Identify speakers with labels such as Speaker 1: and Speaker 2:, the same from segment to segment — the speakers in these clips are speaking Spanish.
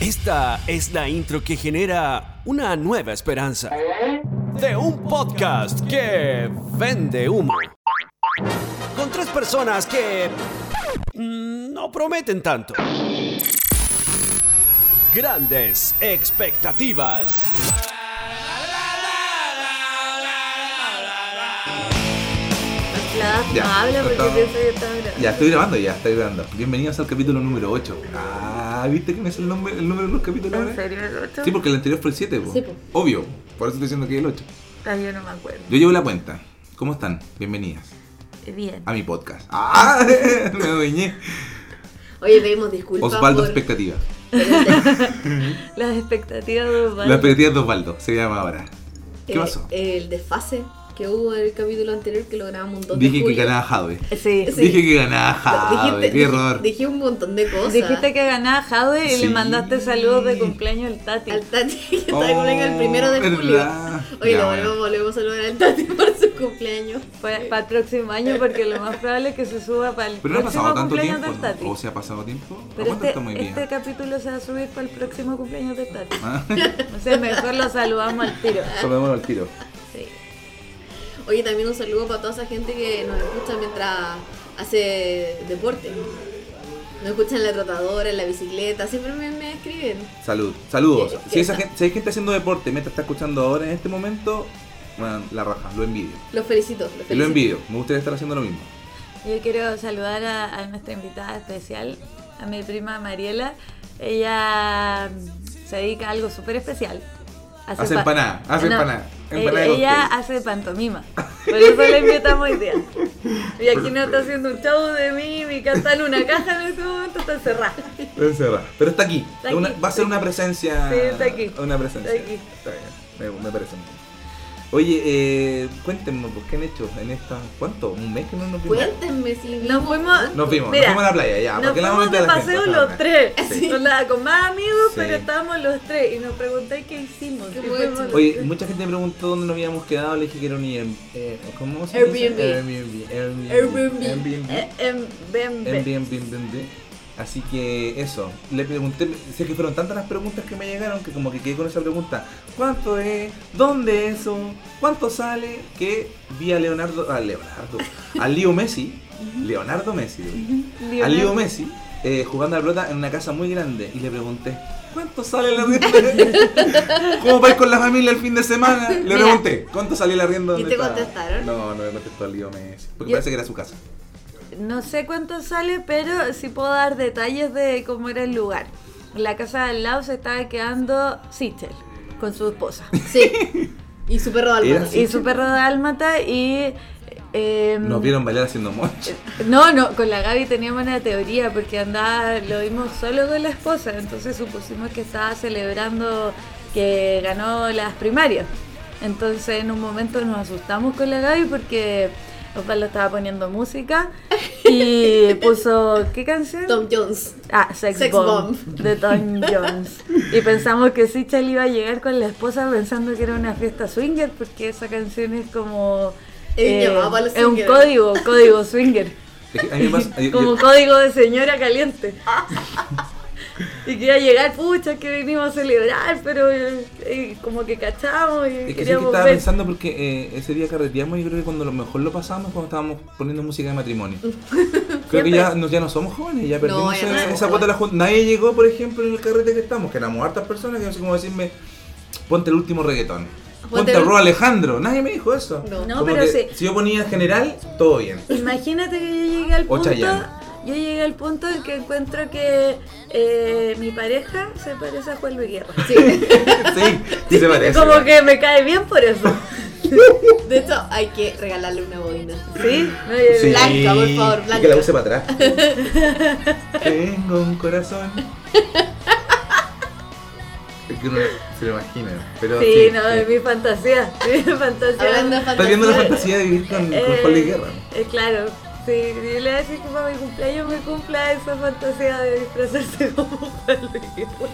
Speaker 1: Esta es la intro que genera una nueva esperanza de un podcast que vende humo. Con tres personas que mm, no prometen tanto. Grandes expectativas.
Speaker 2: Nada,
Speaker 3: Ya,
Speaker 2: no habla porque
Speaker 3: estamos-
Speaker 2: piensa que está grabando.
Speaker 3: Ya, estoy grabando, ya, estoy grabando. Bienvenidos al capítulo número 8. Ah, ¿viste que me es el, nombre, el número de los capítulos?
Speaker 2: ¿En
Speaker 3: ahora?
Speaker 2: serio el otro?
Speaker 3: Sí, porque el anterior fue el 7, po.
Speaker 2: Sí, po.
Speaker 3: obvio. Por eso estoy diciendo que es el 8.
Speaker 2: Ah, yo no me acuerdo. Eh,
Speaker 3: Yo llevo la cuenta. ¿Cómo están? Bienvenidas
Speaker 2: Bien.
Speaker 3: a mi podcast. ¡Ah! Me adueñé.
Speaker 4: Oye, pedimos disculpas
Speaker 3: Osvaldo
Speaker 4: por
Speaker 3: Expectativa.
Speaker 2: Las expectativas de Osvaldo.
Speaker 3: La expectativa de Osvaldo se llama ahora. ¿Qué
Speaker 4: eh,
Speaker 3: pasó?
Speaker 4: el desfase que hubo en el capítulo anterior que lo grabamos un 2 de
Speaker 3: Dije que
Speaker 4: julio.
Speaker 3: ganaba Jade.
Speaker 2: Sí.
Speaker 4: Sí.
Speaker 3: Dije que ganaba
Speaker 4: Dijiste-
Speaker 3: Jade. ¡Qué
Speaker 4: dije-
Speaker 3: error!
Speaker 4: Dije un montón de cosas.
Speaker 2: Dijiste que ganaba Jade y
Speaker 3: Sí.
Speaker 2: le mandaste saludos de cumpleaños al Tati.
Speaker 4: Al Tati que está
Speaker 3: Oh,
Speaker 4: de cumpleaños el primero de
Speaker 3: verdad.
Speaker 4: julio. Oye,
Speaker 3: Ya,
Speaker 4: lo
Speaker 3: bueno.
Speaker 4: volvemos, volvemos a saludar al Tati por su cumpleaños.
Speaker 2: Para, el próximo año, porque lo más probable es que se suba para el
Speaker 3: Pero no ha
Speaker 2: próximo
Speaker 3: pasado tanto
Speaker 2: cumpleaños
Speaker 3: tiempo.
Speaker 2: del Tati.
Speaker 3: ¿O se ha pasado tiempo? ¿A
Speaker 2: Pero
Speaker 3: cuánto
Speaker 2: este,
Speaker 3: estamos hoy día?
Speaker 2: este capítulo se va a subir para el próximo cumpleaños del Tati.
Speaker 3: Ah,
Speaker 2: O sea, mejor lo saludamos al tiro.
Speaker 3: Saludémonos al tiro.
Speaker 2: Sí.
Speaker 4: Oye, también un saludo para toda esa gente que nos escucha mientras hace deporte. Nos escuchan en la trotadora, en la bicicleta, siempre me, me escriben.
Speaker 3: Salud, saludos.
Speaker 4: ¿Qué-
Speaker 3: Si,
Speaker 4: qué
Speaker 3: esa
Speaker 4: está?
Speaker 3: gente, si hay gente haciendo deporte mientras está escuchando ahora en este momento, bueno, la raja, lo envidio.
Speaker 4: Los felicito, los felicito.
Speaker 3: Lo envidio, me gustaría estar haciendo lo mismo.
Speaker 2: Yo quiero saludar a, a nuestra invitada especial, a mi prima Mariela. Ella mm, se dedica a algo súper especial.
Speaker 3: Hace
Speaker 2: pa-
Speaker 3: empanada, hace empanada, empanada de
Speaker 2: ella ella
Speaker 3: cóctel.
Speaker 2: hace pantomima. Por eso la invitamos hoy día. Y aquí no está haciendo un show de mí, mi está en una caja en este momento, está cerrada.
Speaker 3: Encerrada. Pero está aquí.
Speaker 2: Está
Speaker 3: Una-
Speaker 2: aquí,
Speaker 3: va a ser
Speaker 2: está
Speaker 3: una
Speaker 2: aquí.
Speaker 3: presencia.
Speaker 2: Sí, está aquí.
Speaker 3: Una presencia.
Speaker 2: Está aquí.
Speaker 3: bien, me, me parece muy bien. Oye, eh, cuéntenme, pues, ¿qué han hecho en esta. ¿Cuánto? ¿Un mes que no nos vimos?
Speaker 4: Cuéntenme si
Speaker 2: Nos fuimos.
Speaker 3: Nos vimos,
Speaker 2: Mira,
Speaker 3: nos fuimos a la playa, ya.
Speaker 2: Nos
Speaker 3: ¿para qué le vamos a
Speaker 2: fuimos de
Speaker 3: mentir a la gente?
Speaker 2: paseo
Speaker 3: Vamos a
Speaker 2: los
Speaker 3: la playa.
Speaker 2: tres,
Speaker 3: Sí.
Speaker 2: con, la- con más amigos,
Speaker 3: Sí.
Speaker 2: pero estábamos los tres y nos pregunté qué hicimos.
Speaker 4: ¿Qué
Speaker 2: Y
Speaker 4: hemos
Speaker 2: fuimos
Speaker 4: hecho?
Speaker 2: los
Speaker 3: Oye,
Speaker 2: tres.
Speaker 3: mucha gente me preguntó dónde nos habíamos quedado, le dije que era un IR- eh, ¿cómo se dice?
Speaker 4: Airbnb.
Speaker 3: Airbnb. Airbnb.
Speaker 4: Airbnb.
Speaker 3: Airbnb.
Speaker 2: Eh, em, ven, ven.
Speaker 3: Airbnb, Airbnb. Así que eso, le pregunté, sé que fueron tantas las preguntas que me llegaron que como que quedé con esa pregunta, ¿cuánto es? ¿Dónde es eso? ¿Cuánto sale? Que vi a Leonardo, a Leonardo, a Leo Messi, Leonardo Messi, a Leo Messi eh, jugando a la pelota en una casa muy grande y le pregunté, ¿cuánto sale el arriendo? ¿Cómo vais con la familia el fin de semana? Le
Speaker 2: Mira.
Speaker 3: pregunté, ¿cuánto sale el arriendo?
Speaker 4: ¿Y
Speaker 3: ¿Dónde
Speaker 4: te
Speaker 3: está?
Speaker 4: contestaron?
Speaker 3: No, no me contestó el Leo Messi, porque
Speaker 2: Yo-
Speaker 3: parece que era su casa.
Speaker 2: No sé cuánto sale, pero sí puedo dar detalles de cómo era el lugar. La casa de al lado se estaba quedando Sichel con su esposa
Speaker 4: Sí. Y su perro
Speaker 3: Era
Speaker 4: Dalmata.
Speaker 3: así.
Speaker 2: y su perro dálmata y... eh,
Speaker 3: Nos vieron bailar haciendo mocha.
Speaker 2: No, no, con la Gaby teníamos una teoría porque andaba, lo vimos solo con la esposa, entonces supusimos que estaba celebrando que ganó las primarias. Entonces en un momento nos asustamos con la Gaby porque Osvaldo estaba poniendo música y puso, ¿qué canción?
Speaker 4: Tom Jones.
Speaker 2: Ah, Sex,
Speaker 4: Sex
Speaker 2: Bomb,
Speaker 4: Bomb.
Speaker 2: de Tom Jones. Y pensamos que Sichel iba a llegar con la esposa pensando que era una fiesta swinger, porque esa canción es como.
Speaker 4: Eh, llamaba a los
Speaker 2: es un
Speaker 4: swingers.
Speaker 2: código, código swinger.
Speaker 3: Es que a mí me pasa- yo-
Speaker 2: Como
Speaker 3: yo-
Speaker 2: código de señora caliente. Y que iba a llegar, pucha, que venimos a celebrar, pero eh, eh, como que cachamos y
Speaker 3: es que sí que
Speaker 2: queríamos
Speaker 3: estaba
Speaker 2: ver.
Speaker 3: pensando porque eh, ese día carreteamos y yo creo que cuando lo mejor lo pasamos es cuando estábamos poniendo música de matrimonio. Creo que ya no, ya no somos jóvenes, ya perdimos
Speaker 4: ya no
Speaker 3: esa-
Speaker 4: somos
Speaker 3: esa cuota de la junta. Nadie llegó, por ejemplo, en el carrete que estamos, que éramos hartas personas que no sé cómo decirme, ponte el último reggaetón. Ponte
Speaker 4: Ponte
Speaker 3: el
Speaker 4: el-
Speaker 3: Ro Alejandro, nadie me dijo eso.
Speaker 4: No.
Speaker 2: No,
Speaker 3: Como
Speaker 2: pero
Speaker 3: que
Speaker 2: sí.
Speaker 3: si yo ponía general, todo bien.
Speaker 2: Imagínate que yo llegué al
Speaker 3: O
Speaker 2: punto.
Speaker 3: Chayanne.
Speaker 2: Yo llegué al punto en que encuentro que eh, mi pareja se parece a Juan Luis Guerra.
Speaker 4: Sí.
Speaker 3: sí, sí se parece.
Speaker 2: Como que me cae bien por eso.
Speaker 4: De hecho, hay que regalarle una bobina.
Speaker 2: ¿Sí? No, yo-
Speaker 3: Sí.
Speaker 4: Blanca, por favor,
Speaker 3: Y
Speaker 4: blanca.
Speaker 3: Que la use para atrás. Tengo un corazón. Es que uno se lo imagina, pero
Speaker 2: Sí,
Speaker 3: sí,
Speaker 2: no,
Speaker 3: sí.
Speaker 2: es mi fantasía. es mi fantasía.
Speaker 4: Hablando de
Speaker 3: Estás
Speaker 4: fantasía.
Speaker 3: viendo la fantasía de vivir con, con
Speaker 2: Eh,
Speaker 3: Juan Luis Guerra.
Speaker 2: eh, claro. Sí, yo le voy a decir que para mi cumpleaños me cumpla esa fantasía de disfrazarse como Juan Luis Guerra.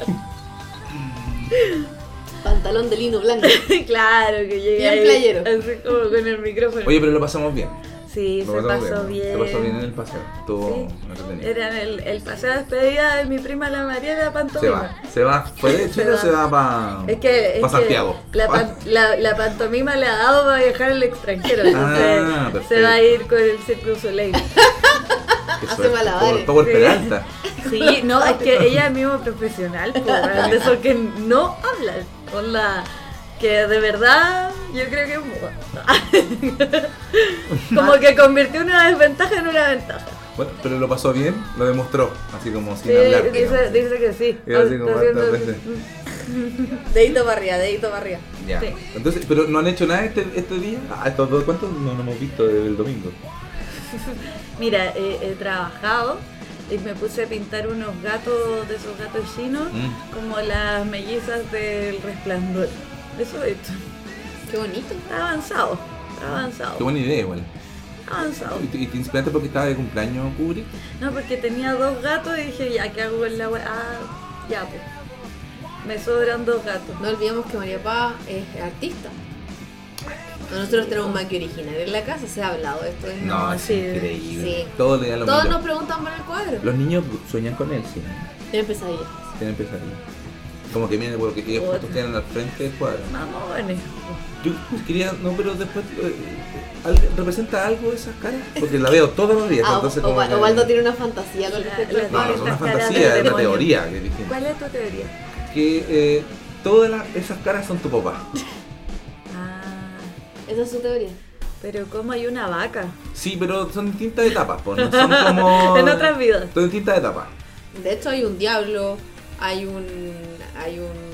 Speaker 4: Pantalón de lino blanco.
Speaker 2: claro, que llegué
Speaker 4: Bien
Speaker 2: ahí,
Speaker 4: playero.
Speaker 2: Así como con el micrófono.
Speaker 3: Oye, pero lo pasamos bien.
Speaker 2: Sí,
Speaker 3: Lo
Speaker 2: se
Speaker 3: pasamos
Speaker 2: pasó bien.
Speaker 3: Se pasó bien en el paseo. Estuvo
Speaker 2: Sí.
Speaker 3: entretenido.
Speaker 2: Era el, el paseo de despedida de mi prima la Mariela
Speaker 3: Se
Speaker 2: Pantomima.
Speaker 3: va, se va. ¿Fue de Chile o
Speaker 2: va.
Speaker 3: se va para
Speaker 2: Es que, es que
Speaker 3: Santiago?
Speaker 2: La, pan-
Speaker 3: Pa-
Speaker 2: la, la pantomima le ha dado para viajar al extranjero.
Speaker 3: Ah,
Speaker 2: entonces se
Speaker 3: perfecto.
Speaker 2: va a ir con el Cirque du Soleil.
Speaker 3: qué
Speaker 4: hace
Speaker 3: suerte.
Speaker 4: malabares.
Speaker 3: Power- Power
Speaker 2: Sí.
Speaker 3: Peralta.
Speaker 2: Sí, no, es que ella es mismo profesional, po, weón, de eso que no habla. Con la que de verdad yo creo que es muda. Como que convirtió una desventaja en una ventaja.
Speaker 3: Bueno, pero lo pasó bien, lo demostró, así como sin
Speaker 2: Sí,
Speaker 3: hablar.
Speaker 2: dice,
Speaker 3: digamos.
Speaker 2: dice que sí.
Speaker 3: Y así como
Speaker 2: Está haciendo-
Speaker 3: hartas veces.
Speaker 4: Dedito para arriba, dedito para arriba.
Speaker 3: Ya.
Speaker 2: Sí.
Speaker 3: Entonces, pero no han hecho nada este, este día. Ah, estos dos, ¿cuántos no nos hemos visto desde el domingo?
Speaker 2: Mira, he, he trabajado y me puse a pintar unos gatos de esos gatos chinos
Speaker 3: Mm.
Speaker 2: como las mellizas del resplandor. Eso he hecho.
Speaker 4: Qué bonito.
Speaker 2: Está avanzado, está
Speaker 3: Qué
Speaker 2: avanzado,
Speaker 3: buena idea, igual.
Speaker 2: está avanzado.
Speaker 3: Oh, ¿Y, te- y te inspiraste porque estaba de cumpleaños Kubrick?
Speaker 2: No, porque tenía dos gatos y dije, ya, ¿qué hago con la wea? Ah, ya, pues. Me sobran dos gatos.
Speaker 4: No olvidemos que María Paz es artista. Nosotros tenemos maqui original en la casa, se ha hablado de esto. es-
Speaker 2: No,
Speaker 3: es
Speaker 2: sí.
Speaker 3: increíble.
Speaker 4: Sí.
Speaker 3: Todo le da lo
Speaker 4: Todos
Speaker 3: mismo.
Speaker 4: nos preguntan por el cuadro.
Speaker 3: Los niños sueñan con él, sí. ¿no?
Speaker 4: Tienen pesadillas.
Speaker 3: Tienen pesadillas. Como que miren, porque ellos justo tienen al frente del cuadro.
Speaker 2: Mamones.
Speaker 3: Yo pues, quería, no, pero después eh, al- representa algo esas caras, porque la veo todos los días.
Speaker 4: Ah,
Speaker 3: entonces
Speaker 4: Oba-
Speaker 3: como que-
Speaker 4: Obaldo tiene una fantasía con respecto
Speaker 2: La- la-
Speaker 4: al
Speaker 3: No, no,
Speaker 4: cuadro.
Speaker 3: es una
Speaker 2: Estas caras
Speaker 3: fantasía,
Speaker 2: del
Speaker 3: es una
Speaker 2: demonio.
Speaker 3: teoría que dije.
Speaker 2: ¿Cuál es tu teoría?
Speaker 3: Que eh, todas las- esas caras son tu papá.
Speaker 2: Ah,
Speaker 4: Esa es su teoría.
Speaker 2: pero ¿cómo hay una vaca?
Speaker 3: Sí, pero son distintas etapas, pues, no son como.
Speaker 2: En otras vidas.
Speaker 3: Son distintas etapas.
Speaker 4: De hecho hay un diablo, hay un. hay un.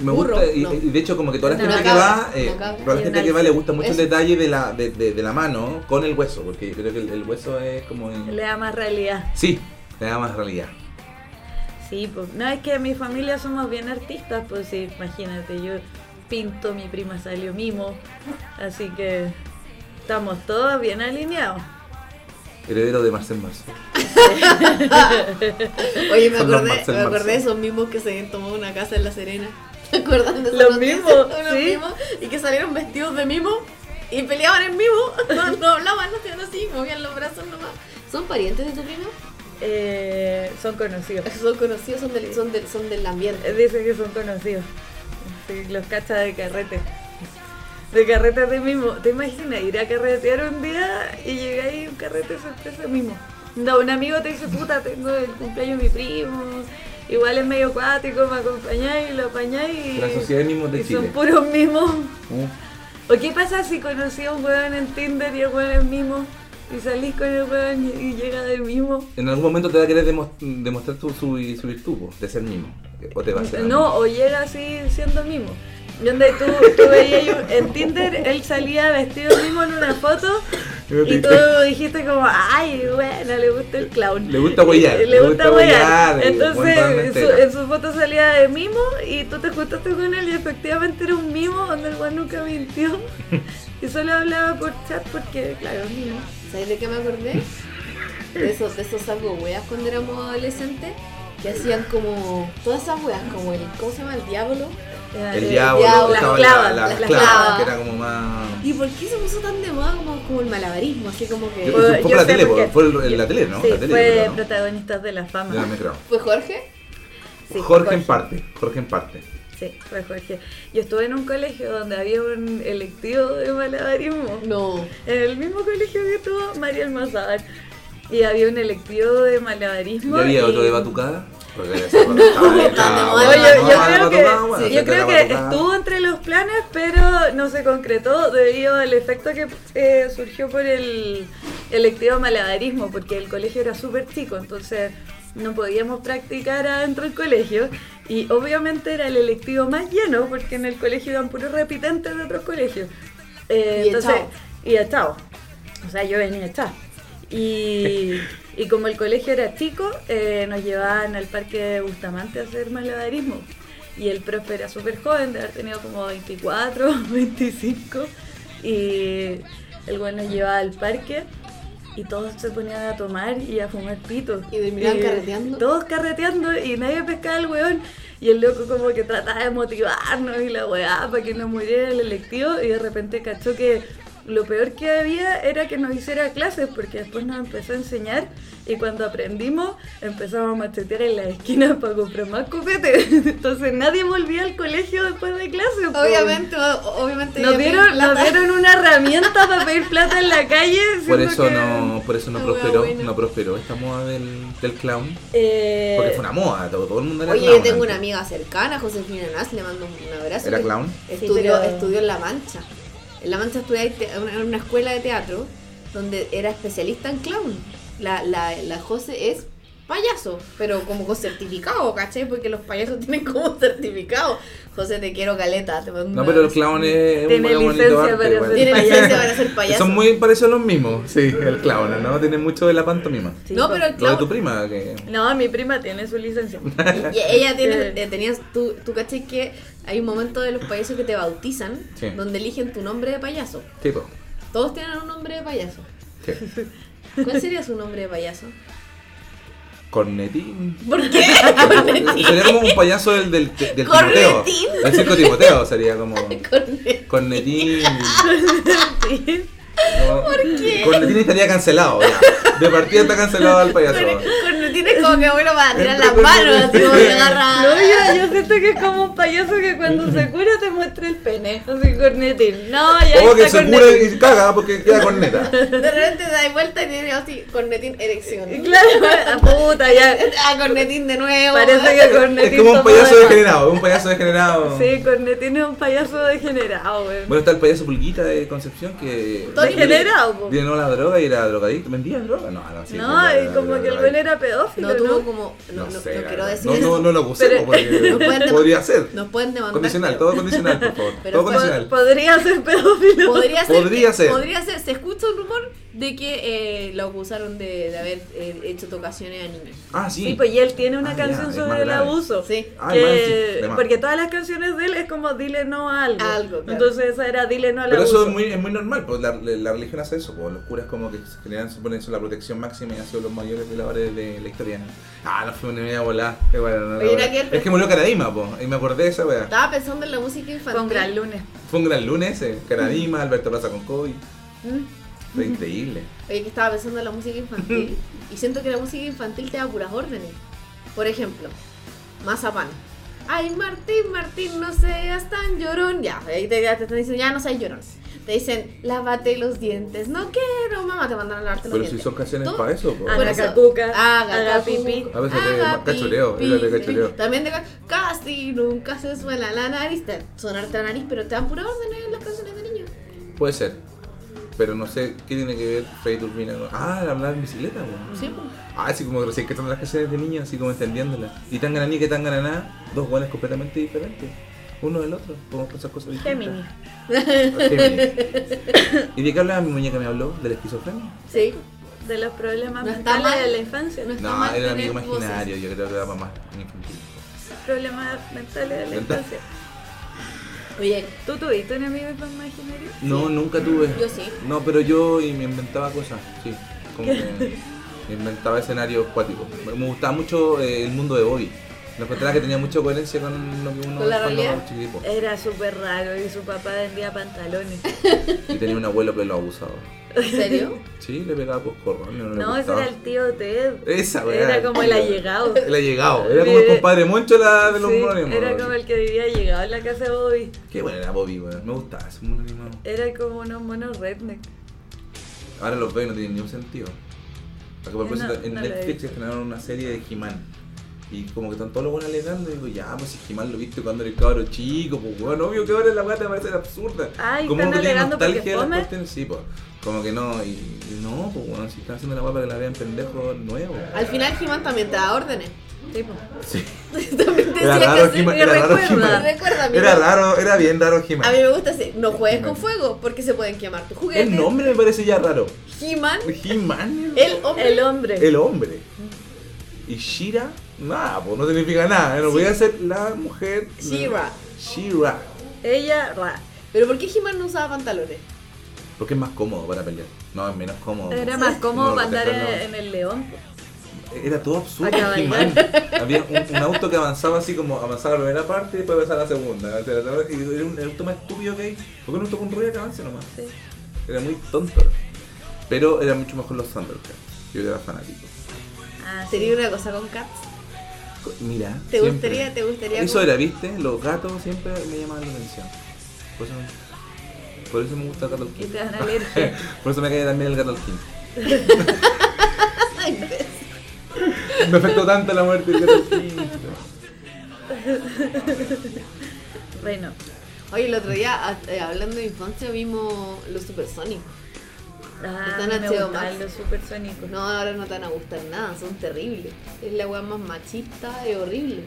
Speaker 3: Me
Speaker 4: burro,
Speaker 3: gusta, y,
Speaker 4: no.
Speaker 3: y de hecho, como que toda la
Speaker 2: Una
Speaker 3: gente que
Speaker 4: cabra,
Speaker 3: va, eh,
Speaker 4: una cabra.
Speaker 3: toda la
Speaker 2: Y
Speaker 3: gente
Speaker 2: un
Speaker 3: que va
Speaker 2: alce.
Speaker 3: le gusta mucho el
Speaker 4: Eso.
Speaker 3: detalle de la, de, de- de la mano con el hueso, porque yo creo que el, el hueso es como. en-
Speaker 2: Le da más realidad.
Speaker 3: Sí, le da más realidad.
Speaker 2: Sí, pues. No, es que en mi familia somos bien artistas, pues sí, imagínate, yo pinto, mi prima salió mimo, así que estamos todos bien alineados.
Speaker 3: Heredero de Marcel Marceau.
Speaker 4: Oye, me
Speaker 3: Son los
Speaker 4: acordé,
Speaker 3: Marcel
Speaker 4: me acordé de
Speaker 3: Marceau.
Speaker 4: esos mismos que se habían tomado una casa en La Serena. ¿Te acuerdas de esos
Speaker 2: Los mismos, sí.
Speaker 4: Y que salieron vestidos de mimo y peleaban en mimo. No, no hablaban, no hacían así, movían los brazos nomás. ¿Son parientes de tu prima?
Speaker 2: Eh, son conocidos.
Speaker 4: Son conocidos, son del, son del, son del ambiente.
Speaker 2: Dicen que son conocidos. Sí, los cachas de carrete. De carrete de mismo. ¿Te imaginas ir a carretear un día y llegáis a un carrete sorpresa mismo? No, un amigo te dice, puta, tengo el cumpleaños de mi primo. Igual es medio cuático, me acompañáis y lo apañáis. y-
Speaker 3: La sociedad mismo de
Speaker 2: y
Speaker 3: Chile.
Speaker 2: son puros mimos.
Speaker 3: ¿Mm?
Speaker 2: ¿O qué pasa si conocí a un huevón en Tinder y el huevón es mimo? Y salís con el huevón y- y llega del mimo.
Speaker 3: En algún momento te va a querer demos- demostrar tu, su, su virtud, po, de ser mismo. O te va a hacer.
Speaker 2: No, o llega así siendo mimo. Donde tú, tú veías yo- en Tinder, él salía vestido mimo en una foto y tú dijiste como, ay, bueno, le gusta el clown.
Speaker 3: Le gusta huellar,
Speaker 2: Le,
Speaker 3: le
Speaker 2: gusta
Speaker 3: gusta
Speaker 2: huellar.
Speaker 3: huellar, eh,
Speaker 2: Entonces,
Speaker 3: buen
Speaker 2: en su,
Speaker 3: tormentero.
Speaker 2: en su foto salía de mimo y tú te juntaste con él y efectivamente era un mimo donde el weón nunca mintió. Y solo hablaba por chat porque, claro, mimo.
Speaker 4: ¿Sabes de qué me acordé? De esos, de esos saco weas cuando éramos adolescentes. Que hacían como. Todas esas weas, como el. ¿Cómo se llama? El diablo.
Speaker 2: Era-
Speaker 3: El
Speaker 2: era-
Speaker 3: diablo, estaba
Speaker 4: diablo,
Speaker 2: las
Speaker 3: la-
Speaker 2: clavas,
Speaker 3: la-
Speaker 2: las
Speaker 3: las
Speaker 2: clavas.
Speaker 3: clavas, que era como más.
Speaker 4: ¿Y por qué se puso tan de moda como, como el malabarismo? Así como que.
Speaker 3: Yo- fue por
Speaker 2: yo
Speaker 3: la
Speaker 2: sé
Speaker 3: tele,
Speaker 2: por
Speaker 3: po,
Speaker 2: qué.
Speaker 3: fue el- en la tele, ¿no?
Speaker 2: Sí,
Speaker 3: La tele,
Speaker 2: fue
Speaker 3: yo creo, ¿no?
Speaker 2: protagonistas de la fama.
Speaker 3: De la micro.
Speaker 4: ¿Fue Jorge?
Speaker 2: Sí,
Speaker 3: Jorge, en parte, Jorge en parte.
Speaker 2: Sí, fue Jorge. Yo estuve en un colegio donde había un electivo de malabarismo.
Speaker 4: No.
Speaker 2: En el mismo colegio que estuvo María Almazar. Y había un electivo de malabarismo.
Speaker 3: ¿Y había
Speaker 2: y-
Speaker 3: otro de batucada? Porque era esa batucada,
Speaker 4: de
Speaker 3: estaba
Speaker 2: No,
Speaker 4: moda,
Speaker 2: yo,
Speaker 4: de
Speaker 3: buena,
Speaker 2: yo
Speaker 3: estaba
Speaker 2: creo
Speaker 3: la batucada, bueno,
Speaker 2: que, sí, yo
Speaker 3: cerca de
Speaker 2: creo
Speaker 3: la
Speaker 2: que
Speaker 3: batucada.
Speaker 2: estuvo entre los planes, pero no se concretó debido al efecto que eh, surgió por el electivo malabarismo, porque el colegio era súper chico, entonces no podíamos practicar adentro del colegio y obviamente era el electivo más lleno porque en el colegio iban puros repitentes de otros colegios. Eh,
Speaker 4: Y
Speaker 2: entonces,
Speaker 4: echados.
Speaker 2: y echados. O sea, yo venía echada. Y, y como el colegio era chico, eh, nos llevaban al parque de Bustamante a hacer malabarismo. Y el profe era súper joven, de haber tenido como 24, 25. Y el bueno nos llevaba al parque y todos se ponían a tomar y a fumar pitos.
Speaker 4: Y terminaban carreteando.
Speaker 2: Todos carreteando y nadie pescaba al weón. Y el loco como que trataba de motivarnos y la weá para que no muriera el electivo. Y de repente cachó que lo peor que había era que nos hiciera clases, porque después nos empezó a enseñar y cuando aprendimos empezamos a machetear en la esquina para comprar más copete. Entonces nadie volvía al colegio después de clase. po.
Speaker 4: Obviamente, o- obviamente.
Speaker 2: Nos
Speaker 4: yo
Speaker 2: dieron,
Speaker 4: tengo plata.
Speaker 2: nos dieron una herramienta para pedir plata en la calle.
Speaker 3: Por
Speaker 2: siendo
Speaker 3: eso
Speaker 2: que-
Speaker 3: no, por eso no
Speaker 4: Ah,
Speaker 3: prosperó,
Speaker 4: bueno.
Speaker 3: no prosperó esta moda del, del clown.
Speaker 2: Eh,
Speaker 3: Porque fue una moda, todo, todo el mundo era
Speaker 4: Oye,
Speaker 3: clown.
Speaker 4: yo tengo una
Speaker 3: antes.
Speaker 4: amiga cercana, Josefina Nas, le mando un abrazo.
Speaker 3: ¿Era
Speaker 4: que
Speaker 3: clown?
Speaker 4: Estudió,
Speaker 2: Sí, pero-
Speaker 4: estudió en La Mancha. En La Mancha estudié en te- en una- en una escuela de teatro donde era especialista en clown. La, la, la Jose es payaso, pero como con certificado, ¿cachai? Porque los payasos tienen como certificado. José, te quiero caleta, te mando un
Speaker 3: No, pero el
Speaker 4: abrazo.
Speaker 3: clown es
Speaker 2: Tiene
Speaker 3: un bonito
Speaker 2: licencia
Speaker 3: arte,
Speaker 2: para
Speaker 3: igual.
Speaker 2: ser
Speaker 4: Tiene licencia para ser payaso.
Speaker 3: Son muy parecidos los mismos, sí, el clown, ¿no? Tiene mucho de la pantomima.
Speaker 2: sí,
Speaker 4: No,
Speaker 2: po.
Speaker 4: pero el
Speaker 3: Lo de tu
Speaker 4: clown.
Speaker 3: prima, que...
Speaker 2: No, mi prima tiene su licencia.
Speaker 4: Y ella tiene,
Speaker 2: Sí.
Speaker 4: eh, tenías, tú, tú cachai que hay un momento de los payasos que te bautizan,
Speaker 3: Sí.
Speaker 4: donde eligen tu nombre de payaso.
Speaker 3: Tipo,
Speaker 4: Todos tienen un nombre de payaso.
Speaker 3: sí.
Speaker 4: ¿Cuál sería su nombre de payaso?
Speaker 3: Cornetín.
Speaker 4: ¿Por qué?
Speaker 3: Sería como un payaso del, del, del Timoteo.
Speaker 4: Cornetín.
Speaker 3: Del circo Timoteo sería como...
Speaker 4: Cornet.
Speaker 3: Cornetín.
Speaker 2: Sí.
Speaker 3: ¿Por qué? Cornetín estaría cancelado, ya. De partida está cancelado el payaso.
Speaker 4: Cornetín es como que bueno para tirar las
Speaker 3: Cornet-
Speaker 4: manos, así como que agarra.
Speaker 2: No, yo, yo siento que es como un payaso que cuando se cura te muestra el pene. Así, cornetín. No, ya
Speaker 3: O que
Speaker 2: está
Speaker 3: se cura
Speaker 2: cornetín.
Speaker 3: y caga porque queda corneta.
Speaker 4: De repente da vuelta y tiene así, cornetín erección.
Speaker 2: Claro, puta, ya.
Speaker 4: Ah, cornetín de nuevo.
Speaker 2: Parece que cornetín
Speaker 3: Es como un
Speaker 2: tomó
Speaker 3: payaso
Speaker 2: de más.
Speaker 3: degenerado, es un payaso degenerado.
Speaker 2: Sí, cornetín es un payaso degenerado, güey.
Speaker 3: Bueno, está el payaso Pulguita de Concepción que.
Speaker 4: Todo
Speaker 2: degenerado, po.
Speaker 3: Llenó la droga y era drogadicto. ¿Vendía droga? No, no, sí.
Speaker 2: no,
Speaker 3: vendía
Speaker 2: y como que el
Speaker 3: droga.
Speaker 2: güey era pedófilo,
Speaker 4: No
Speaker 2: ¿no?
Speaker 4: tuvo como. No,
Speaker 3: No,
Speaker 4: no, no
Speaker 3: sé, la
Speaker 4: quiero
Speaker 3: verdad.
Speaker 4: decir.
Speaker 3: No, no, no lo
Speaker 2: Pero-
Speaker 3: abusemos
Speaker 4: No
Speaker 3: porque
Speaker 4: pueden-
Speaker 3: podría ser.
Speaker 4: Nos pueden demandar.
Speaker 3: Condicional, todo condicional, por favor.
Speaker 4: Pero
Speaker 3: todo
Speaker 4: fue-
Speaker 3: condicional.
Speaker 2: Podría ser pedófilo.
Speaker 4: Podría ser,
Speaker 3: Podría ser.
Speaker 4: podría ser. Se escucha un rumor de que eh, lo acusaron de, de haber eh, hecho tocaciones a niños.
Speaker 3: Ah, sí.
Speaker 2: Sí, pues y él tiene una
Speaker 3: Ah,
Speaker 2: canción
Speaker 3: ya, es más
Speaker 2: sobre el
Speaker 3: grave.
Speaker 2: abuso.
Speaker 4: Sí.
Speaker 3: Ah,
Speaker 2: que-
Speaker 3: más, sí, de más.
Speaker 2: porque todas las canciones de él es como dile no a algo.
Speaker 4: Algo, claro.
Speaker 2: Entonces esa era dile no al
Speaker 3: Pero
Speaker 2: abuso.
Speaker 3: eso es muy, es muy normal, pues la, la- la religión hace eso, pues los curas como que se generan, se ponen eso, la protección máxima y han sido los mayores violadores de la historia. Ah, no fue una idea volada. Qué bueno, no,
Speaker 4: Oye,
Speaker 3: no,
Speaker 4: era
Speaker 3: no.
Speaker 4: que-
Speaker 3: Es que murió Caradima, pues, y me acordé de esa wea.
Speaker 4: Estaba pensando en la música infantil.
Speaker 2: Con Gran Lunes.
Speaker 3: Fue un gran lunes, eh. Caradima, Alberto Plaza Concoy.
Speaker 4: Mm.
Speaker 3: Fue increíble.
Speaker 4: Oye, que estaba pensando en la música infantil y siento que la música infantil te da puras órdenes. Por ejemplo, Mazapán. Ay, Martín, Martín, no seas tan llorón. Ya, ahí te, te están diciendo, ya no seas llorón. Te dicen, lávate los dientes. No quiero, mamá, te mandan a lavarte los
Speaker 3: Pero si
Speaker 4: dientes.
Speaker 3: son canciones
Speaker 4: Todo- Ah,
Speaker 3: para eso, pues.
Speaker 2: Ana
Speaker 4: Por eso,
Speaker 2: Cacuca,
Speaker 4: haga
Speaker 2: haga
Speaker 4: cacuca,
Speaker 2: pipí.
Speaker 3: A veces
Speaker 4: haga
Speaker 3: de- más cachureo,
Speaker 4: pipí.
Speaker 3: es de cachureo.
Speaker 4: También de ca- casi nunca se suena la nariz. Te, sonarte la nariz, pero te dan puras órdenes en las canciones de niños.
Speaker 3: Puede ser. Pero no sé qué tiene que ver Freddy Turbina con. Ah, hablar en bicicleta, pues.
Speaker 4: Sí, pues.
Speaker 3: Ah, así como recién que están las canciones de niños, así como entendiéndolas. Y tan ni que tan nada, dos guanes completamente diferentes. Uno del otro, podemos pensar cosas
Speaker 2: Géminis.
Speaker 3: distintas. Ah, Géminis. ¿Y de qué hablaba mi muñeca? ¿Me habló? ¿De la esquizofrenia?
Speaker 4: Sí.
Speaker 2: De los problemas
Speaker 4: No está
Speaker 2: mentales de
Speaker 4: mal.
Speaker 2: la infancia.
Speaker 4: No está
Speaker 3: No,
Speaker 4: mal
Speaker 3: era el
Speaker 4: tener
Speaker 3: amigo
Speaker 4: voces.
Speaker 3: imaginario, yo creo que era para más infantil.
Speaker 2: Problemas mentales de la
Speaker 3: ¿Verdad?
Speaker 2: infancia.
Speaker 4: Oye,
Speaker 2: ¿Tú tuviste un amigo imaginario?
Speaker 3: No, nunca tuve.
Speaker 4: Yo sí.
Speaker 3: No, pero yo y me inventaba cosas, sí. Como que me inventaba escenarios cuáticos. Me gustaba mucho eh, el mundo de Bobby. Me encontraba que tenía mucha coherencia con lo que uno
Speaker 4: Con la
Speaker 3: cuando
Speaker 4: realidad.
Speaker 3: era chiquitipo.
Speaker 2: Era súper raro y su papá vendía pantalones.
Speaker 3: Y tenía un abuelo que lo abusaba.
Speaker 4: ¿En serio?
Speaker 3: Sí, le pegaba por corro. No, le
Speaker 2: No, ese
Speaker 3: gustaba.
Speaker 2: era el tío Ted.
Speaker 3: Esa, weá.
Speaker 2: Era como el allegado.
Speaker 3: El allegado. Era como el
Speaker 2: Vive-
Speaker 3: compadre Moncho la, de los
Speaker 2: Sí,
Speaker 3: monos
Speaker 2: era como el que vivía allegado en la casa de Bobby.
Speaker 3: Qué bueno era Bobby, weón. Me gustaba ese mundo animado.
Speaker 2: Era como unos monos redneck.
Speaker 3: Ahora los veo y no tienen ningún sentido. A que por
Speaker 2: Yo Eh, no-
Speaker 3: propósito, en
Speaker 2: no lo he
Speaker 3: Netflix
Speaker 2: visto.
Speaker 3: estrenaron una serie de He-Man. Y como que están todos los buenos alegando y digo, ya, pues si He-Man lo viste cuando eres cabro chico, pues bueno, obvio que ahora la guata va a ser absurda.
Speaker 2: Ay,
Speaker 3: como
Speaker 2: ¿están
Speaker 3: uno tiene
Speaker 2: alegando porque
Speaker 3: nostalgia de las
Speaker 2: fome?
Speaker 3: cuestiones, sí, pues. Como que no, y, y no, pues bueno, si están haciendo la guapa que la vean pendejos nuevos.
Speaker 4: Al final He-Man también te da órdenes.
Speaker 2: Tipo.
Speaker 3: Sí.
Speaker 4: también te
Speaker 3: Era
Speaker 4: decía
Speaker 3: raro
Speaker 4: que
Speaker 3: He-Man,
Speaker 4: sí.
Speaker 3: era raro
Speaker 2: recuerda,
Speaker 3: He-Man.
Speaker 4: recuerda, amigo.
Speaker 3: Era raro, era bien raro
Speaker 4: A mí
Speaker 3: He-Man.
Speaker 4: me gusta ese. No juegues con fuego porque se pueden quemar tus juguetes.
Speaker 3: El nombre me parece ya raro.
Speaker 4: He-Man,
Speaker 3: He-Man.
Speaker 4: el hombre.
Speaker 2: El hombre.
Speaker 3: el hombre. Y Shira, nada, pues no significa nada. No voy a ser la mujer.
Speaker 4: She-Ra.
Speaker 3: Shira.
Speaker 2: Ella, ra.
Speaker 4: Pero ¿por qué He-Man no usaba pantalones?
Speaker 3: Porque es más cómodo para pelear. No, es menos cómodo.
Speaker 2: Era más cómodo
Speaker 3: No,
Speaker 2: para andar
Speaker 3: dejarlo-
Speaker 2: en, en el león.
Speaker 3: Era todo absurdo.
Speaker 2: a cabalgar.
Speaker 3: He-Man. Había un, un auto que avanzaba así como avanzaba la primera parte y después avanzaba la segunda. avanzaba la tercera, y era un auto más estúpido que hay. ¿Por qué no toca un ruido que avance nomás?
Speaker 2: Sí.
Speaker 3: Era muy tonto. Pero eran mucho mejor los Thundercats. Yo era fanático.
Speaker 2: Ah,
Speaker 4: Sería una cosa con cats.
Speaker 3: Mira.
Speaker 4: ¿Te
Speaker 3: siempre.
Speaker 4: gustaría, te gustaría?
Speaker 3: Eso
Speaker 4: como-
Speaker 3: era, ¿viste? Los gatos siempre me llamaban la atención. Por eso, me- por eso me gusta el gato al
Speaker 2: Y
Speaker 3: King.
Speaker 2: te dan alergia.
Speaker 3: Por eso me cae también el gato al King.
Speaker 4: Ay, ves.
Speaker 3: Me afectó tanto la muerte del gato al King.
Speaker 2: Bueno,
Speaker 4: Oye, el otro día, a- eh, hablando de infancia, vimos los supersónicos.
Speaker 2: ah,
Speaker 4: Están
Speaker 2: me
Speaker 4: HBO
Speaker 2: gustaban
Speaker 4: Max.
Speaker 2: los supersónicos.
Speaker 4: Pues No, ahora no te van a gustar nada, son terribles. Es la weá más machista y horrible.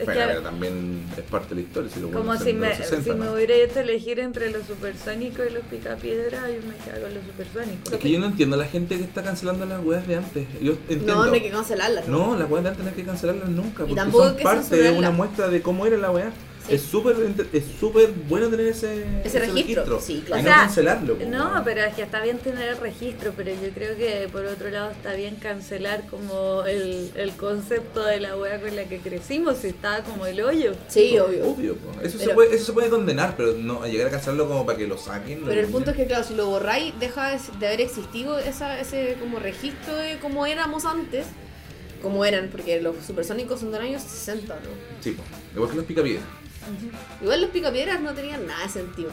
Speaker 2: Es
Speaker 3: Bueno,
Speaker 2: que-
Speaker 3: pero también es parte de la historia. Si lo
Speaker 2: Como
Speaker 3: pones
Speaker 2: si
Speaker 3: en los
Speaker 2: me,
Speaker 3: 60,
Speaker 2: si me
Speaker 3: ¿no?
Speaker 2: hubiera hecho elegir entre los supersónicos y los picapiedras, yo me quedo con los supersónicos.
Speaker 3: Es que yo no entiendo a la gente que está cancelando las weas de antes. Yo entiendo.
Speaker 4: No, no hay que cancelarla.
Speaker 3: No, las weas de antes no hay que cancelarlas nunca,
Speaker 4: Y
Speaker 3: porque
Speaker 4: tampoco hay
Speaker 3: son
Speaker 4: que
Speaker 3: parte de una
Speaker 4: censurarlas.
Speaker 3: muestra de cómo era la wea.
Speaker 4: Sí.
Speaker 3: Es súper int- es súper bueno tener ese,
Speaker 4: Ese registro, sí, claro.
Speaker 3: Y
Speaker 2: O
Speaker 3: no
Speaker 2: sea,
Speaker 3: cancelarlo. po,
Speaker 2: No,
Speaker 3: weón.
Speaker 2: pero es que está bien tener el registro, pero yo creo que por otro lado está bien cancelar como el, el concepto de la wea con la que crecimos, si estaba como el hoyo.
Speaker 4: Sí, obvio.
Speaker 3: Obvio, po. Eso, se
Speaker 2: Pero-
Speaker 3: puede, eso se puede condenar, pero no a llegar a cancelarlo como para que lo saquen. lo
Speaker 4: Pero el punto es
Speaker 3: eliminen.
Speaker 4: que, claro, si lo borráis, deja de- de haber existido esa, ese como registro de cómo éramos antes. Como eran, porque los supersónicos son de los años 60, ¿no?
Speaker 3: Sí, po. igual que los pica piedra.
Speaker 4: Igual los picapiedras no tenían nada de sentido.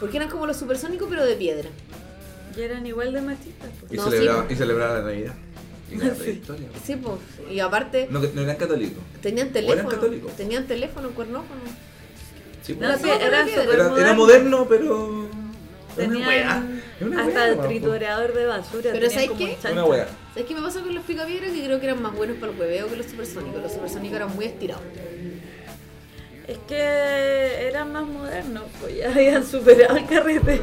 Speaker 4: Porque eran como los supersónicos, pero de piedra.
Speaker 2: Y eran igual de machistas. pues.
Speaker 3: Y,
Speaker 4: No,
Speaker 3: celebraba,
Speaker 4: sí, po.
Speaker 3: y celebraba la Navidad. Y la historia.
Speaker 4: Sí, pues. Y aparte,
Speaker 3: No, que- no eran católicos.
Speaker 4: tenían
Speaker 3: eran
Speaker 4: teléfono.
Speaker 3: católicos.
Speaker 4: Tenían teléfono, cuernófono.
Speaker 3: Sí, po.
Speaker 2: No, sí,
Speaker 4: Era
Speaker 2: eran
Speaker 4: moderno.
Speaker 2: súper
Speaker 3: era, era
Speaker 2: modernos.
Speaker 3: moderno, pero. era una wea.
Speaker 2: Tenían
Speaker 3: Era una
Speaker 2: hasta
Speaker 3: wea,
Speaker 2: el
Speaker 3: po.
Speaker 2: triturador de basura.
Speaker 4: Pero
Speaker 2: tenían
Speaker 4: ¿sabes
Speaker 2: como
Speaker 4: qué?
Speaker 2: un chancho.
Speaker 3: Una wea.
Speaker 4: ¿Sabes qué me pasó con los picapiedras? Que creo que eran más buenos para el hueveo que los supersónicos. Los supersónicos eran muy estirados.
Speaker 2: Es que eran más modernos, pues ya habían superado el carrete.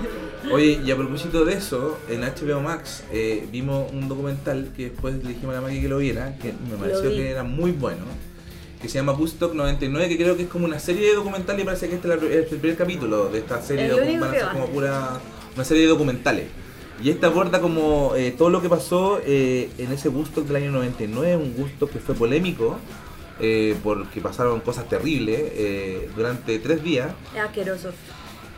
Speaker 3: Oye, y a propósito de eso, en HBO Max eh, vimos un documental que después le dijimos a la Maki que lo viera, que me pareció
Speaker 2: vi.
Speaker 3: que era muy bueno, que se llama Bootstock 99, que creo que es como una serie de documentales y parece que este es la pri- es el primer capítulo de esta serie,
Speaker 2: El
Speaker 3: docu-
Speaker 2: único
Speaker 3: van a
Speaker 2: que
Speaker 3: ser
Speaker 2: va.
Speaker 3: como pura, una serie de documentales. Y esta aborda como eh, todo lo que pasó eh, en ese Woodstock del año 99, un gusto que fue polémico, eh, porque pasaron cosas terribles eh, durante tres días.
Speaker 2: Es asqueroso.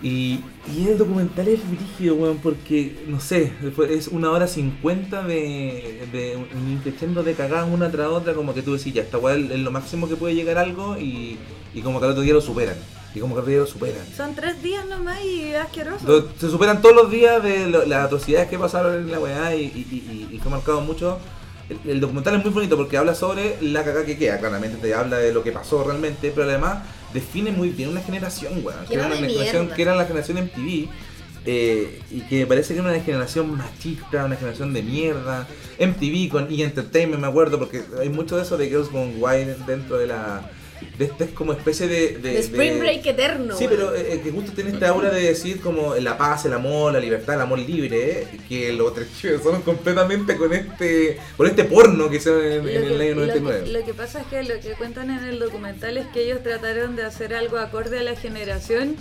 Speaker 3: Y, y el documental es rígido, weón, porque, no sé, fue- es una hora cincuenta de, de un increchendo de cagadas una tras otra, como que tú decís, ya, esta weá es es lo máximo que puede llegar algo y, y como que al otro día lo superan. Y como que al otro día lo superan.
Speaker 2: Son tres días nomás y es asqueroso.
Speaker 3: Lo- se superan todos los días de lo- las atrocidades que pasaron en la weá y, y, y- y fue marcado mucho. El, el documental es muy bonito porque habla sobre la cagada que queda, claramente te habla de lo que pasó realmente, pero además define muy bien una generación, weón.
Speaker 4: Que
Speaker 3: Que era
Speaker 4: era
Speaker 3: una
Speaker 4: de
Speaker 3: generación
Speaker 4: mierda.
Speaker 3: que era la generación MTV. eh, y que parece que era una generación machista, una generación de mierda. MTV con E! Entertainment, me acuerdo, porque hay mucho de eso de Girls Gone Wild dentro de la. de esta como especie de. de-
Speaker 4: De Spring
Speaker 3: de-
Speaker 4: Break eterno.
Speaker 3: Sí,
Speaker 4: weón.
Speaker 3: pero eh, eh, que justo tiene esta aura de decir como la paz, el amor, la libertad, el amor libre, eh, que los tres chicos son completamente con este con este porno que hicieron en,
Speaker 2: Lo
Speaker 3: en el este
Speaker 2: que-
Speaker 3: año
Speaker 2: lo que-
Speaker 3: 99.
Speaker 2: Lo que pasa es que lo que cuentan en el documental es que ellos trataron de hacer algo acorde a la generación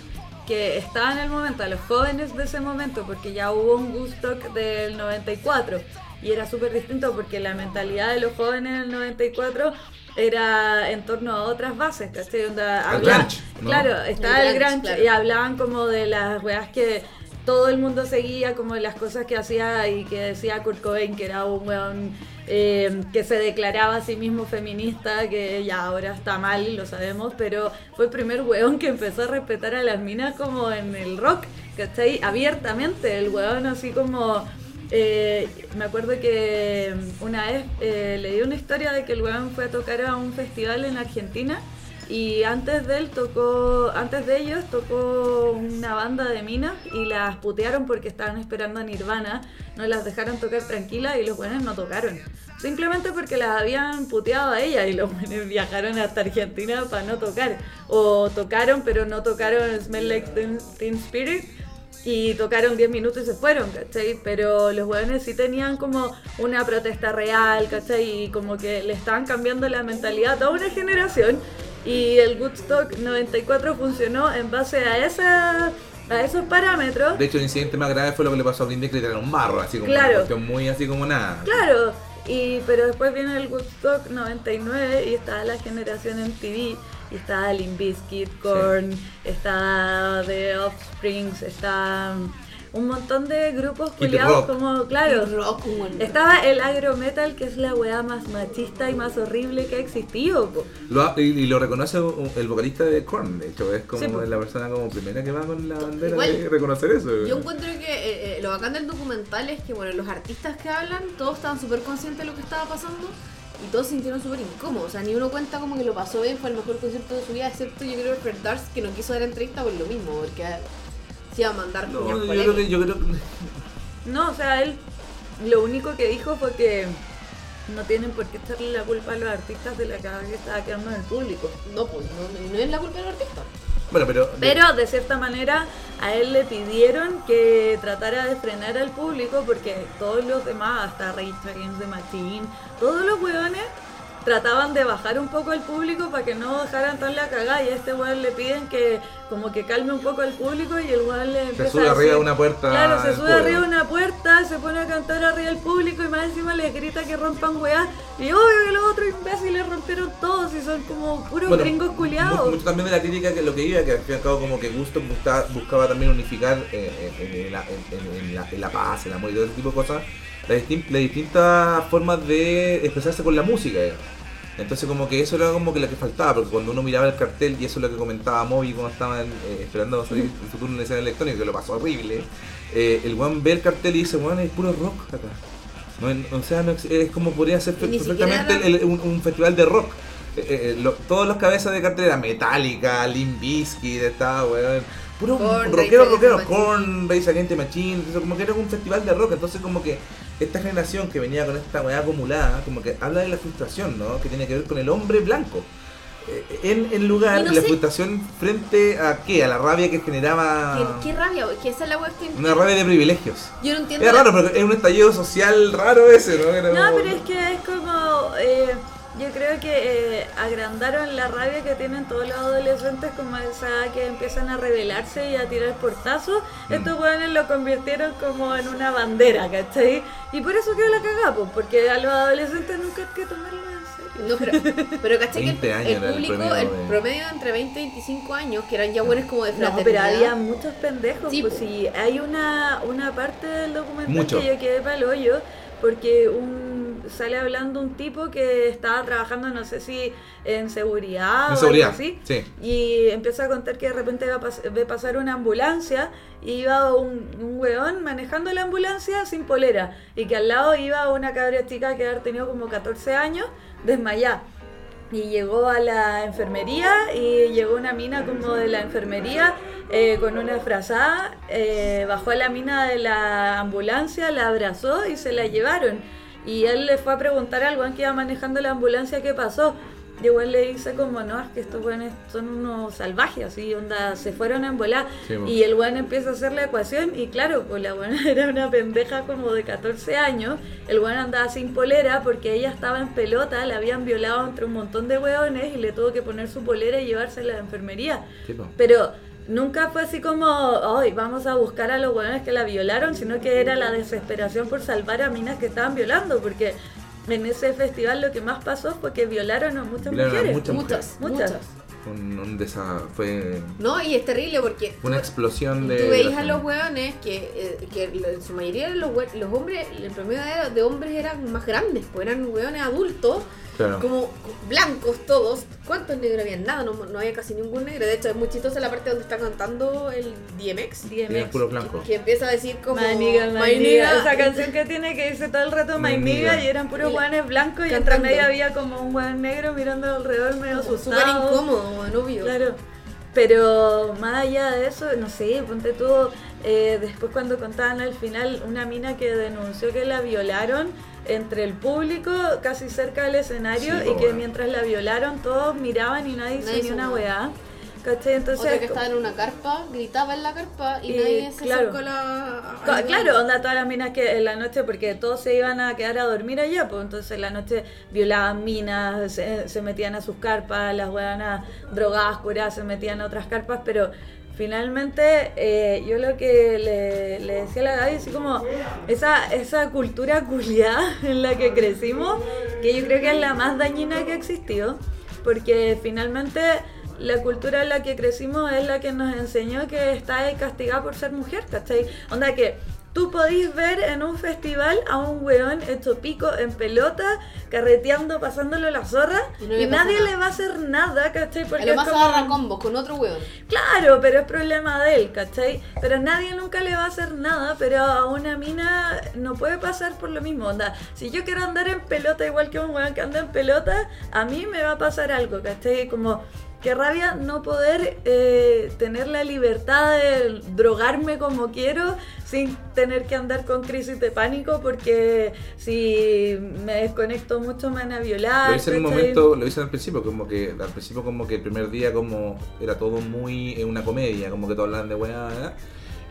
Speaker 2: que estaba en el momento, a los jóvenes de ese momento, porque ya hubo un Woodstock del 94 y era súper distinto porque la mentalidad de los jóvenes del 94 era en torno a otras bases, ¿cachai? Onda,
Speaker 3: Al
Speaker 2: habla-
Speaker 3: grunge, ¿no?
Speaker 2: Claro, estaba
Speaker 4: El
Speaker 2: el
Speaker 4: grunge,
Speaker 2: grunge
Speaker 4: claro.
Speaker 2: y hablaban como de las weas que todo el mundo seguía, como de las cosas que hacía y que decía Kurt Cobain, que era un weón eh, que se declaraba a sí mismo feminista, que ya ahora está mal, lo sabemos, pero fue el primer weón que empezó a respetar a las minas como en el rock, ¿cachai? Abiertamente, el weón así como... eh, me acuerdo que una vez eh, leí una historia de que el weón fue a tocar a un festival en Argentina y antes de él tocó, antes de ellos tocó una banda de minas y las putearon porque estaban esperando a Nirvana, no las dejaron tocar tranquila y los buenos no tocaron. Simplemente porque las habían puteado a ella y los buenos viajaron hasta Argentina para no tocar. O tocaron pero no tocaron Smell Like Teen, Teen Spirit y tocaron 10 minutos y se fueron, ¿cachai? Pero los hueones sí tenían como una protesta real, ¿cachai? Y como que le estaban cambiando la mentalidad a toda una generación. Y el Woodstock 94 funcionó en base a, esa, a esos parámetros.
Speaker 3: De hecho, el incidente más grave fue lo que le pasó a Green Day, que le tiraron un barro, así como
Speaker 2: Claro.
Speaker 3: una cuestión muy así como nada.
Speaker 2: Claro, y, pero después viene el Woodstock 99 y está la generación MTV. Y está Limp Bizkit, Korn, está The Offsprings, está un montón de grupos
Speaker 3: Kid
Speaker 2: culiados
Speaker 3: Rock.
Speaker 2: como, claro,
Speaker 4: rock, weón.
Speaker 2: estaba el agrometal, que es la weá más machista y más horrible que ha existido. po.
Speaker 3: Lo ha- y, y lo reconoce un- el vocalista de Korn, de hecho, es como
Speaker 2: Sí, pues.
Speaker 3: la persona como primera que va con la bandera
Speaker 4: Igual,
Speaker 3: de reconocer eso.
Speaker 4: Yo encuentro que eh, eh, lo bacán del documental es que, bueno, los artistas que hablan, todos estaban súper conscientes de lo que estaba pasando y todos se sintieron súper incómodos. O sea, ni uno cuenta como que lo pasó bien, fue el mejor concierto de su vida, excepto yo creo que Fred Durst, que no quiso dar entrevista por lo mismo, porque se iba a mandar
Speaker 3: No,
Speaker 4: puñas
Speaker 3: yo
Speaker 4: por
Speaker 3: creo
Speaker 4: él.
Speaker 3: que, yo creo que-
Speaker 2: No, o sea, él lo único que dijo fue que no tienen por qué echarle la culpa a los artistas de la cagada que estaba quedando en el público.
Speaker 4: No, pues no, no es la culpa del artista.
Speaker 3: Bueno, pero...
Speaker 2: Pero de cierta manera a él le pidieron que tratara de frenar al público porque todos los demás, hasta Rage Against the Machine, todos los hueones trataban de bajar un poco al público para que no dejaran tan la cagada y a este hueón le piden que como que calme un poco al público y el hueón le empieza
Speaker 3: se sube
Speaker 2: a
Speaker 3: arriba de
Speaker 2: decir-
Speaker 3: una puerta...
Speaker 2: Claro, se
Speaker 3: del
Speaker 2: sube
Speaker 3: podio.
Speaker 2: arriba de una puerta, se pone a cantar arriba del público y más encima les grita que rompan weá. Y obvio que los otros imbéciles rompieron todos y son como puros
Speaker 3: Bueno,
Speaker 2: gringos
Speaker 3: mu-
Speaker 2: culiados.
Speaker 3: Mucho también de la crítica que lo que iba, que al fin y al cabo como que Gusto buscaba, buscaba también unificar eh, en, en- en la, en- en- en la- en la paz, el amor y todo ese tipo de cosas, las distin- las distintas formas de expresarse con la música. eh. Entonces como que eso era como que lo que faltaba, porque cuando uno miraba el cartel y eso es lo que comentaba Moby cuando estaban eh, esperando a salir en su turno en escena electrónica, que lo pasó horrible, eh, el one ve el cartel y dice, bueno, es puro rock acá. No, en- o sea, no ex- es como podría ser
Speaker 4: Ni siquiera
Speaker 3: perfectamente
Speaker 4: era-
Speaker 3: el- el- un, un festival de rock. Eh, eh, lo- todos los cabezas de cartera, Metallica, Limp Bizkit, estaba, weón. Puro
Speaker 4: Korn,
Speaker 3: rockero,
Speaker 4: Rage
Speaker 3: rockero.
Speaker 4: Against the
Speaker 3: Korn, Rage Against the Machine. eso, como que era un festival de rock. Entonces, como que esta generación que venía con esta weá acumulada, como que habla de la frustración, ¿no? Que tiene que ver con el hombre blanco. Eh, En el lugar,
Speaker 4: Y no
Speaker 3: la
Speaker 4: sé-
Speaker 3: frustración frente a qué? A la rabia que generaba.
Speaker 4: Qué, qué rabia, que esa es la web que
Speaker 3: Una rabia de privilegios.
Speaker 4: yo no entiendo.
Speaker 3: Es
Speaker 4: la-
Speaker 3: raro, pero es un estallido social raro ese, ¿no? Era
Speaker 2: No,
Speaker 3: como-
Speaker 2: pero es que es como. eh, yo creo que eh, agrandaron la rabia que tienen todos los adolescentes, como esa que empiezan a rebelarse y a tirar portazos. Estos hueones lo convirtieron como en una bandera, ¿cachai? Y por eso quedó la cagada, pues, porque a los adolescentes nunca hay que tomarlo en serio.
Speaker 4: No, pero, pero caché que el,
Speaker 3: 20 años
Speaker 4: el
Speaker 3: era el
Speaker 4: público,
Speaker 3: promedio
Speaker 4: el
Speaker 3: de- Ah.
Speaker 4: promedio entre 20 y 25 años, que eran ya buenos como de
Speaker 2: No,
Speaker 4: fraternidad.
Speaker 2: pero había muchos pendejos.
Speaker 4: Sí,
Speaker 2: pues
Speaker 4: po.
Speaker 2: sí, hay una, una parte del documental
Speaker 3: Mucho.
Speaker 2: que yo quedé para el hoyo, porque un, sale hablando un tipo que estaba trabajando, no sé si en seguridad
Speaker 3: En
Speaker 2: o
Speaker 3: seguridad,
Speaker 2: algo así.
Speaker 3: sí.
Speaker 2: Y empieza a contar que de repente va a pas- ve pasar una ambulancia y iba un, un weón manejando la ambulancia sin polera. Y que al lado iba una cabra chica que haber tenido como 14 años desmayada. Y llegó a la enfermería y llegó una mina como de la enfermería eh, con una frazada, eh, bajó a la mina de la ambulancia, la abrazó y se la llevaron. Y él le fue a preguntar al guan que iba manejando la ambulancia qué pasó. Y igual le dice como, no, es que estos guanes son unos salvajes, así, onda, se fueron a volar.
Speaker 3: Sí, po.
Speaker 2: y el guan empieza a hacer la ecuación y claro, pues la buena era una pendeja como de 14 años, el guan andaba sin polera porque ella estaba en pelota, la habían violado entre un montón de hueones y le tuvo que poner su polera y llevársela a la enfermería.
Speaker 3: Sí, po.
Speaker 2: Pero nunca fue así como, hoy vamos a buscar a los hueones que la violaron, sino que era la desesperación por salvar a minas que estaban violando, porque en ese festival lo que más pasó fue que violaron a muchas
Speaker 3: Violaron a
Speaker 2: mujeres.
Speaker 3: muchas
Speaker 4: Muchas,
Speaker 2: Muchas.
Speaker 4: muchas.
Speaker 3: un, un desa- fue
Speaker 4: No, y es terrible porque
Speaker 3: una explosión
Speaker 4: tú
Speaker 3: de
Speaker 4: veis a
Speaker 3: de-
Speaker 4: los hueones que, eh, que en su mayoría eran los, hue- los hombres, el promedio de, de hombres eran más grandes, pues eran hueones adultos,
Speaker 3: Claro.
Speaker 4: como blancos todos. ¿Cuántos negros habían? Nada, no, no había casi ningún negro. De hecho, es muy chistosa la parte donde está cantando el DMX.
Speaker 3: Eran
Speaker 2: DMX.
Speaker 3: puros blancos.
Speaker 4: Que empieza a decir como
Speaker 2: My nigga, my
Speaker 4: "My
Speaker 2: nigga".
Speaker 4: nigga".
Speaker 2: Esa canción que tiene que dice todo el rato My,
Speaker 3: My
Speaker 2: nigga,
Speaker 3: nigga.
Speaker 2: y eran puros
Speaker 4: Y-
Speaker 2: guanes blancos y entre
Speaker 4: cantando.
Speaker 2: medio había como un guan negro mirando alrededor medio
Speaker 4: Como
Speaker 2: asustado.
Speaker 4: súper incómodo, no obvio.
Speaker 2: Claro. Pero más allá de eso, no sé, ponte tú, eh, después cuando contaban al final una mina que denunció que la violaron entre el público, casi cerca del escenario,
Speaker 3: Sí,
Speaker 2: y
Speaker 3: po,
Speaker 2: que
Speaker 3: weón.
Speaker 2: mientras la violaron todos miraban y nadie hizo
Speaker 4: Nadie
Speaker 2: ni
Speaker 4: hizo
Speaker 2: una
Speaker 4: nada.
Speaker 2: weá. ¿Cachai? Entonces,
Speaker 4: Otra que estaba en una carpa, gritaba en la carpa y,
Speaker 2: Y,
Speaker 4: nadie se
Speaker 2: claro.
Speaker 4: acercó a la.
Speaker 2: Co-
Speaker 4: a-
Speaker 2: Claro, onda todas las minas que en la noche, porque todos se iban a quedar a dormir allá, pues entonces en la noche violaban minas, se, se metían a sus carpas, las huevanas drogadas, curadas, se metían a otras carpas, pero finalmente eh, yo lo que le, le decía a la Gaby, así como esa, esa cultura culiada en la que crecimos, que yo creo que es la más dañina que ha existido, porque finalmente la cultura en la que crecimos es la que nos enseñó que está castigada por ser mujer, ¿cachai? Onda que tú podís ver en un festival a un weón hecho pico en pelota, carreteando, pasándolo la zorra,
Speaker 4: Y
Speaker 2: y,
Speaker 4: no le pasa
Speaker 2: nadie
Speaker 4: nada.
Speaker 2: le va a hacer nada, ¿cachai?
Speaker 4: A
Speaker 2: Porque
Speaker 4: lo
Speaker 2: es
Speaker 4: más
Speaker 2: como-
Speaker 4: agarra combos con otro weón.
Speaker 2: Claro, pero es problema de él, ¿cachai? Pero nadie nunca le va a hacer nada, pero a una mina no puede pasar por lo mismo, onda. Si yo quiero andar en pelota igual que un weón que anda en pelota, a mí me va a pasar algo, ¿cachai? Como que rabia no poder eh, tener la libertad de drogarme como quiero sin tener que andar con crisis de pánico porque si me desconecto mucho me van a violar.
Speaker 4: Ah,
Speaker 3: Lo hice en un
Speaker 2: ¿cachai?
Speaker 3: momento, lo hice al principio, como que al principio como que el primer día como era todo muy eh, una comedia, como que todos hablaban de weá, ¿verdad?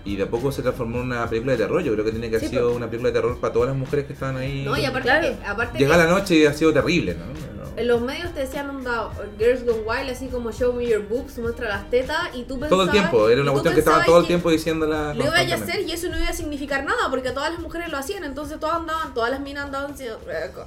Speaker 3: y de a poco se transformó en una película de terror, yo creo que tiene que haber
Speaker 2: Sí,
Speaker 3: sido
Speaker 2: po.
Speaker 3: una película de terror para todas las mujeres que estaban ahí.
Speaker 4: No, y aparte
Speaker 2: Claro.
Speaker 4: que, aparte
Speaker 3: Llega
Speaker 4: que
Speaker 3: la noche y ha sido terrible, ¿no? No.
Speaker 4: en los medios te decían onda Girls Gone Wild, así como show me your boobs, muestra las tetas, y tú pensabas...
Speaker 3: Todo el tiempo, era una
Speaker 4: y tú
Speaker 3: cuestión que estaba
Speaker 4: pensabas
Speaker 3: todo el
Speaker 4: que
Speaker 3: tiempo diciéndola.
Speaker 4: Lo iba a
Speaker 3: constantemente.
Speaker 4: hacer y eso no iba a significar nada, porque todas las mujeres lo hacían, entonces todas andaban, todas las minas andaban eh,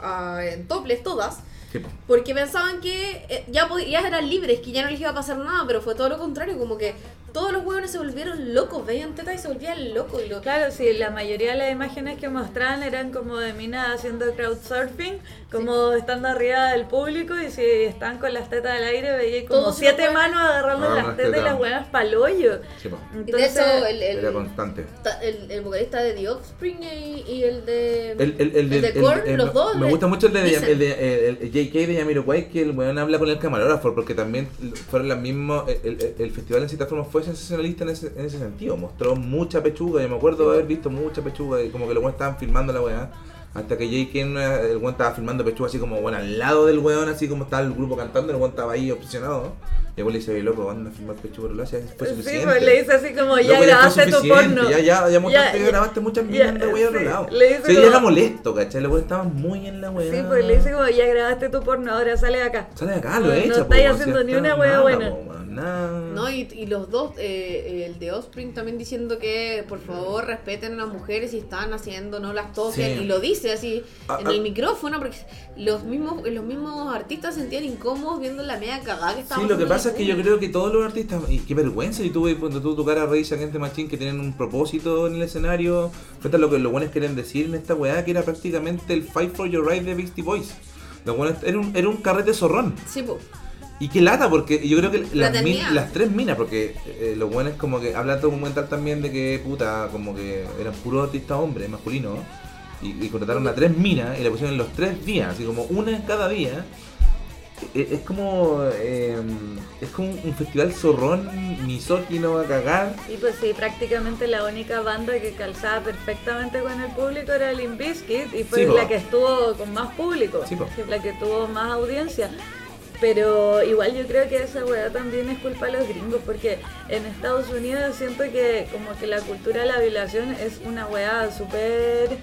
Speaker 4: ah, en toples, todas.
Speaker 3: Sí, po.
Speaker 4: Porque pensaban que eh, ya, pod- ya eran libres, que ya no les iba a pasar nada, pero fue todo lo contrario, como que todos los huevones se volvieron locos, veían teta y se volvían locos. y lo-
Speaker 2: Claro, sí, la mayoría de las imágenes que mostraban eran como de minas haciendo crowdsurfing, como estando arriba del público y si están con las tetas al aire veía como
Speaker 4: Todos
Speaker 2: siete
Speaker 4: una buena-
Speaker 2: manos agarrando
Speaker 3: Agarran
Speaker 2: las tetas y
Speaker 3: tetas.
Speaker 2: las buenas palollo.
Speaker 3: Sí, po.
Speaker 4: Y de hecho,
Speaker 2: Entonces,
Speaker 4: el,
Speaker 3: Era
Speaker 4: el,
Speaker 3: constante.
Speaker 4: ta- el, el vocalista de The Offspring y, y el de...
Speaker 3: El, el, el,
Speaker 4: El de Korn,
Speaker 3: el-
Speaker 4: los dos,
Speaker 3: Me
Speaker 4: le-
Speaker 3: gusta mucho el de,
Speaker 4: dicen.
Speaker 3: el de- el- el JK de Yamiroquai, que el weón habla con el camarógrafo, porque también fueron las mismas. El, el- el festival en cierta forma fue sensacionalista en ese, en ese sentido. Mostró mucha pechuga. Yo me acuerdo haber visto mucha pechuga y como que los weones estaban filmando la weá. Hasta que JK, en una- el weón estaba filmando pechuga así como, bueno, al lado del weón, así como estaba el grupo cantando, el weón estaba ahí obsesionado. Y el weón le dice, "Oye, loco, anda a filmar pechuga, lo haces, fue
Speaker 2: sí,
Speaker 3: suficiente.
Speaker 2: pues le dice así como, ya
Speaker 3: Loco, fue
Speaker 2: grabaste tu
Speaker 3: suficiente,
Speaker 2: porno.
Speaker 3: Ya, ya, ya mostraste
Speaker 2: Ya,
Speaker 3: que
Speaker 2: ya,
Speaker 3: grabaste muchas
Speaker 2: ya,
Speaker 3: minas de wey a otro
Speaker 2: sí.
Speaker 3: lado.
Speaker 2: Le dice
Speaker 3: Sí,
Speaker 2: como-
Speaker 3: ya era molesto, ¿cachai? La wey estaba muy en la wey.
Speaker 2: Sí, pues le dice como, ya grabaste tu porno, ahora sale de acá.
Speaker 3: Sale de acá,
Speaker 2: No,
Speaker 3: lo
Speaker 2: no
Speaker 3: he hecho.
Speaker 2: estáis haciendo ni una wea buena.
Speaker 4: No, y, y los dos, eh, el de Offspring también diciendo que
Speaker 3: Mm.
Speaker 4: por favor respeten a las mujeres si están haciendo, no las toquen.
Speaker 3: Sí.
Speaker 4: Y lo dice así
Speaker 3: Ah,
Speaker 4: en
Speaker 3: ah.
Speaker 4: el micrófono, porque los mismos, los mismos artistas se sentían incómodos viendo la media cagada que estaba
Speaker 3: Sí, lo que pasa es que yo creo que todos los artistas, y qué vergüenza, y tú ves cuando tú tocar a Rage Against the Machine que tienen un propósito en el escenario, frente a lo que los buenos quieren decir en esta weá, que era prácticamente el Fight for Your Right de Beastie Boys. Los buenos- era, un, era un carrete zorrón.
Speaker 4: Sí, po.
Speaker 3: Y qué lata, porque yo creo que
Speaker 4: La
Speaker 3: las, min-
Speaker 4: tenía.
Speaker 3: las tres minas, porque eh, lo bueno es como que habla todo documental también de que puta, como que eran puros artistas hombres, masculinos, y, y contrataron a tres minas y la pusieron en los tres días, así como una en cada día. E- Es como. eh, es como un festival zorrón, misógino a cagar.
Speaker 2: Y pues sí, prácticamente la única banda que calzaba perfectamente con el público era Limp Bizkit y fue
Speaker 3: Sí, po.
Speaker 2: la que estuvo con más público,
Speaker 3: Sí, po.
Speaker 2: la que tuvo más audiencia. Pero igual yo creo que esa weá también es culpa de los gringos, porque en Estados Unidos siento que como que la cultura de la violación es una weá súper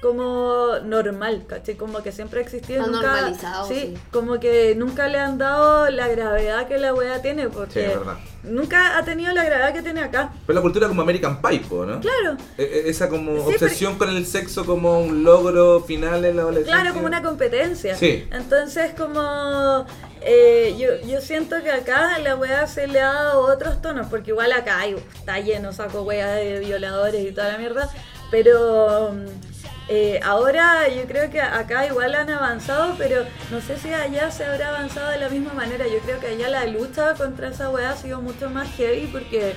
Speaker 2: como normal, ¿cachai? Como que siempre ha existido.
Speaker 4: Está
Speaker 2: nunca,
Speaker 4: normalizado, sí.
Speaker 2: como que nunca le han dado la gravedad que la weá tiene,
Speaker 3: Sí,
Speaker 2: porque
Speaker 3: es verdad.
Speaker 2: nunca ha tenido la gravedad que tiene acá.
Speaker 3: Pero la cultura como American Pie, po, ¿no?
Speaker 2: Claro,
Speaker 3: E- e- Esa como
Speaker 2: Sí,
Speaker 3: obsesión con el sexo como un logro final en la adolescencia.
Speaker 2: claro, como una competencia.
Speaker 3: Sí.
Speaker 2: Entonces, como eh, yo, yo siento que acá a la wea se le ha dado otros tonos, porque igual acá hay- está lleno, saco wea de violadores y toda la mierda, pero mm, eh, ahora yo creo que acá igual han avanzado, pero no sé si allá se habrá avanzado de la misma manera. Yo creo que allá la lucha contra esa wea ha sido mucho más heavy porque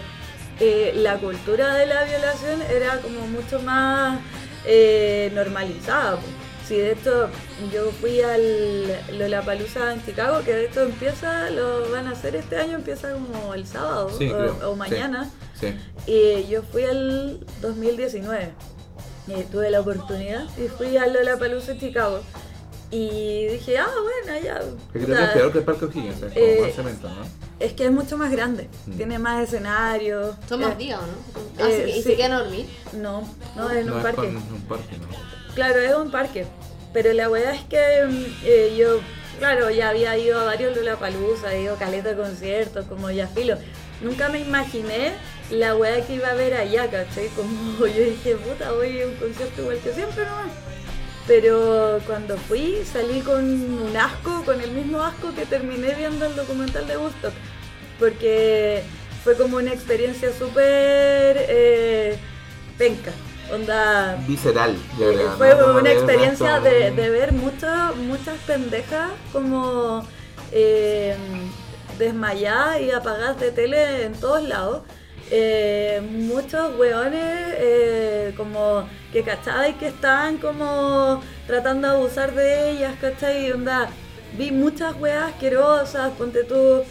Speaker 2: eh, la cultura de la violación era como mucho más eh, normalizada. po. Sí, de hecho, yo fui al Lollapalooza en Chicago, que de hecho empieza, lo van a hacer este año, empieza como el sábado
Speaker 3: Sí,
Speaker 2: o,
Speaker 3: creo,
Speaker 2: o
Speaker 3: sí.
Speaker 2: mañana.
Speaker 3: Sí.
Speaker 2: Y yo fui al 2019. eh, tuve la oportunidad y fui al Lollapalooza en Chicago. Y dije, ah, bueno, ya.
Speaker 3: Que creo que
Speaker 2: puta,
Speaker 3: es peor que el Parque O'Higgins, es como
Speaker 2: eh,
Speaker 3: más cemento, ¿no?
Speaker 2: es que es mucho más grande,
Speaker 3: Mm.
Speaker 2: tiene más escenarios.
Speaker 4: Son más
Speaker 2: eh,
Speaker 4: días, ¿o ¿no?
Speaker 2: eh,
Speaker 4: Así que, y se
Speaker 2: sí.
Speaker 4: quedan a dormir.
Speaker 2: No, no, es en
Speaker 3: No
Speaker 2: un
Speaker 3: es
Speaker 2: parque.
Speaker 3: con- es un parque, ¿no?
Speaker 2: Claro, es un parque. Pero la weá es que mm, eh, yo, claro, ya había ido a varios Lollapalooza, he ido a caleta de conciertos, como ya filo. Nunca me imaginé la weá que iba a ver allá, ¿cachai? Como yo dije, puta, voy a un concierto igual que siempre nomás. Pero cuando fui, salí con un asco, con el mismo asco que terminé viendo el documental de Woodstock. porque fue como una experiencia súper eh, penca. Onda,
Speaker 3: Visceral, de verdad.
Speaker 2: fue
Speaker 3: ¿no? Como
Speaker 2: una
Speaker 3: ver
Speaker 2: experiencia
Speaker 3: esto,
Speaker 2: de,
Speaker 3: ¿no?
Speaker 2: de ver mucho- muchas pendejas como eh, desmayadas y apagadas de tele en todos lados. Eh, muchos weones eh, como que cachai que están como tratando de abusar de ellas, cachai, onda. Vi muchas weas asquerosas, ponte tú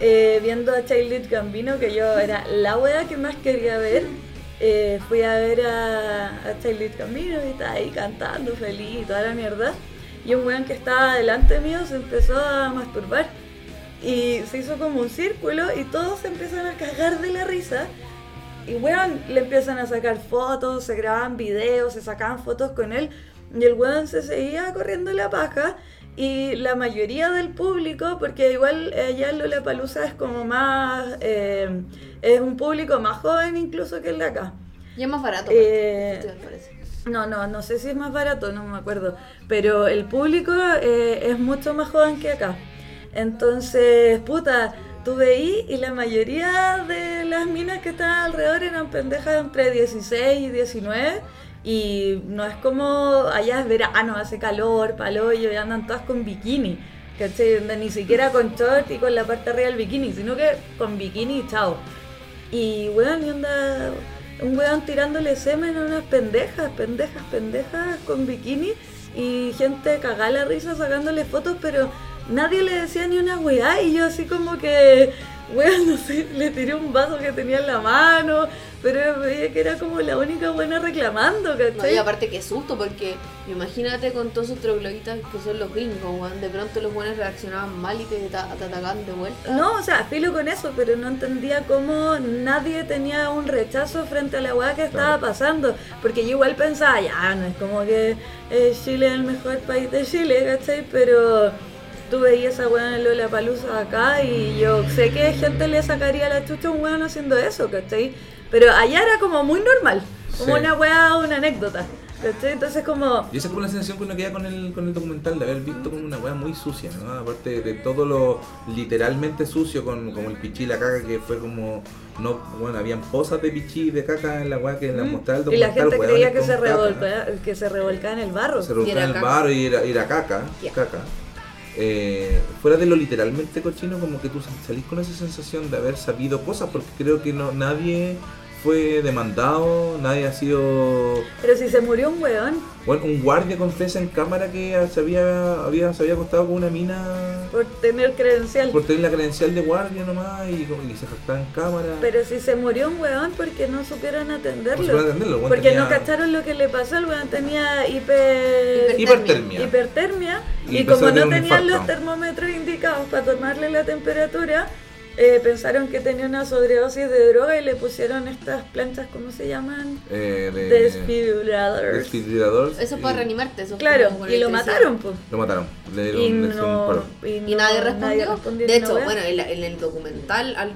Speaker 2: eh, viendo a Childish Gambino, que yo era la wea que más quería ver. Eh, fui a ver a, a Childish Gambino y estaba ahí cantando, feliz y toda la mierda. Y un weón que estaba delante mío se empezó a masturbar y se hizo como un círculo y todos se empiezan a cagar de la risa. Y weón, le empiezan a sacar fotos, se grababan videos, se sacaban fotos con él. Y el weón se seguía corriendo la paja. Y la mayoría del público, porque igual eh, allá Lola Palusa es como más. eh, es un público más joven incluso que el de acá.
Speaker 4: Y es más barato.
Speaker 2: Eh,
Speaker 4: aparte, me parece.
Speaker 2: No, no, no sé si es más barato, no me acuerdo. Pero el público eh, es mucho más joven que acá. Entonces, puta, tú veí y la mayoría de las minas que estaban alrededor eran pendejas entre 16 y 19. Y no es como allá es verano, hace calor, palollo, y andan todas con bikini. ¿Cachai? Onda, Ni siquiera con short y con la parte arriba del bikini, sino que con bikini y chao. Y weón, y onda, un weón tirándole semen a unas pendejas, pendejas, pendejas con bikini y gente cagada la risa sacándole fotos, pero nadie le decía ni una weá y yo así como que, weón, no sé, le tiré un vaso que tenía en la mano, pero veía que era como la única buena reclamando,
Speaker 4: No,
Speaker 2: ¿cachai?
Speaker 4: y aparte que susto, porque imagínate con todos esos trogloditas que son los gringos, weón. De pronto los buenos reaccionaban mal y te, ta- te atacaban de vuelta.
Speaker 2: No, o sea, filo con eso, pero no entendía cómo nadie tenía un rechazo frente a la weá que estaba pasando. Porque yo igual pensaba, ya, no es como que eh, Chile es el mejor país de Chile, ¿cachai? Pero tú veías esa weá en Lola Palusa acá y yo sé que gente le sacaría la chucha a un weón haciendo eso, ¿cachai? Pero allá era como muy normal, como
Speaker 3: Sí.
Speaker 2: una weá, una anécdota, ¿cachai? Entonces, como.
Speaker 3: Y esa fue la sensación que uno queda con el, con el documental, de haber visto como una weá muy sucia, ¿no? Aparte de todo lo literalmente sucio, con, como el pichí y la caca, que fue como. no Bueno, habían pozas de pichí y de caca en la weá que en la mostraba el
Speaker 2: mm, y la
Speaker 3: documental.
Speaker 2: gente
Speaker 3: weones
Speaker 2: creía que
Speaker 3: con
Speaker 2: se,
Speaker 3: caca,
Speaker 2: revolca, que se revolcaba en el barro.
Speaker 3: se
Speaker 4: Y era
Speaker 3: revolcaba en el
Speaker 4: caca.
Speaker 3: bar y era, era caca,
Speaker 4: Ya.
Speaker 3: caca. Eh, fuera de lo literalmente cochino, como que tú salís con esa sensación de haber sabido cosas, porque creo que no nadie fue demandado, nadie ha sido
Speaker 2: Pero si se murió un weón.
Speaker 3: bueno, un guardia confesa en cámara que se había, había, se había acostado con una mina
Speaker 2: por tener credencial.
Speaker 3: por tener la credencial de guardia nomás y, como- y se jactaba en cámara.
Speaker 2: Pero si se murió un weón porque no supieron
Speaker 3: Por
Speaker 2: atenderlo.
Speaker 3: supuesto, entenderlo, el weón
Speaker 2: porque no
Speaker 3: tenía
Speaker 2: cacharon lo que le pasó, el weón tenía hiper...
Speaker 3: Hipertermia.
Speaker 2: hipertermia
Speaker 3: Y
Speaker 2: y,
Speaker 3: empezó
Speaker 2: como
Speaker 3: a tener
Speaker 2: no
Speaker 3: un
Speaker 2: tenían
Speaker 3: infarto.
Speaker 2: los termómetros indicados para tomarle la temperatura, eh, pensaron que tenía una sobredosis de droga y le pusieron estas planchas, ¿cómo se llaman?
Speaker 3: eh, de-
Speaker 2: Desfibriladores.
Speaker 3: desfibrilador.
Speaker 4: Eso es para
Speaker 3: y
Speaker 4: reanimarte, eso es como
Speaker 2: Claro,
Speaker 4: con
Speaker 2: y lo
Speaker 4: electricidad.
Speaker 2: mataron, pues.
Speaker 3: Lo mataron, le dieron
Speaker 2: Y
Speaker 3: le hicieron un
Speaker 2: no,
Speaker 3: paro.
Speaker 2: y
Speaker 4: Y
Speaker 2: no-
Speaker 4: nadie respondió. de
Speaker 2: ni una
Speaker 4: hecho,
Speaker 2: wea.
Speaker 4: bueno, en, la- en el documental, al-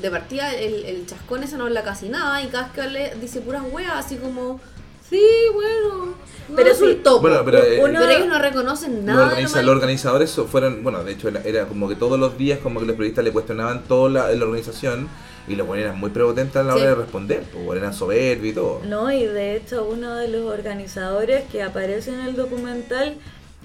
Speaker 4: de partida, el, el chascón ese no habla casi nada y cada vez que le dice puras weas, así como, sí, bueno, no
Speaker 2: Pero sí.
Speaker 4: resultó.
Speaker 3: Bueno,
Speaker 4: po".
Speaker 3: pero, eh,
Speaker 2: Uno-
Speaker 4: Pero ellos no reconocen nada.
Speaker 3: Los,
Speaker 4: de lo
Speaker 3: organiza-
Speaker 4: mal-
Speaker 3: los organizadores so- fueron, bueno, de hecho era, era como que todos los días como que los periodistas le cuestionaban toda la, la organización y los buenos eran muy prepotentes a la
Speaker 4: Sí.
Speaker 3: hora de responder, pues bueno, eran soberbios y todo.
Speaker 2: No, y de hecho uno de los organizadores que aparece en el documental,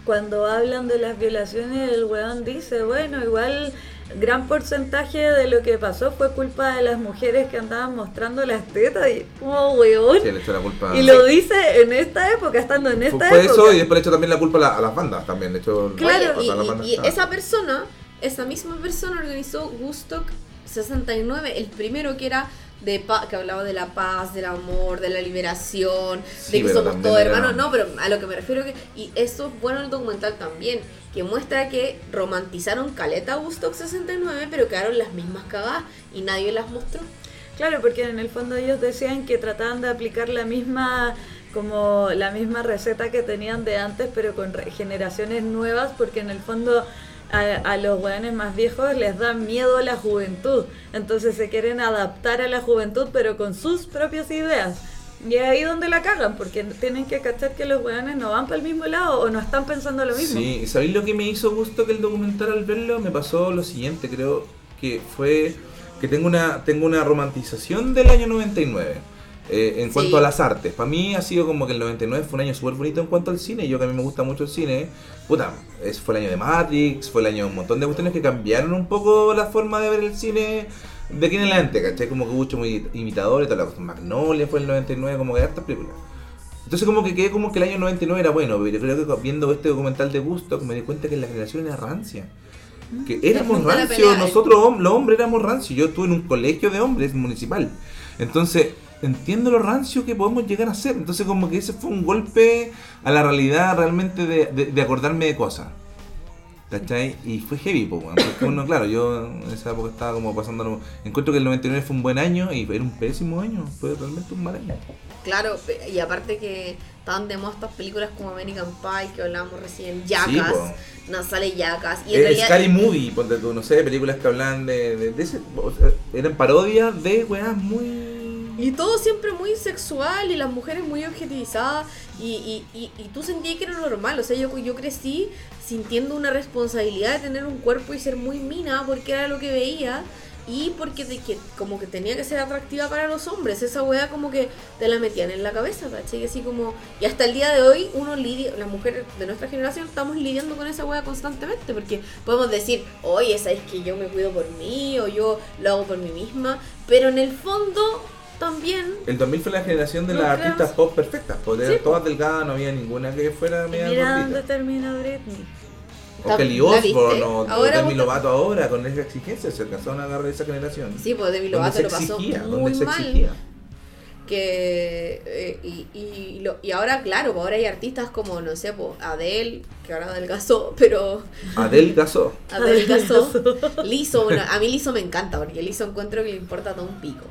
Speaker 2: cuando hablan de las violaciones, el weón dice, bueno, igual gran porcentaje de lo que pasó fue culpa de las mujeres que andaban mostrando las tetas y como weón.
Speaker 3: Que le echó la culpa.
Speaker 2: Y lo dice en esta época, estando en esta
Speaker 3: fue
Speaker 2: época.
Speaker 3: eso y después le echó también la culpa a, la- a las bandas también, le echó la
Speaker 4: Claro,
Speaker 3: culpa a las bandas
Speaker 4: y- y, y
Speaker 3: que
Speaker 4: esa
Speaker 3: estaban.
Speaker 4: persona, esa misma persona organizó Woodstock 69, el primero que era de pa- que hablaba de la paz, del amor, de la liberación,
Speaker 3: Sí,
Speaker 4: de que
Speaker 3: pero
Speaker 4: somos
Speaker 3: también
Speaker 4: todos
Speaker 3: era-
Speaker 4: hermanos, no, pero a lo que me refiero que y eso es bueno en el documental también, que muestra que romantizaron Caleta Woodstock 69, pero quedaron las mismas cagadas y nadie las mostró.
Speaker 2: Claro, porque en el fondo ellos decían que trataban de aplicar la misma como la misma receta que tenían de antes, pero con re- generaciones nuevas, porque en el fondo a, a los hueones más viejos les da miedo la juventud. Entonces se quieren adaptar a la juventud, pero con sus propias ideas. Y es ahí donde la cagan, porque tienen que cachar que los hueones no van para el mismo lado o no están pensando lo mismo.
Speaker 3: Sí, ¿sabéis lo que me hizo gusto que el documental al verlo? Me pasó lo siguiente, creo. que fue que tengo una tengo una romantización del año 99. eh, en cuanto
Speaker 4: Sí.
Speaker 3: a las artes, para mí ha sido como que el 99 fue un año súper bonito en cuanto al cine. Yo que a mí me gusta mucho el cine, puta, es, fue el año de Matrix, fue el año de un montón de cuestiones que cambiaron un poco la forma de ver el cine de aquí en adelante, ¿cachai? Como que hubo muchos muy imitadores, toda la cosa. Magnolia fue el 99, como que hartas películas. Entonces como que quedé como que el año 99 era bueno, pero yo creo que viendo este documental de Gusto me di cuenta que la generación era rancia. Que éramos
Speaker 4: junta Mm. la
Speaker 3: rancios,
Speaker 4: pelea. eh.
Speaker 3: nosotros hom- los hombres éramos rancios. Yo estuve en un colegio de hombres municipal. Entonces entiendo lo rancio que podemos llegar a ser. Entonces como que ese fue un golpe a la realidad realmente de, de- de acordarme de cosas. ¿Cachai? Y fue heavy, po, weón, porque uno, claro, yo en esa época estaba como pasando... Encuentro que el 99 fue un buen año y era un pésimo año, fue realmente un mal año.
Speaker 4: Claro, pe- y aparte que estaban de moda estas películas como American Pie que hablábamos recién, Yacas,
Speaker 3: Sí, po.
Speaker 4: no sale Yacas, y en
Speaker 3: Eh,
Speaker 4: realidad
Speaker 3: Scary Movie, ponte tú, no sé, películas que hablan de. de- de ese- o sea, eran parodias de weas muy.
Speaker 4: y todo siempre muy sexual y las mujeres muy objetivizadas y, y, y, y tú sentías que era normal, o sea, yo, yo crecí sintiendo una responsabilidad de tener un cuerpo y ser muy mina porque era lo que veía y porque de que- como que tenía que ser atractiva para los hombres, esa weá como que te la metían en la cabeza, ¿cachai? Y así como, y hasta el día de hoy uno lidia, las mujeres de nuestra generación estamos lidiando con esa weá constantemente porque podemos decir, oye, sabes que yo me cuido por mí o yo lo hago por mí misma, pero en el fondo también
Speaker 3: El 2000 fue la generación de
Speaker 4: No
Speaker 3: las
Speaker 4: creo-
Speaker 3: artistas pop perfectas, porque
Speaker 4: Sí,
Speaker 3: eran
Speaker 4: po.
Speaker 3: todas delgadas, no había ninguna que fuera media
Speaker 2: Mira dónde
Speaker 3: gordita.
Speaker 2: termina Britney.
Speaker 3: O Kelly
Speaker 4: ¿La viste?
Speaker 3: Osbourne o, o
Speaker 4: Ahora
Speaker 3: Demi
Speaker 4: vos-
Speaker 3: Lovato ahora, con esa exigencia, se alcanzaron a agarrar esa generación.
Speaker 4: Sí, pues Demi
Speaker 3: Donde
Speaker 4: Lovato
Speaker 3: se
Speaker 4: lo pasó
Speaker 3: exigía,
Speaker 4: muy
Speaker 3: donde se
Speaker 4: mal.
Speaker 3: exigía.
Speaker 4: Que, eh, y, y, lo- y ahora, claro, pues ahora hay artistas como, no sé, pues Adele, que ahora adelgazó, pero
Speaker 3: Adele casó.
Speaker 4: adelgazó. Liso, bueno, a mí Liso me encanta, porque Liso encuentro que le importa todo un pico.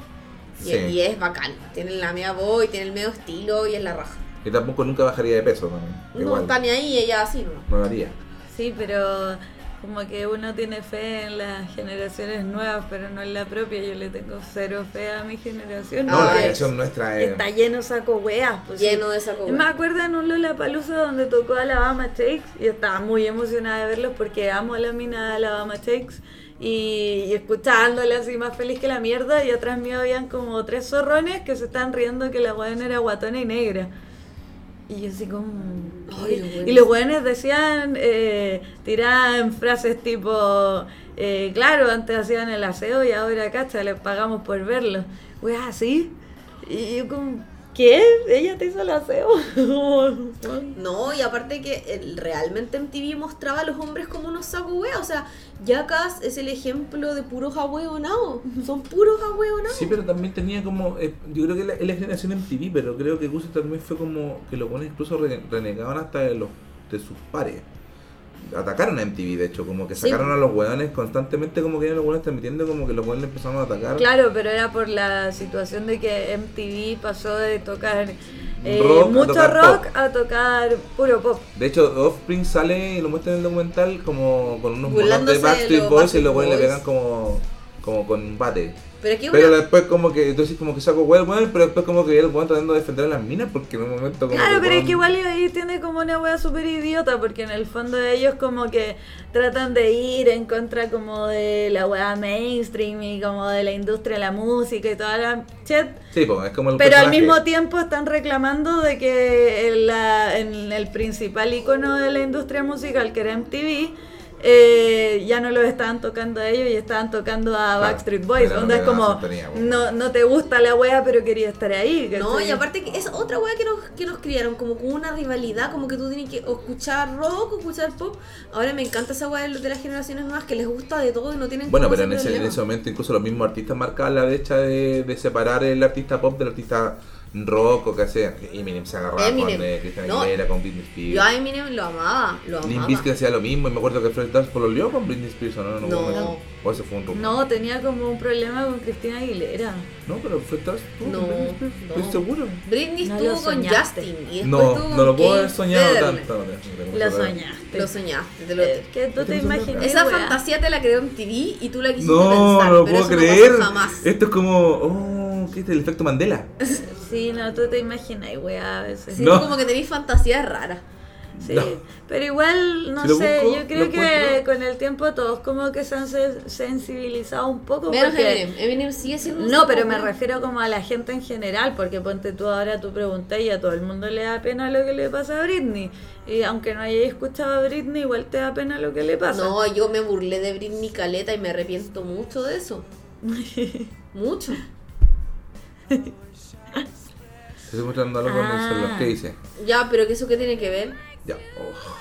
Speaker 4: Y,
Speaker 3: Sí.
Speaker 4: y es bacán. Tiene la media voz y tiene el medio estilo y es la raja.
Speaker 3: Que tampoco nunca bajaría de peso también.
Speaker 4: No
Speaker 3: Igual.
Speaker 4: está ni ahí, ella así, ¿no?
Speaker 3: No haría.
Speaker 2: Sí, pero como que uno tiene fe en las generaciones nuevas, pero no en la propia. Yo le tengo cero fe a mi generación.
Speaker 3: No, la
Speaker 4: Ay,
Speaker 3: generación nuestra es.
Speaker 2: Está lleno saco weas. Pues,
Speaker 4: Lleno de saco.
Speaker 2: Me acuerdo en un Lollapalooza donde tocó Alabama Shakes y estaba muy emocionada de verlos porque amo a la mina de Alabama Shakes y, y escuchándola así más feliz que la mierda y atrás mío habían como tres zorrones que se estaban riendo que la weón era guatona y negra. Y yo así como...
Speaker 4: Ay, los weones.
Speaker 2: y los weones decían, eh, tiraban frases tipo, eh, claro, antes hacían el aseo y ahora cacha, les pagamos por verlo. Weas así. Y yo como, ¿qué? ¿Ella te hizo el aseo?
Speaker 4: No, y aparte que el- realmente MTV mostraba a los hombres como unos saco wea, O sea, Jackass es el ejemplo de puros ahueonados. Son puros ahueonados.
Speaker 3: Sí, pero también tenía como. eh, yo creo que la- es la, generación MTV, pero creo que Gucci también fue como que los buenos incluso re- renegaban hasta de, los, de sus pares. Atacaron a MTV, de hecho, como que
Speaker 4: Sí.
Speaker 3: sacaron a los hueones constantemente, como que eran los hueones transmitiendo, como que los hueones empezaron a atacar.
Speaker 2: Claro, pero era por la situación de que MTV pasó de tocar eh,
Speaker 3: Rock a
Speaker 2: mucho
Speaker 3: tocar
Speaker 2: rock
Speaker 3: pop.
Speaker 2: a tocar puro pop.
Speaker 3: De hecho, Offspring sale y lo muestra en el documental como con unos monos
Speaker 4: Burlándose
Speaker 3: de
Speaker 4: de
Speaker 3: Backstreet
Speaker 4: los
Speaker 3: Boys y los
Speaker 4: Backstreet
Speaker 3: hueones le
Speaker 4: Boys.
Speaker 3: pegan como, como con un bate.
Speaker 4: Pero es que una.
Speaker 3: Pero después como que, entonces como que saco hueón, hueón, pero después como que el hueón tratando de defender a las minas porque en un momento como
Speaker 2: Claro, pero es
Speaker 3: hueón-
Speaker 2: que igual ahí tiene como una wea súper idiota, porque en el fondo ellos como que tratan de ir en contra como de la wea mainstream y como de la industria de la música y toda la shit.
Speaker 3: Sí, pues, es como el
Speaker 2: Pero al
Speaker 3: personaje.
Speaker 2: mismo tiempo están reclamando de que en la- en el principal icono de la industria musical, que era MTV, eh, ya no los estaban tocando a ellos y estaban tocando a Backstreet Boys.
Speaker 3: era lo
Speaker 2: Onda
Speaker 3: que
Speaker 2: es
Speaker 3: daba
Speaker 2: como,
Speaker 3: sintonía, pues.
Speaker 2: no, no te gusta la wea, pero quería estar ahí.
Speaker 4: No,
Speaker 2: ¿cachai?
Speaker 4: y aparte que es otra wea que nos, que nos criaron, como con una rivalidad, como que tú tienes que o escuchar rock o escuchar pop. Ahora me encanta esa wea de lo- de las generaciones nuevas que les gusta de todo y no tienen
Speaker 3: Bueno,
Speaker 4: como
Speaker 3: pero en ese, en
Speaker 4: problema.
Speaker 3: ese momento incluso los mismos artistas marcaban la brecha de, de separar el artista pop del artista rock o que sea. Eminem se agarraba
Speaker 4: Eminem.
Speaker 3: con eh, Christian
Speaker 4: No.
Speaker 3: Aguilera, con Britney
Speaker 4: Yo
Speaker 3: Spears.
Speaker 4: a Eminem lo amaba, lo
Speaker 3: Limp
Speaker 4: amaba.
Speaker 3: Bizkit hacía lo mismo y me acuerdo que Fred Durst pololeó con Britney Spears, ¿o no? No,
Speaker 4: No.
Speaker 3: no. O ese fue un rumor.
Speaker 2: No, tenía como un problema con Cristina Aguilera.
Speaker 3: No, pero Fred Durst tuvo
Speaker 4: No,
Speaker 3: con Britney Spears, estoy
Speaker 4: no.
Speaker 3: seguro.
Speaker 4: Britney
Speaker 2: No
Speaker 4: estuvo
Speaker 2: lo
Speaker 4: con
Speaker 2: soñaste.
Speaker 4: Justin y después
Speaker 3: No,
Speaker 4: estuvo
Speaker 3: no lo
Speaker 4: con
Speaker 3: puedo haber
Speaker 4: Keith
Speaker 3: soñado
Speaker 4: Federline.
Speaker 3: tanto. no, no, no,
Speaker 2: Lo
Speaker 3: no.
Speaker 2: soñaste.
Speaker 4: Lo soñaste, te lo
Speaker 2: Eh, que tú te imaginas.
Speaker 4: Esa
Speaker 2: wea.
Speaker 4: fantasía te la creó en TV y tú la quisiste
Speaker 3: No, no
Speaker 4: pensar,
Speaker 3: lo puedo
Speaker 4: pero eso
Speaker 3: creer.
Speaker 4: no pasó jamás.
Speaker 3: Esto es como. Oh, ¿qué es el efecto Mandela?
Speaker 2: Sí, no, tú te imaginas, wea, a veces.
Speaker 4: Sí,
Speaker 3: No.
Speaker 4: tú como que tenés fantasías raras.
Speaker 2: Sí,
Speaker 3: No.
Speaker 2: pero igual, no
Speaker 3: Si lo
Speaker 2: sé,
Speaker 3: busco,
Speaker 2: yo creo
Speaker 3: lo
Speaker 2: que
Speaker 3: encuentro.
Speaker 2: con el tiempo todos como que se han se- sensibilizado un poco.
Speaker 4: Menos
Speaker 2: porque-
Speaker 4: Eminem. Eminem sigue siendo un
Speaker 2: No, pero me
Speaker 4: psicópata.
Speaker 2: refiero como a la gente en general, porque ponte tú ahora tu pregunta y a todo el mundo le da pena lo que le pasa a Britney. Y aunque no hayáis escuchado a Britney, igual te da pena lo que le pasa.
Speaker 4: No, yo me burlé de Britney Caleta y me arrepiento mucho de eso. mucho.
Speaker 3: Estoy mostrando algo con el celular. ¿Qué dice?
Speaker 4: Ya, pero que eso qué tiene que ver?
Speaker 3: Ya. Oh.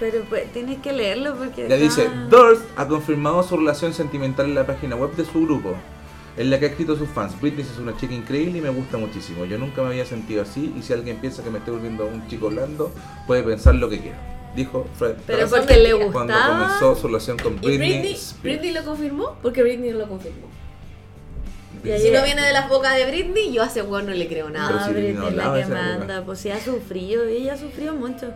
Speaker 2: Pero pues, tienes que leerlo porque...
Speaker 3: Ya
Speaker 2: acá-
Speaker 3: dice, Durst ha confirmado su relación sentimental en la página web de su grupo, en la que ha escrito a sus fans. Britney es una chica increíble y me gusta muchísimo. Yo nunca me había sentido así y si alguien piensa que me estoy volviendo un chico blando, puede pensar lo que quiera. Dijo Fred
Speaker 2: Pero
Speaker 4: Pero
Speaker 3: Durst
Speaker 2: porque le
Speaker 4: cuando
Speaker 3: cuando
Speaker 2: gustaba...
Speaker 3: comenzó su relación con
Speaker 4: ¿Y
Speaker 3: Britney,
Speaker 4: Britney,
Speaker 3: Spears.
Speaker 4: Britney lo confirmó? Porque Britney lo confirmó.
Speaker 2: Y ahí-
Speaker 4: Si no viene de las bocas de Britney, yo a ese weón no le creo nada.
Speaker 3: Pero
Speaker 2: No,
Speaker 3: si
Speaker 2: Britney
Speaker 3: no
Speaker 2: es la
Speaker 3: hablaba
Speaker 2: que
Speaker 3: esa época.
Speaker 2: manda, pues sí ha sufrido, ella ha sufrido mucho.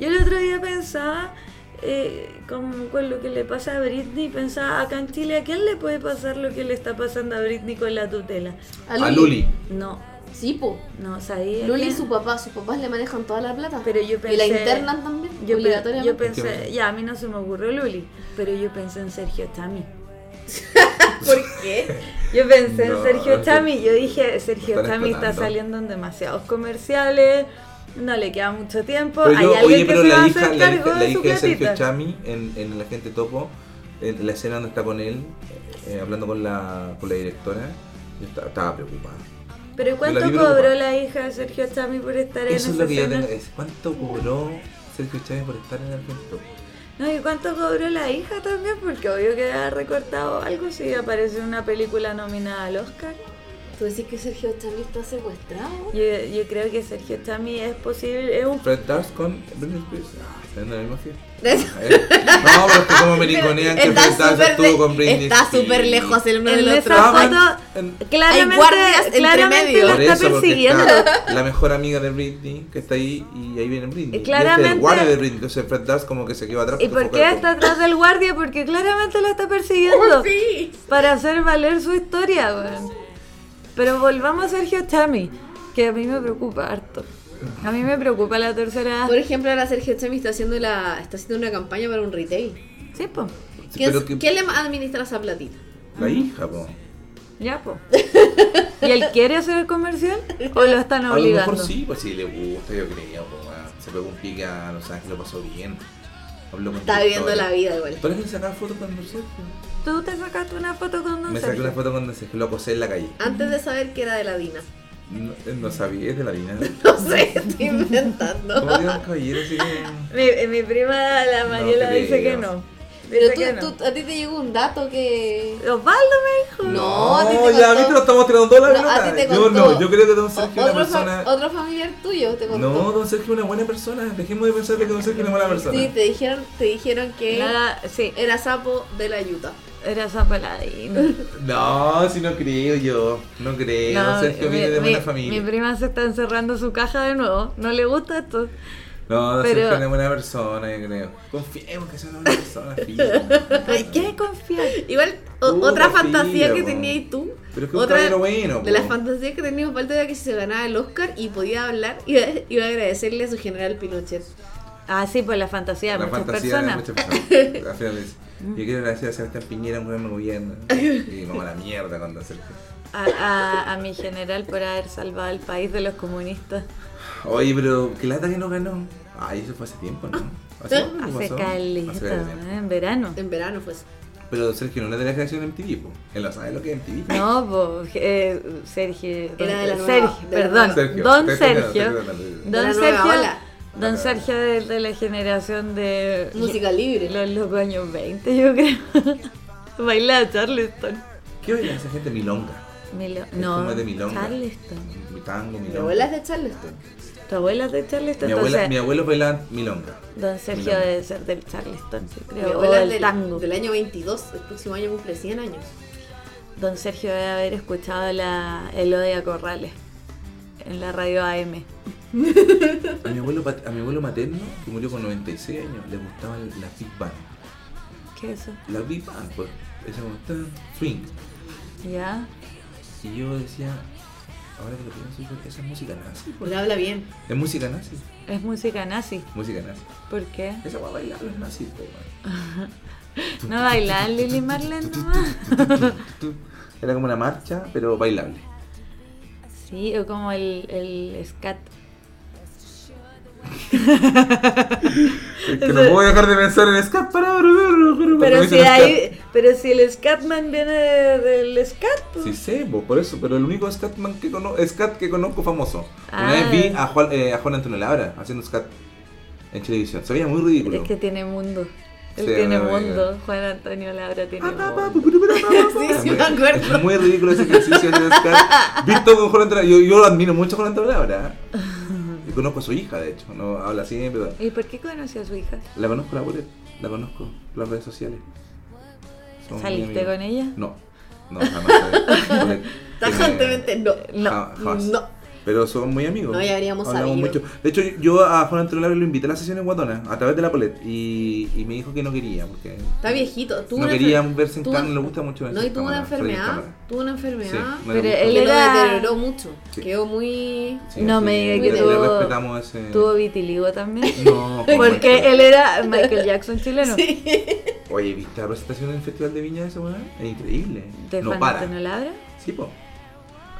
Speaker 2: Yo el otro día pensaba, eh, como con lo que le pasa a Britney, pensaba acá en Chile, ¿a quién le puede pasar lo que le está pasando a Britney con la tutela?
Speaker 3: A Luli.
Speaker 2: No,
Speaker 4: Sí, po.
Speaker 2: no sabía.
Speaker 4: Luli y
Speaker 2: quién.
Speaker 4: su papá, sus papás le manejan toda la plata.
Speaker 2: Pero yo
Speaker 4: Y la
Speaker 2: pensé-
Speaker 4: internan también,
Speaker 2: Yo, pe- yo
Speaker 4: obligatoriamente.
Speaker 2: pensé, ya a mí no se me ocurrió Luli, pero yo pensé en Sergio Tami.
Speaker 4: ¿Por qué?
Speaker 2: Yo pensé
Speaker 3: No,
Speaker 2: en Sergio
Speaker 3: sí.
Speaker 2: Tami, yo dije, Sergio
Speaker 3: Lo están
Speaker 2: Tami está
Speaker 3: explotando.
Speaker 2: saliendo en demasiados comerciales, no le queda mucho tiempo,
Speaker 3: Pero
Speaker 2: hay
Speaker 3: yo,
Speaker 2: alguien
Speaker 3: oye,
Speaker 2: que
Speaker 3: pero
Speaker 2: se va
Speaker 3: la
Speaker 2: a
Speaker 3: hija,
Speaker 2: hacer
Speaker 3: la hija,
Speaker 2: cargo
Speaker 3: la
Speaker 2: de su
Speaker 3: hija de Sergio
Speaker 2: platita.
Speaker 3: Chami en, en la gente topo, en la escena donde está con él, eh, hablando con la, con la directora, yo estaba, estaba preocupada.
Speaker 2: Pero ¿cuánto
Speaker 3: Yo la vi
Speaker 2: cobró
Speaker 3: preocupada.
Speaker 2: la hija de Sergio Chami por estar en
Speaker 3: Eso es
Speaker 2: esa
Speaker 3: lo que yo
Speaker 2: escena?
Speaker 3: tengo. Es, ¿Cuánto cobró Sergio Chávez por estar en el evento?
Speaker 2: No, ¿y cuánto cobró la hija también? Porque obvio que ha recortado algo si aparece en una película nominada al Oscar.
Speaker 4: ¿Tú decís que Sergio Charlie está secuestrado?
Speaker 2: Yo, yo creo que Sergio Tami es posible, es un...
Speaker 3: Fred Durst con Britney Spears. Ah, están en la misma fiesta. Eh, No, pero es que como me ningunean que Fred
Speaker 4: Está
Speaker 3: Durst
Speaker 4: súper le-
Speaker 3: estuvo con Britney
Speaker 4: está súper lejos el uno
Speaker 2: En
Speaker 4: del otro.
Speaker 2: esa
Speaker 3: Estaban en-
Speaker 2: foto, claramente,
Speaker 4: Hay guardias entre
Speaker 2: claramente
Speaker 4: medio.
Speaker 2: la
Speaker 3: Por
Speaker 2: está
Speaker 3: eso, porque
Speaker 2: persiguiendo.
Speaker 3: está la mejor amiga de Britney que está ahí y ahí viene Britney. Y este es
Speaker 2: Claramente-
Speaker 3: el guardia de Britney. Entonces Fred Durst como que se quedó atrás.
Speaker 2: ¿Y
Speaker 3: porque
Speaker 2: por
Speaker 3: fue
Speaker 2: qué
Speaker 3: como-
Speaker 2: está atrás del guardia? Porque claramente la está
Speaker 3: Oh,
Speaker 2: persiguiendo.
Speaker 4: Oh, Sí.
Speaker 2: Para hacer valer su historia, weón. Pero volvamos a Sergio Tami, que a mí me preocupa harto. A mí me preocupa la tercera.
Speaker 4: Por ejemplo, ahora Sergio Chami está haciendo la está haciendo una campaña para un retail.
Speaker 2: Sí, po.
Speaker 3: Sí,
Speaker 4: ¿Quién,
Speaker 3: pero que-
Speaker 4: quién le administra esa platita?
Speaker 3: La hija, po.
Speaker 2: Ya, po. ¿Y él quiere hacer el comercial? ¿O lo están
Speaker 3: A lo
Speaker 2: obligando?
Speaker 3: mejor sí, pues sí, le gusta, yo creo. po, ah. Se pegó un pica, no sabes que lo pasó bien. Habló con
Speaker 4: Está viviendo la
Speaker 3: directores.
Speaker 4: vida igual.
Speaker 3: ¿Tú eres que sacaba fotos con Sergio?
Speaker 2: ¿Tú te sacaste una foto con don
Speaker 3: Me saqué una
Speaker 2: Sergio?
Speaker 3: foto cuando se lo acosé en la calle.
Speaker 4: Antes de saber que era de la Dina.
Speaker 3: No, eh, no sabía, es de la línea.
Speaker 4: No sé, estoy inventando.
Speaker 3: Como digo, caballero, así que.
Speaker 2: Mi, mi prima, la
Speaker 3: No
Speaker 2: Mariela, dice que
Speaker 3: creo.
Speaker 2: no. Dice que
Speaker 4: Pero
Speaker 2: no.
Speaker 4: tú, tú- a ti te llegó un dato que.
Speaker 2: Osvaldo me dijo.
Speaker 4: No, a ti te
Speaker 3: ya
Speaker 4: contó-
Speaker 3: viste, nos estamos tirando toda la
Speaker 4: No, a ti te
Speaker 3: pelota. Yo
Speaker 4: contó-
Speaker 3: no, yo creo que Don
Speaker 4: o-
Speaker 3: Sergio es
Speaker 4: otro,
Speaker 3: una persona.
Speaker 4: fa- otro familiar tuyo te contó.
Speaker 3: No, Don Sergio es una buena persona. Dejemos de pensar que Don Sergio es una mala persona.
Speaker 4: Sí, te dijeron, te dijeron que
Speaker 2: Nada, sí,
Speaker 4: era sapo de la yuta.
Speaker 2: era Zapaladina.
Speaker 4: Eh,
Speaker 3: No, si no creo yo. No creo.
Speaker 2: No,
Speaker 3: don Sergio
Speaker 2: mi-
Speaker 3: viene de buena
Speaker 2: mi- Mi
Speaker 3: familia.
Speaker 2: prima se está encerrando su caja de nuevo. No le gusta esto.
Speaker 3: no, Don
Speaker 2: pero-
Speaker 3: Sergio es una buena persona, yo creo. Confiemos que es una buena persona, fíjate.
Speaker 2: ¿Por qué confiar?
Speaker 4: Igual, o-
Speaker 3: Uh,
Speaker 4: otra
Speaker 3: qué
Speaker 4: fantasía
Speaker 3: filo,
Speaker 4: que
Speaker 3: po.
Speaker 4: tenías tú.
Speaker 3: Pero es que un
Speaker 4: otra
Speaker 3: caballero bueno.
Speaker 4: De las
Speaker 3: po.
Speaker 4: fantasías que teníamos falta era que si se ganaba el Oscar y podía hablar, iba, iba a agradecerle a su general Pinochet.
Speaker 2: Ah, sí, pues la fantasía de
Speaker 3: la
Speaker 2: muchas
Speaker 3: fantasía
Speaker 2: personas.
Speaker 3: de muchas personas. Al final dice, yo quiero agradecer a Sebastián Piñera, un buen gobierno. Y vamos a la mierda cuando Sergio.
Speaker 2: A, a- a mi general por haber salvado al país de los comunistas.
Speaker 3: Oye, pero qué lata que no ganó. Ay, eso fue hace tiempo, ¿no? ¿Hace, cuándo
Speaker 2: Ah, Hace
Speaker 3: pasó?
Speaker 2: caleta,
Speaker 3: Hace caleta.
Speaker 2: ¿eh? en verano.
Speaker 4: En verano pues, fue eso.
Speaker 3: Pero Sergio no es de la creación de MTV, po. Él no sabe lo que es MTV.
Speaker 2: No, pues, eh, Sergio. eh,
Speaker 4: Era de la nueva-
Speaker 2: Sergio,
Speaker 4: de la
Speaker 2: perdón.
Speaker 4: nueva-
Speaker 2: don
Speaker 3: te estoy
Speaker 2: Sergio.
Speaker 3: tocando, te estoy tocando.
Speaker 4: De
Speaker 2: Don
Speaker 4: la nueva
Speaker 2: Sergio.
Speaker 4: ola.
Speaker 2: Don Sergio de, de la generación de.
Speaker 4: Música libre.
Speaker 2: Los locos años 20, yo creo. Baila Charleston.
Speaker 3: ¿Qué oye esa gente milonga?
Speaker 2: Milo-
Speaker 3: Es
Speaker 2: no,
Speaker 3: como de milonga.
Speaker 2: Charleston.
Speaker 3: Mi tango,
Speaker 4: Mi
Speaker 3: milonga.
Speaker 4: abuela es de Charleston.
Speaker 2: Tu abuela es de Charleston,
Speaker 3: mi, abuela,
Speaker 2: entonces
Speaker 3: mi abuelo bailaba milonga.
Speaker 2: Don Sergio
Speaker 3: Milonga.
Speaker 2: debe ser del Charleston, yo
Speaker 4: Mi
Speaker 2: creo, o
Speaker 4: abuela
Speaker 2: del
Speaker 4: es del,
Speaker 2: tango.
Speaker 4: del año 22. El próximo año cumple 100 años.
Speaker 2: Don Sergio debe haber escuchado la Elodia Corrales en la radio AM.
Speaker 3: A mi abuelo, pat- a mi abuelo materno, que murió con 96 años, le gustaban las Big Band.
Speaker 2: ¿Qué es eso?
Speaker 3: la Big Band, pues, ese como, tan, swing.
Speaker 2: ¿Ya?
Speaker 3: Y yo decía, Ahora que lo pienso, yo- esa es música nazi.
Speaker 4: Porque Pues, habla bien.
Speaker 3: Es música nazi.
Speaker 2: Es música nazi.
Speaker 3: Música nazi.
Speaker 2: ¿Por qué?
Speaker 3: Esa va a bailar los nazis, po, weón.
Speaker 2: ¿No bailar Lili Marlene nomás?
Speaker 3: Era como una marcha, pero bailable.
Speaker 2: Sí, o como el, el scat.
Speaker 3: Es que no puedo dejar de pensar en escapar.
Speaker 2: Pero si, ahí, pero si el Scatman viene de- del Scat, pues.
Speaker 3: Sí sé, bo, por eso, pero el único Scatman que conozco, Scat que conozco famoso. Una
Speaker 2: Ah.
Speaker 3: vez vi a Juan, eh, a Juan Antonio Labra haciendo Scat en televisión. Se veía muy ridículo.
Speaker 2: es que tiene mundo. Él
Speaker 3: Sí,
Speaker 2: tiene
Speaker 3: una amiga.
Speaker 2: mundo. Juan Antonio Labra tiene mundo.
Speaker 3: Sí,
Speaker 4: sí me acuerdo.
Speaker 3: Es muy ridículo ese ejercicio de Scat. Visto con Juan Antonio Labra. Yo, yo lo admiro mucho a Juan Antonio Labra. Y conozco a su hija, de hecho. No habla así, pero
Speaker 2: ¿Y por qué conoció a su hija?
Speaker 3: la conozco la boleta. La conozco por las redes sociales. Somos muy
Speaker 2: ¿Saliste
Speaker 3: amigos.
Speaker 2: con ella?
Speaker 3: No. No, jamás. Tiene-
Speaker 4: Tajantemente no.
Speaker 3: Ja-
Speaker 4: No.
Speaker 3: jamás.
Speaker 4: No.
Speaker 3: Pero son muy amigos.
Speaker 4: No, ya habríamos
Speaker 3: Hablamos
Speaker 4: sabido.
Speaker 3: mucho. De hecho, yo a Juan Antonio Labra lo invité a las sesiones guatonas a través de la Polet y, y me dijo que no quería porque
Speaker 4: Está viejito. Tuvo
Speaker 3: no
Speaker 4: una
Speaker 3: quería
Speaker 4: enfer-
Speaker 3: verse en
Speaker 4: tuvo-
Speaker 3: cámara, no le gusta mucho verse
Speaker 4: No, y
Speaker 3: en
Speaker 4: tuvo una
Speaker 3: cámara, salir en
Speaker 4: enfermedad.
Speaker 3: cámara.
Speaker 4: Tuvo una enfermedad.
Speaker 3: Sí, no
Speaker 2: Pero
Speaker 3: le
Speaker 2: él
Speaker 4: Él
Speaker 3: gusta.
Speaker 4: lo
Speaker 2: era-
Speaker 4: deterioró mucho.
Speaker 3: Sí.
Speaker 4: Quedó muy.
Speaker 3: Sí,
Speaker 2: No
Speaker 3: así
Speaker 2: me diga que
Speaker 3: le-
Speaker 2: tuvo-
Speaker 3: le respetamos ese
Speaker 2: ¿Tuvo vitiligo también?
Speaker 3: No, ¿cómo es?
Speaker 2: Porque él era Michael Jackson chileno.
Speaker 3: Oye, ¿viste la presentación del Festival de Viña de ese weón? Es increíble.
Speaker 2: ¿De
Speaker 3: no
Speaker 2: Juan
Speaker 3: para.
Speaker 2: Antonio Labra?
Speaker 3: Sí, po.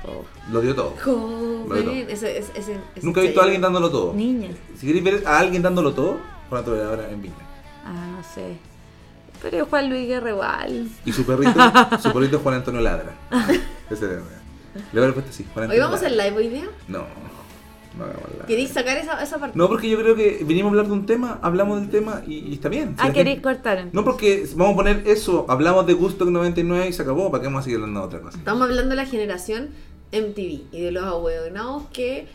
Speaker 2: Oh.
Speaker 3: Lo dio todo.
Speaker 4: Joven. Ese, ese, ese, ese
Speaker 3: Nunca he visto a alguien dándolo todo.
Speaker 2: Niña.
Speaker 3: Si queréis ver a alguien dándolo todo, Juan Antonio Labra en Viña.
Speaker 2: Ah, no sé. Pero Juan Luis Guerra igual.
Speaker 3: Y su perrito, su perrito es Juan Antonio Ladra. Ese era. Le voy a puesto así, Juan
Speaker 4: Hoy
Speaker 3: Antonio
Speaker 4: vamos al
Speaker 3: Ladra.
Speaker 4: live hoy día.
Speaker 3: No, no hagamos la.
Speaker 4: ¿Queréis sacar esa, esa parte?
Speaker 3: No, porque yo creo que vinimos a hablar de un tema, hablamos del tema y, y está bien. Si
Speaker 2: Ah,
Speaker 3: la
Speaker 2: queréis
Speaker 3: gente-
Speaker 2: cortar. entonces.
Speaker 3: No, porque vamos a poner eso, hablamos de Gusto 99 y se acabó, ¿para qué vamos a seguir hablando de otra cosa?
Speaker 4: Estamos hablando de la generación MTV y de los abuelonados que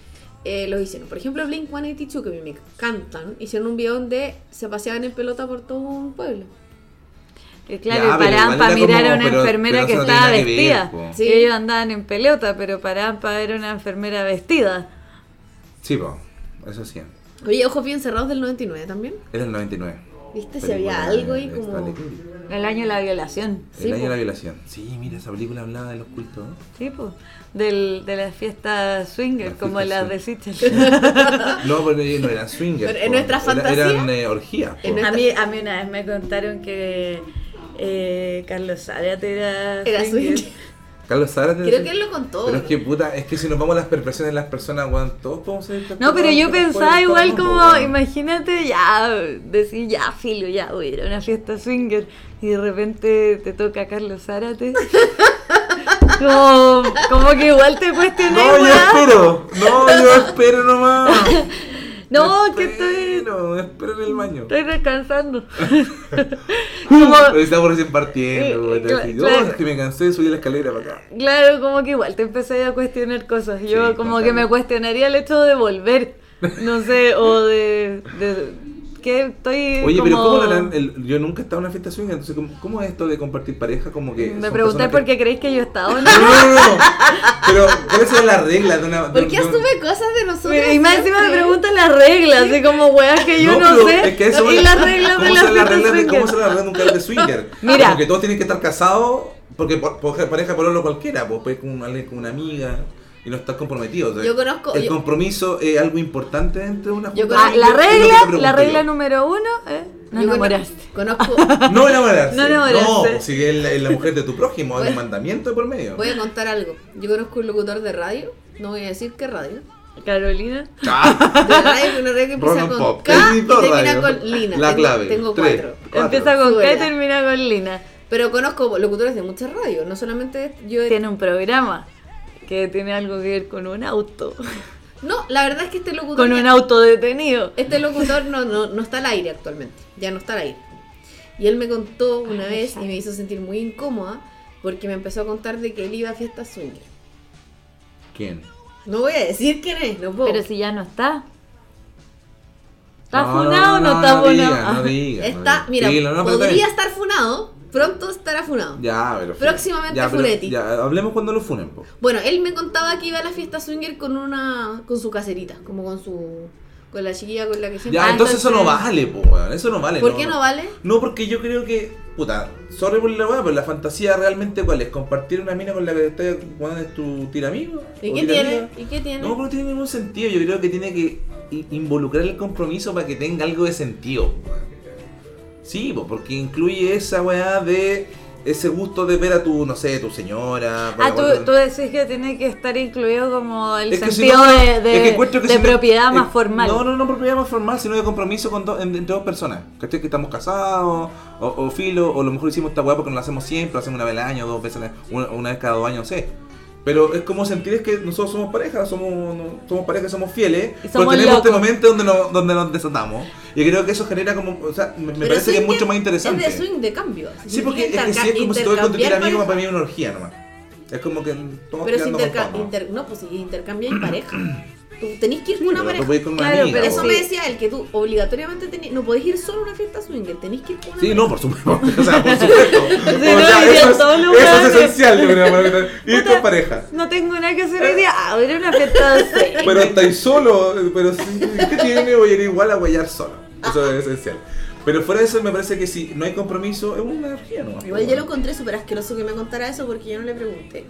Speaker 4: eh, los hicieron. Por ejemplo, Blink 182, que a mí me encantan, hicieron un video donde se paseaban en pelota por todo un pueblo.
Speaker 2: Que claro,
Speaker 3: Ya,
Speaker 2: y
Speaker 3: pero
Speaker 2: paraban
Speaker 3: igual
Speaker 2: para
Speaker 3: era como-
Speaker 2: mirar a una
Speaker 3: pero-
Speaker 2: enfermera
Speaker 3: pero
Speaker 2: que
Speaker 3: eso no
Speaker 2: estaba
Speaker 3: tiene nada que ver,
Speaker 2: vestida.
Speaker 3: po.
Speaker 4: Sí.
Speaker 2: Y ellos andaban en pelota, pero paraban para ver a una enfermera vestida.
Speaker 3: Sí, po, eso sí.
Speaker 4: Oye, ojos bien cerrados del 99 también.
Speaker 3: Era el 99.
Speaker 4: ¿Viste? Se
Speaker 3: Película
Speaker 4: veía algo
Speaker 3: de
Speaker 4: ahí
Speaker 3: Stanley
Speaker 4: como.
Speaker 3: Kubrick.
Speaker 2: El año de la violación.
Speaker 3: El
Speaker 4: Sí,
Speaker 3: año
Speaker 4: po.
Speaker 3: de la violación. Sí, mira, esa película hablaba de los cultos. ¿no?
Speaker 2: Sí, pues. Del, de la fiesta swinger,
Speaker 3: La
Speaker 2: como
Speaker 3: fiesta
Speaker 2: las de Sitchell.
Speaker 3: No, porque no eran swingers.
Speaker 4: Ah. Pero en
Speaker 3: po.
Speaker 4: nuestra
Speaker 3: Era-
Speaker 4: fantasía-
Speaker 3: Eran eh, orgías. po.
Speaker 4: En
Speaker 2: A mí, a mí una vez me contaron que eh, Carlos Zárate era,
Speaker 4: Era
Speaker 2: swinger.
Speaker 4: swinger.
Speaker 3: Carlos Zárate.
Speaker 4: Creo que él lo contó.
Speaker 3: Pero es
Speaker 4: ¿no?
Speaker 3: que puta, es que si nos vamos a las perfecciones de las personas, weón, todos podemos ser
Speaker 2: No, pero yo
Speaker 3: todos
Speaker 2: pensaba
Speaker 3: podemos,
Speaker 2: igual
Speaker 3: todos,
Speaker 2: como,
Speaker 3: weón.
Speaker 2: imagínate, ya, decir, ya, filo, ya, voy a ir a una fiesta swinger y de repente te toca Carlos Zárate. como, como que igual te cuestioné,
Speaker 3: No, yo
Speaker 2: weá.
Speaker 3: espero. No, yo espero nomás.
Speaker 2: No,
Speaker 3: Yo
Speaker 2: que estoy,
Speaker 3: Espero, espero en el baño.
Speaker 2: estoy descansando. como,
Speaker 3: Pero estamos recién partiendo, weón.
Speaker 2: Eh, cla-
Speaker 3: así, "Oh,
Speaker 2: claro.
Speaker 3: es que me cansé de subir la escalera para acá.
Speaker 2: claro, como que igual te empecé a cuestionar cosas. Yo
Speaker 3: Sí,
Speaker 2: como que me
Speaker 3: totalmente.
Speaker 2: cuestionaría el hecho de volver, no sé, o de... de que estoy
Speaker 3: Oye, pero
Speaker 2: como-
Speaker 3: ¿cómo lo harán? El- yo nunca he estado en una fiesta swing, entonces, ¿cómo, cómo es esto de compartir pareja? Como que.
Speaker 2: Me
Speaker 3: son
Speaker 2: pregunté
Speaker 3: personas
Speaker 2: por
Speaker 3: que-
Speaker 2: qué creéis que yo estaba o no.
Speaker 3: No, no, no, no. Pero, ¿cuáles son las reglas de una. de
Speaker 4: ¿Por
Speaker 3: un-
Speaker 4: qué
Speaker 3: de un-
Speaker 4: asume cosas de nosotros?
Speaker 2: Y más encima me preguntan las reglas, así como weas que yo no,
Speaker 3: pero
Speaker 2: sé.
Speaker 3: es que eso
Speaker 2: y
Speaker 3: es-
Speaker 2: las reglas de
Speaker 3: ¿cómo
Speaker 2: las
Speaker 3: son
Speaker 2: fiestas
Speaker 3: reglas de-
Speaker 2: swinger.
Speaker 3: ¿Cómo son las reglas de un club de swinger?
Speaker 2: Mira.
Speaker 3: Como que todos tienen que estar casados, porque por, por pareja por lo cualquiera, pues puedes con, alguien- con una amiga y no estás comprometido. o sea,
Speaker 4: Yo conozco-
Speaker 3: El
Speaker 4: yo-
Speaker 3: compromiso es algo importante dentro de una
Speaker 4: Yo
Speaker 3: junta
Speaker 2: Ah,
Speaker 3: de
Speaker 2: la
Speaker 3: swinger, es lo que te
Speaker 2: regla,
Speaker 3: pregunto
Speaker 2: la
Speaker 3: yo.
Speaker 2: regla número uno ¿eh? es no
Speaker 4: Yo cono-
Speaker 2: enamoraste.
Speaker 4: Conozco.
Speaker 3: No enamorarse.
Speaker 2: No enamorarse.
Speaker 3: No, pues, si es la, es la mujer de tu prójimo, hay
Speaker 4: Voy-
Speaker 3: un mandamiento de por medio.
Speaker 4: Voy a contar algo. Yo conozco un locutor de radio. No voy a decir qué radio.
Speaker 2: Carolina.
Speaker 3: Ah,
Speaker 4: De radio, una radio que empieza
Speaker 3: Rock and
Speaker 4: con
Speaker 3: pop.
Speaker 4: K y
Speaker 3: Editor radio.
Speaker 4: termina con Lina.
Speaker 3: La
Speaker 4: Tengo-
Speaker 3: clave.
Speaker 4: Tengo
Speaker 3: Tres.
Speaker 4: cuatro.
Speaker 3: Cuatro.
Speaker 2: Empieza con K y
Speaker 4: Suela.
Speaker 2: termina con Lina.
Speaker 4: Pero conozco locutores de muchas radios, no solamente yo.
Speaker 2: Tiene un programa que tiene algo que ver con un auto.
Speaker 4: No, la verdad es que este locutor,
Speaker 2: Con un auto detenido.
Speaker 4: este locutor no, no, no está al aire actualmente, ya no está al aire. Y él me contó una vez y me hizo sentir muy incómoda porque me empezó a contar de que él iba a fiestas swinger.
Speaker 3: ¿Quién?
Speaker 4: No voy a decir quién es, no puedo.
Speaker 2: Pero si ya no está. ¿Está
Speaker 3: No, no,
Speaker 2: funado o no, está
Speaker 3: diga,
Speaker 2: funado?
Speaker 3: No
Speaker 2: Ah.
Speaker 3: diga, no
Speaker 4: está,
Speaker 3: diga.
Speaker 4: mira,
Speaker 3: Dilo, no, pero está
Speaker 4: podría
Speaker 3: bien.
Speaker 4: estar funado, pronto estará funado.
Speaker 3: Ya, pero.
Speaker 4: Próximamente
Speaker 3: ya, pero-
Speaker 4: Funetti.
Speaker 3: Ya, hablemos cuando lo funen, po.
Speaker 4: Bueno, él me contaba que iba a la fiesta swinger con una con su caserita, como con su Con la chiquilla con la que siempre.
Speaker 3: Ya,
Speaker 2: Ah,
Speaker 3: entonces eso no
Speaker 2: entonces-
Speaker 3: vale, pues, weón. Eso no vale.
Speaker 4: ¿Por qué no vale?
Speaker 3: No, porque yo creo que. Puta, sorry por la weá, pero la fantasía realmente cuál es? ¿Compartir una mina con la que estás jugando es tu tiramigo?
Speaker 4: ¿Y
Speaker 3: ¿O
Speaker 4: qué
Speaker 3: tiramiga?
Speaker 4: tiene? ¿Y qué tiene?
Speaker 3: No, pero no tiene ningún sentido. Yo creo que tiene que i- involucrar el compromiso para que tenga algo de sentido. Sí, po, porque incluye esa weá de ese gusto de ver a tu, no sé, tu señora. con
Speaker 2: Ah,
Speaker 3: la
Speaker 2: tú,
Speaker 3: cual-
Speaker 2: tú decís que tiene que estar incluido como el
Speaker 3: Es que si
Speaker 2: sentido
Speaker 3: no,
Speaker 2: de,
Speaker 3: es que
Speaker 2: de,
Speaker 3: encuentro que
Speaker 2: de
Speaker 3: si no-
Speaker 2: propiedad
Speaker 3: eh,
Speaker 2: más formal.
Speaker 3: No, no, no propiedad más formal, sino de compromiso con do- en- entre dos personas. ¿Cachai? Que estamos casados, o, o filo, o a lo mejor hicimos esta weá porque no lo hacemos siempre, lo hacemos una vez al año, dos veces, al año, una, una vez cada dos años, no sé. Pero es como sentir es que nosotros somos pareja, somos, no- somos pareja, somos fieles,
Speaker 2: Y somos
Speaker 3: pero tenemos este
Speaker 2: locos.
Speaker 3: momento donde nos, donde nos desatamos. Y creo que eso genera como, o sea, me, me
Speaker 4: Pero
Speaker 3: parece que es
Speaker 4: swing
Speaker 3: mucho
Speaker 4: de-
Speaker 3: más interesante.
Speaker 4: Es de swing de cambio. así
Speaker 3: sí, porque es
Speaker 4: significa
Speaker 3: que sí, es como si todo
Speaker 4: interca-
Speaker 3: con tu
Speaker 4: intercambiar
Speaker 3: amigo
Speaker 4: pare-
Speaker 3: para mí es una orgía nomás. Es como que todos
Speaker 4: Pero si
Speaker 3: tirando con
Speaker 4: interca-
Speaker 3: todo.
Speaker 4: inter- no, pues si intercambiáis pareja. Tú tenés que ir con una
Speaker 3: Pero tú
Speaker 4: pareja.
Speaker 3: puedes ir con una
Speaker 2: Claro,
Speaker 3: amiga,
Speaker 4: Pero
Speaker 2: pero
Speaker 3: po.
Speaker 4: eso
Speaker 2: sí.
Speaker 4: me decía él, que tú obligatoriamente tenés, no podés ir solo a una fiesta swinger, tenés que ir con una
Speaker 3: Sí,
Speaker 4: pareja.
Speaker 3: no, por supuesto. O sea, por supuesto.
Speaker 2: no,
Speaker 3: O sea,
Speaker 2: y en
Speaker 3: eso, es,
Speaker 2: todos
Speaker 3: eso
Speaker 2: lugares.
Speaker 3: es esencial, yo creo, para que te- Ir con
Speaker 2: Puta.
Speaker 3: pareja.
Speaker 2: No tengo nada que hacer hoy día. Ah, voy a ir a una fiesta de swing.
Speaker 3: Pero estáis solo, pero sí, ¿qué tiene? Voy a ir igual a guayar solo. Eso es esencial. Pero fuera de eso, me parece que si no hay compromiso, es una energía, ¿no?
Speaker 4: Igual yo lo encontré súper asqueroso que me contara eso porque yo no le pregunté.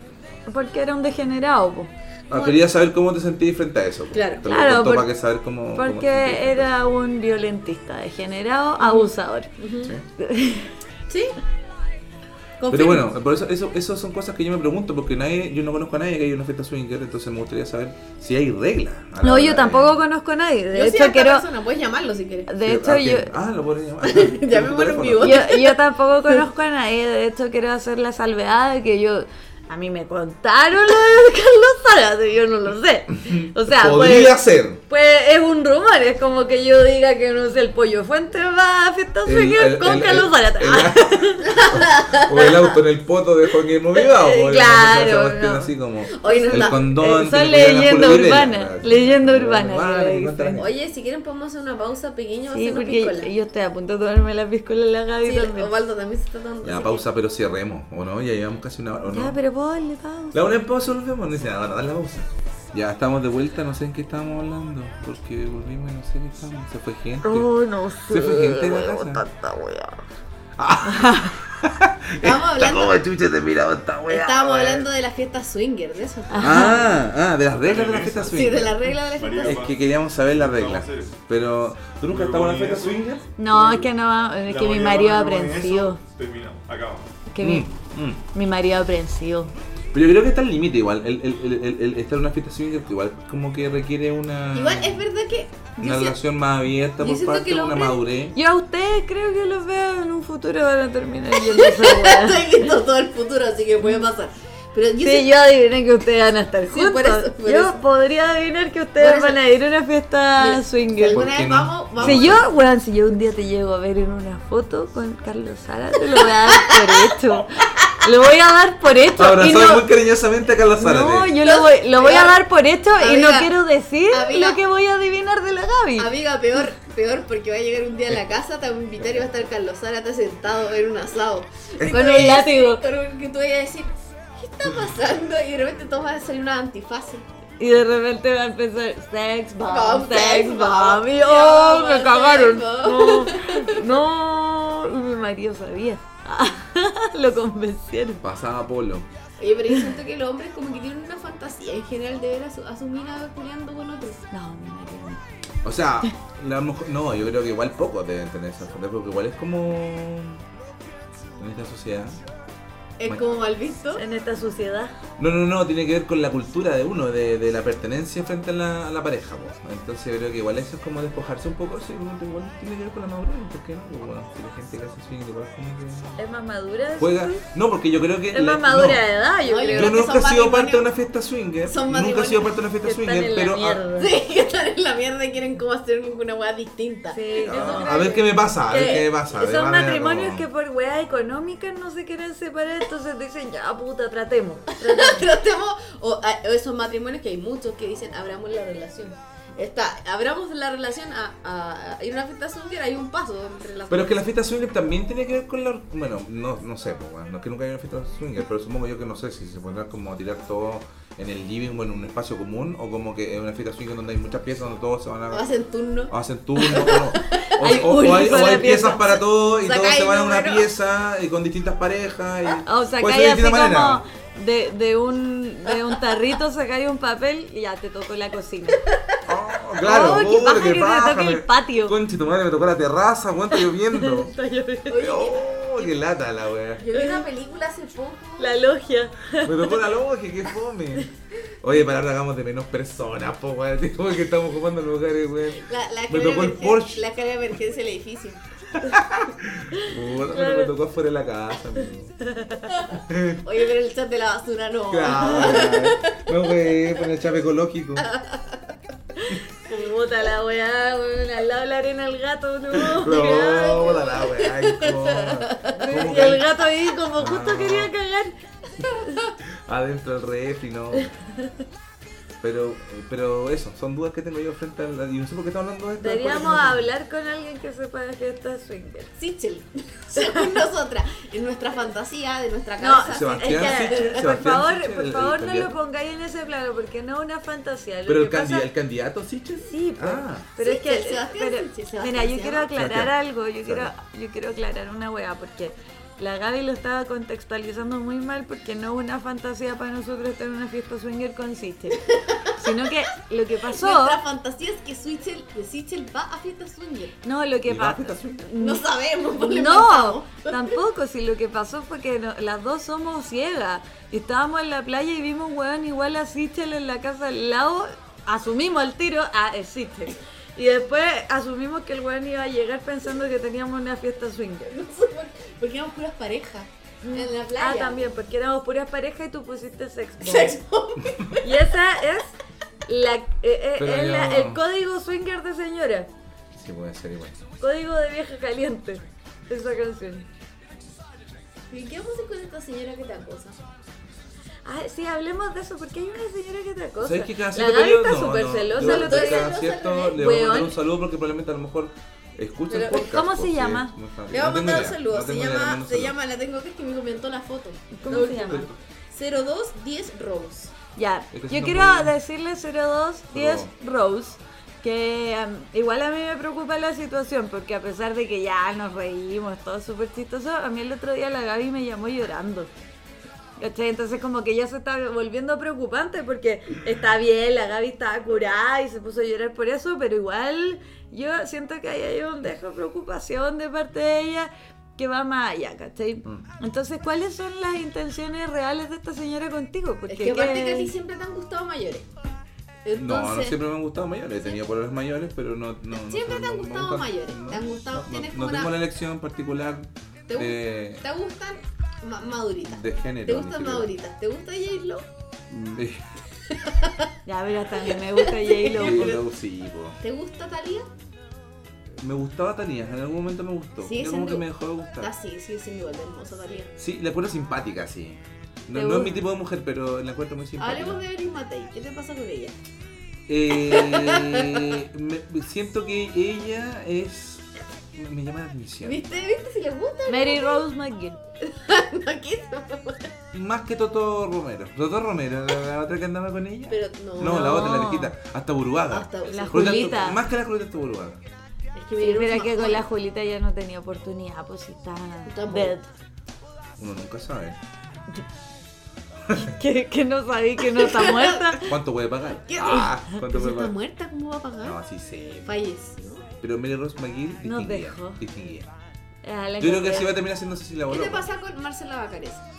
Speaker 2: Porque era un degenerado, po.
Speaker 3: Ah, quería saber cómo te sentís frente a eso. pues.
Speaker 4: Claro.
Speaker 3: Te lo
Speaker 2: Claro,
Speaker 3: contó
Speaker 2: por-
Speaker 3: para que saber cómo. cómo te sentís.
Speaker 2: Porque era un violentista,
Speaker 3: Mm.
Speaker 2: degenerado, abusador.
Speaker 4: ¿Sí?
Speaker 3: Pero
Speaker 4: Confirmo.
Speaker 3: bueno, por eso, eso, eso son cosas que yo me pregunto, porque nadie, yo no conozco a nadie que haya una fiesta swinger, entonces me gustaría saber si hay reglas. a la
Speaker 2: No,
Speaker 3: hora
Speaker 2: yo
Speaker 3: de-
Speaker 2: tampoco conozco a nadie. De
Speaker 4: yo soy
Speaker 2: hecho,
Speaker 4: harta
Speaker 2: quiero.
Speaker 4: persona, puedes llamarlo si quieres.
Speaker 2: De
Speaker 3: Sí,
Speaker 2: hecho,
Speaker 3: ah,
Speaker 2: yo,
Speaker 3: bien. Ah, lo puedo llamar.
Speaker 4: Llamémoslo en vivo.
Speaker 2: Yo, yo tampoco conozco a nadie, de hecho quiero hacer la salvedad de que yo, a mí me contaron lo de Carlos Salas, y yo no lo sé. O sea,
Speaker 3: Podría
Speaker 2: pues,
Speaker 3: ser.
Speaker 2: pues es un rumor, es como que yo diga que no sé, el pollo fuente va a fiesta
Speaker 3: El-
Speaker 2: swinger
Speaker 3: el-
Speaker 2: con Ah,
Speaker 3: el-
Speaker 2: Carlos
Speaker 3: el-
Speaker 2: Salas.
Speaker 3: el- o el auto en el poto de Joaquín Movida.
Speaker 2: Eh,
Speaker 3: O
Speaker 2: claro,
Speaker 3: esa cuestión
Speaker 2: no.
Speaker 3: así como
Speaker 4: Hoy
Speaker 3: el
Speaker 4: no está-
Speaker 3: condón.
Speaker 2: eh, son
Speaker 3: que le cuelgan a
Speaker 2: leyenda
Speaker 3: Julio
Speaker 2: urbana,
Speaker 3: Videla.
Speaker 2: leyenda urbana, que le
Speaker 3: que cuentan
Speaker 2: dicen.
Speaker 3: la gente.
Speaker 4: Oye, si quieren podemos hacer una pausa pequeña o
Speaker 2: Sí,
Speaker 4: hacer una piscola.
Speaker 2: porque yo estoy a punto de tomarme la piscola en la Gaby
Speaker 4: Sí,
Speaker 2: también.
Speaker 4: Osvaldo también se está tomando.
Speaker 3: Ya,
Speaker 4: así
Speaker 3: pausa, pero cerremos. ¿O no? Ya llevamos casi una hora. ¿o no?
Speaker 2: Ya, pero puedo darle pausa.
Speaker 3: La una en pausa, volvemos. No dice nada, la pausa. Ya estamos de vuelta, no sé en qué estábamos hablando. Porque volvimos y no sé qué estábamos. Se fue gente.
Speaker 2: Oh, no sé,
Speaker 3: Se fue gente en la
Speaker 2: huevo,
Speaker 3: casa. Ah.
Speaker 2: tanta hueá.
Speaker 4: que- Estábamos hablando,
Speaker 3: chucha te miraba esta wea,
Speaker 4: estábamos
Speaker 3: wea?
Speaker 4: hablando de la fiesta swinger, de eso.
Speaker 3: Ah, ah, de las reglas de la fiesta
Speaker 4: Sí,
Speaker 3: swinger.
Speaker 4: de la regla de la fiesta
Speaker 3: Es que queríamos saber las reglas. Pero, ¿tú nunca has estado en una fiesta swinger?
Speaker 2: No, es que no, es que mi marido aprensivo.
Speaker 5: Terminamos, acabamos.
Speaker 2: Que mi,
Speaker 3: Mm, mm.
Speaker 2: mi marido aprensivo.
Speaker 3: Pero yo creo que está el límite igual. El, el- el- el- el estar en una fiesta swinger que igual como que requiere una,
Speaker 4: Igual es verdad que.
Speaker 3: una
Speaker 4: yo siento-
Speaker 3: relación más abierta
Speaker 4: yo
Speaker 3: por
Speaker 4: siento
Speaker 3: parte
Speaker 4: que
Speaker 3: de
Speaker 4: los
Speaker 3: una
Speaker 4: hombres-
Speaker 3: madurez.
Speaker 2: Yo a ustedes creo que los veo en un futuro van a terminar yendo a esa weá.
Speaker 4: Estoy viendo todo el futuro, así que puede pasar. Pero yo
Speaker 2: Sí,
Speaker 4: siento-
Speaker 2: yo adiviné que ustedes van a estar juntos.
Speaker 4: por eso, por
Speaker 2: yo
Speaker 4: eso.
Speaker 2: podría adivinar que ustedes
Speaker 4: Por eso.
Speaker 2: van a ir a una fiesta
Speaker 4: Mira,
Speaker 2: swinger.
Speaker 4: Si
Speaker 3: ¿Por
Speaker 4: alguna
Speaker 3: qué
Speaker 4: vez
Speaker 3: no?
Speaker 4: vamos, vamos.
Speaker 2: Si yo, weón, si yo un día te llego a ver en una foto con Carlos Sara, te lo voy a dar por hecho. Lo voy a dar por hecho. y
Speaker 3: Abrazar
Speaker 2: no-
Speaker 3: muy cariñosamente a Carlos Zárate.
Speaker 2: No, yo lo voy, lo voy a dar por hecho y no
Speaker 4: Amiga,
Speaker 2: quiero decir
Speaker 4: amiga.
Speaker 2: lo que voy a adivinar de la Gaby.
Speaker 4: Amiga, peor, peor porque va a llegar un día a la casa, te va a invitar y va a estar Carlos Zárate sentado en un asado. Y tú
Speaker 2: Con un
Speaker 4: vayas-
Speaker 2: látigo.
Speaker 4: Con un, que tú vayas a decir, ¿qué está pasando? Y de repente todos van a salir unas antifaces.
Speaker 2: Y de repente va a empezar sex bomb,
Speaker 4: Bomb,
Speaker 2: sex
Speaker 4: sex
Speaker 2: bomb.
Speaker 4: bomb.
Speaker 2: Y oh,
Speaker 4: Yo,
Speaker 2: me
Speaker 4: sex
Speaker 2: cagaron. No,
Speaker 4: bomb.
Speaker 2: no. Y mi marido sabía. Lo convencieron.
Speaker 3: Pasaba Polo.
Speaker 4: Oye, pero yo siento que los hombres como que tienen una fantasía en general de ver a su, a su mina culiando con otros.
Speaker 2: No, mi marido. no.
Speaker 3: O sea, la mujer- no, yo creo que igual pocos deben tener esa foto, porque igual es como. En esta sociedad.
Speaker 4: Es
Speaker 3: Bueno.
Speaker 4: como mal visto.
Speaker 2: En esta suciedad.
Speaker 3: No, no, no, tiene que ver con la cultura de uno, de, de la pertenencia frente a la, a la pareja, po. Entonces yo creo que igual eso es como despojarse un poco, sí, igual- igual tiene que ver con la madurez, ¿por qué no? Porque, bueno, si la gente que hace swing igual como que
Speaker 2: Es más madura.
Speaker 3: juega. No, porque yo creo que.
Speaker 2: Es
Speaker 3: la-
Speaker 2: más madura
Speaker 3: no.
Speaker 2: de edad, yo
Speaker 4: No, yo
Speaker 2: creo.
Speaker 3: Yo
Speaker 4: que
Speaker 3: nunca he
Speaker 4: son
Speaker 3: sido parte de
Speaker 4: matrimonios-
Speaker 3: una fiesta swinger.
Speaker 4: son
Speaker 3: Nunca he
Speaker 4: matrimonios
Speaker 3: sido parte de una fiesta
Speaker 2: que están
Speaker 3: swinger,
Speaker 2: en la
Speaker 3: pero. a-
Speaker 2: mierda.
Speaker 4: Sí, que están en la mierda y quieren como hacer una weá distinta.
Speaker 2: Sí,
Speaker 3: a,
Speaker 2: eso creo
Speaker 3: ah, a ver qué me pasa, a ver
Speaker 2: que
Speaker 3: qué me pasa. de
Speaker 2: Son
Speaker 3: manera
Speaker 2: matrimonios
Speaker 3: como-
Speaker 2: que por weá económica no se quieren separar, entonces dicen, ya puta, tratemos.
Speaker 4: Tratemos- o, a- o esos matrimonios que hay muchos que dicen abramos la relación. Está, abramos la relación a, a- a ir a una fiesta swinger, hay un paso entre las
Speaker 3: Pero es que la fiesta swinger también tiene que ver con la. Bueno, no, no sé, pues, bueno, no es que nunca haya una fiesta swinger, pero supongo yo que no sé si se pondrá como a tirar todo en el living o en un espacio común, o como que es una fiesta swinger donde hay muchas piezas donde todos se van a.
Speaker 4: o hacen turno.
Speaker 3: o hacen turno, o, o-
Speaker 2: Hay
Speaker 3: o- o
Speaker 2: un
Speaker 3: hay, o
Speaker 2: para
Speaker 3: hay
Speaker 2: la
Speaker 3: piezas
Speaker 2: pieza.
Speaker 3: para todos y
Speaker 4: Sacáis
Speaker 3: todos se van a una
Speaker 4: número.
Speaker 3: pieza y con distintas parejas. y-
Speaker 2: Ah, O sea,
Speaker 3: puede
Speaker 2: que hay
Speaker 3: ser de
Speaker 2: así
Speaker 3: distintas maneras.
Speaker 2: como de, de un, de un tarrito sacáis un papel y ya te tocó la cocina.
Speaker 3: Oh, claro,
Speaker 2: Oh, qué
Speaker 3: puta,
Speaker 2: paja que
Speaker 3: qué
Speaker 2: te
Speaker 3: paja,
Speaker 2: toque el
Speaker 3: me-
Speaker 2: patio.
Speaker 3: Conche, tu madre me tocó la terraza, weón, está lloviendo.
Speaker 4: Oye,
Speaker 3: oh, qué lata la wea.
Speaker 4: yo vi una película hace poco.
Speaker 2: La logia.
Speaker 3: Me tocó la logia, qué fome. Oye, para ahora hagamos de menos personas, po, weón. Como que estamos ocupando lugares, weón.
Speaker 4: La, la
Speaker 3: Me
Speaker 4: escalera
Speaker 3: tocó el
Speaker 4: emergen-
Speaker 3: Porsche.
Speaker 4: La escalera de emergencia del edificio.
Speaker 3: Puta, Me tocó afuera de la casa, amigo.
Speaker 4: Oye, pero el chat de la basura no.
Speaker 3: Claro, weón. No, weón, con el chave ecológico.
Speaker 2: Puta la weá, weón, al lado de la arena el gato, no.
Speaker 3: No, hola, la weá, ay, cómo. ¿Cómo
Speaker 2: Y el
Speaker 3: que-
Speaker 2: gato ahí como justo
Speaker 3: No.
Speaker 2: quería cagar.
Speaker 3: Adentro del refri, no. Pero, pero eso, son dudas que tengo yo frente a la. Yo no sé por qué estamos hablando de esto.
Speaker 2: Deberíamos hablar con alguien que sepa de fiesta swinger.
Speaker 4: Sichel. Según nosotras. En nuestra fantasía, de nuestra
Speaker 2: No,
Speaker 4: cabeza.
Speaker 3: Sebastián
Speaker 2: es que,
Speaker 3: Sichel,
Speaker 2: por
Speaker 3: Sebastián
Speaker 2: favor,
Speaker 3: Sichel,
Speaker 2: por
Speaker 3: el-
Speaker 2: favor
Speaker 3: el
Speaker 2: no lo
Speaker 3: candidato.
Speaker 2: pongáis en ese plano porque no es una fantasía. Lo
Speaker 3: Pero el,
Speaker 2: que pasa-
Speaker 3: candi- el candidato, ¿sí? che?
Speaker 2: Sí, pues,
Speaker 3: Ah.
Speaker 2: pero
Speaker 4: Sí,
Speaker 2: es que,
Speaker 4: el Sebastián,
Speaker 2: pero-
Speaker 4: sí, Sebastián
Speaker 2: mira, yo
Speaker 4: se
Speaker 2: quiero
Speaker 4: llama.
Speaker 2: aclarar
Speaker 3: Sebastián.
Speaker 2: algo, yo quiero,
Speaker 3: Sebastián.
Speaker 2: yo quiero aclarar una weá, porque la Gaby lo estaba contextualizando muy mal, porque no es una fantasía para nosotros estar en una fiesta swinger con Sister, sino que lo que pasó,
Speaker 4: Nuestra fantasía es que Sichel, que Sichel va a fiesta swinger.
Speaker 2: no, lo que
Speaker 3: ¿Y va a
Speaker 2: pasó,
Speaker 3: fiesta swinger?
Speaker 4: No sabemos, pues por
Speaker 2: No, tampoco. Si lo que pasó fue que no- las dos somos ciegas. Y estábamos en la playa y vimos un weón igual a Sichel en la casa al lado. Asumimos el tiro a Sichel. Y después asumimos que el weón iba a llegar pensando que teníamos una fiesta swinger.
Speaker 4: Porque eran puras parejas. En la playa.
Speaker 2: Ah, también, porque éramos puras parejas y tú pusiste sex bomb.
Speaker 4: Sexo.
Speaker 2: Y esa es, la, eh, eh,
Speaker 3: Pero
Speaker 2: es la-
Speaker 3: yo-
Speaker 2: el código swinger de señora.
Speaker 3: Sí, puede ser igual.
Speaker 2: Código de vieja caliente. Esa canción.
Speaker 4: ¿Y qué vamos a hacer con esta señora que te acosa?
Speaker 2: Ah, sí, hablemos de eso, porque hay una señora que te acosa.
Speaker 3: ¿Sabes qué? Cada
Speaker 2: la
Speaker 3: cierto
Speaker 2: Gaby
Speaker 3: periodo.
Speaker 2: está
Speaker 3: No,
Speaker 2: súper
Speaker 3: no,
Speaker 2: celosa
Speaker 3: yo
Speaker 2: el otro
Speaker 3: cada
Speaker 2: día.
Speaker 4: no,
Speaker 3: cierto
Speaker 4: no, no,
Speaker 3: le voy a mandar
Speaker 2: weón.
Speaker 3: un saludo porque probablemente a lo mejor escucha el
Speaker 4: Pero,
Speaker 3: podcast.
Speaker 2: ¿cómo se
Speaker 3: pues, sí,
Speaker 2: llama?
Speaker 3: no sabe.
Speaker 4: Le voy a
Speaker 3: No tengo
Speaker 4: mandar un
Speaker 3: idea,
Speaker 4: saludo.
Speaker 3: no
Speaker 4: se
Speaker 3: tengo idea, le
Speaker 4: llama,
Speaker 3: mando un
Speaker 4: se
Speaker 3: saludo.
Speaker 4: llama, la tengo que es que me comentó la foto.
Speaker 2: ¿Cómo se llama?
Speaker 4: 0210 Robos.
Speaker 2: Ya,
Speaker 3: Es que si
Speaker 2: yo
Speaker 3: no
Speaker 2: quiero
Speaker 3: podía.
Speaker 2: decirle 0210 Rose que um, igual a mí me preocupa la situación porque a pesar de que ya nos reímos, todo súper chistoso, a mí el otro día la Gaby me llamó llorando. ¿Cachai? Entonces como que ya se está volviendo preocupante porque está bien, la Gaby estaba curada y se puso a llorar por eso, pero igual yo siento que ahí hay un dejo de preocupación de parte de ella que va más allá, ¿cachai?
Speaker 3: Mm.
Speaker 2: Entonces, ¿cuáles son las intenciones reales de esta señora contigo?
Speaker 4: Es que aparte que a ti
Speaker 2: ¿qué-
Speaker 4: siempre te han gustado mayores.
Speaker 3: No, no
Speaker 4: Entonces,
Speaker 3: siempre me han gustado mayores. He tenido colores mayores, pero no. no no
Speaker 4: Siempre
Speaker 3: sé,
Speaker 4: te han
Speaker 3: no- no me
Speaker 4: gustado
Speaker 3: gustan-
Speaker 4: mayores,
Speaker 3: no-
Speaker 4: te han gustado-
Speaker 3: no-
Speaker 4: tienes
Speaker 3: No
Speaker 4: como
Speaker 3: tengo
Speaker 4: una-
Speaker 3: una elección particular
Speaker 4: te, gu-
Speaker 3: de.
Speaker 4: te gustan ma- maduritas.
Speaker 3: de género,
Speaker 4: Te
Speaker 3: ni
Speaker 4: gustan
Speaker 3: siquiera. Mm,
Speaker 4: maduritas. ¿Te gusta J-Lo?
Speaker 2: Ya, pero hasta a mí me gusta J-Lo.
Speaker 3: Pero sí, po.
Speaker 4: ¿Te gusta Talía?
Speaker 3: Me gustaba Tania, en algún momento me gustó.
Speaker 4: Sigue
Speaker 3: Ya como
Speaker 4: siendo-
Speaker 3: que me dejó de gustar.
Speaker 4: Ah, sí, sigue siendo igual de hermosa Talía.
Speaker 3: Sí, la encuentro simpática, sí. No,
Speaker 2: ¿Te
Speaker 3: no es
Speaker 2: gusta?
Speaker 3: mi tipo de mujer, pero la encuentro muy simpática.
Speaker 4: Hablemos de Erin Matei. ¿Qué te pasa con ella?
Speaker 3: Eh, me- siento que ella es. Me llama la atención.
Speaker 4: ¿Viste? ¿Viste si les gusta?
Speaker 2: Mary Rose McGill.
Speaker 4: No, ¿qué?
Speaker 3: Más que Toto Romero. Toto Romero, la, la otra que andaba con ella.
Speaker 4: Pero no.
Speaker 3: no, la otra, la
Speaker 2: No.
Speaker 3: viejita. Hasta Buruaga.
Speaker 4: Hasta-
Speaker 2: La
Speaker 3: Por lo tanto,
Speaker 2: Julita.
Speaker 3: Más que la Julita, hasta Buruaga.
Speaker 4: Es que me
Speaker 2: Sí,
Speaker 4: dieron
Speaker 2: pero
Speaker 4: más
Speaker 2: que con
Speaker 4: mal.
Speaker 2: la Julita ya no tenía oportunidad, pues si está
Speaker 4: Está
Speaker 2: dead.
Speaker 3: Uno nunca sabe.
Speaker 2: Que, que no sabía que no está muerta.
Speaker 3: ¿Cuánto puede pagar?
Speaker 4: ¿Qué?
Speaker 3: Ah, ¿Cuánto
Speaker 4: Pero si
Speaker 3: puede
Speaker 4: está
Speaker 3: pagar?
Speaker 4: muerta, ¿cómo va a pagar?
Speaker 3: No, así se.
Speaker 4: Falleció.
Speaker 3: Pero Mary Rose McGill
Speaker 2: Nos
Speaker 3: distinguía.
Speaker 2: dejó.
Speaker 3: distinguía.
Speaker 2: Ah, la
Speaker 3: Yo creo que
Speaker 2: encontré.
Speaker 3: así va a terminar siendo Cecilia
Speaker 4: ¿Qué
Speaker 3: Boloco.
Speaker 4: te pasa con Marcela Bacaresa?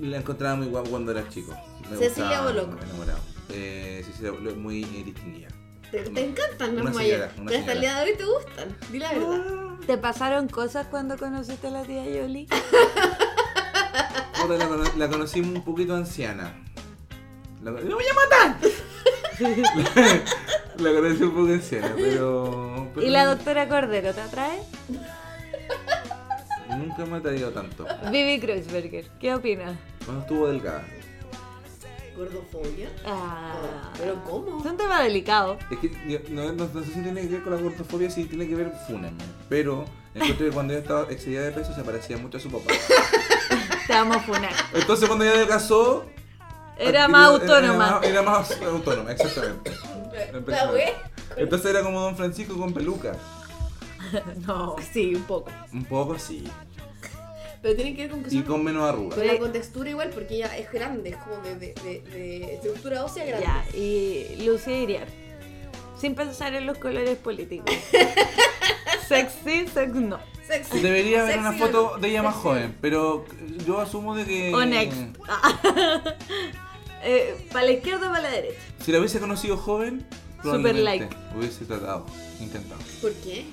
Speaker 3: La encontraba muy guapa cuando era chico. Me
Speaker 4: Cecilia
Speaker 3: gustaba,
Speaker 4: Boloco.
Speaker 3: Me enamoraba. Eh, Cecilia Boloco, muy eh, distinguida.
Speaker 4: Te,
Speaker 3: No.
Speaker 4: te encantan
Speaker 3: Una
Speaker 4: las
Speaker 3: señora,
Speaker 4: mayores.
Speaker 3: una
Speaker 4: Pero hasta el día
Speaker 3: señora. Ah.
Speaker 4: de hoy te gustan. Di la verdad.
Speaker 2: ¿Te pasaron cosas cuando conociste a la tía Yoli?
Speaker 3: Ahora la, cono- la conocí un poquito anciana. La, ¡Lo voy a matar! la conocí un poco anciana, pero. pero
Speaker 2: ¿Y la doctora Cordero te atrae?
Speaker 3: Nunca me ha traído tanto.
Speaker 2: Vivi Kreuzberger, ¿qué opinas?
Speaker 3: Cuando estuvo delgada.
Speaker 4: Gordofobia.
Speaker 2: Ah.
Speaker 4: Pero ¿cómo?
Speaker 2: Es un tema delicado.
Speaker 3: Es que yo- no, no- no sé si tiene que ver con la gordofobia, si tiene que ver fúnenme. Pero encuentro que cuando ella estaba excedida de peso se parecía mucho a su papá.
Speaker 2: Te vamos a funar.
Speaker 3: Entonces cuando ella adelgazó...
Speaker 2: Era
Speaker 3: adquirió-
Speaker 2: más
Speaker 3: Era,
Speaker 2: autónoma.
Speaker 3: más- era más autónoma, exactamente.
Speaker 4: La wea.
Speaker 3: Entonces era como Don Francisco con peluca.
Speaker 2: No.
Speaker 4: Sí, un poco.
Speaker 3: Un poco así.
Speaker 4: Pero tiene que ver con que
Speaker 3: Y
Speaker 4: son-
Speaker 3: con menos arrugas.
Speaker 4: Con la contextura igual, porque ella es grande, es como de, de- de- de estructura ósea grande.
Speaker 2: Ya, y Lucía Iriar. Sin pensar en los colores políticos. Sexy, sex no.
Speaker 4: Sexy.
Speaker 3: Debería haber una
Speaker 4: Sexy,
Speaker 3: foto de ella más
Speaker 4: sexy.
Speaker 3: joven, pero yo asumo de que...
Speaker 2: O next. Eh, para la izquierda o para la derecha.
Speaker 3: Si la hubiese conocido joven, probablemente hubiese tratado, intentado.
Speaker 4: ¿Por qué?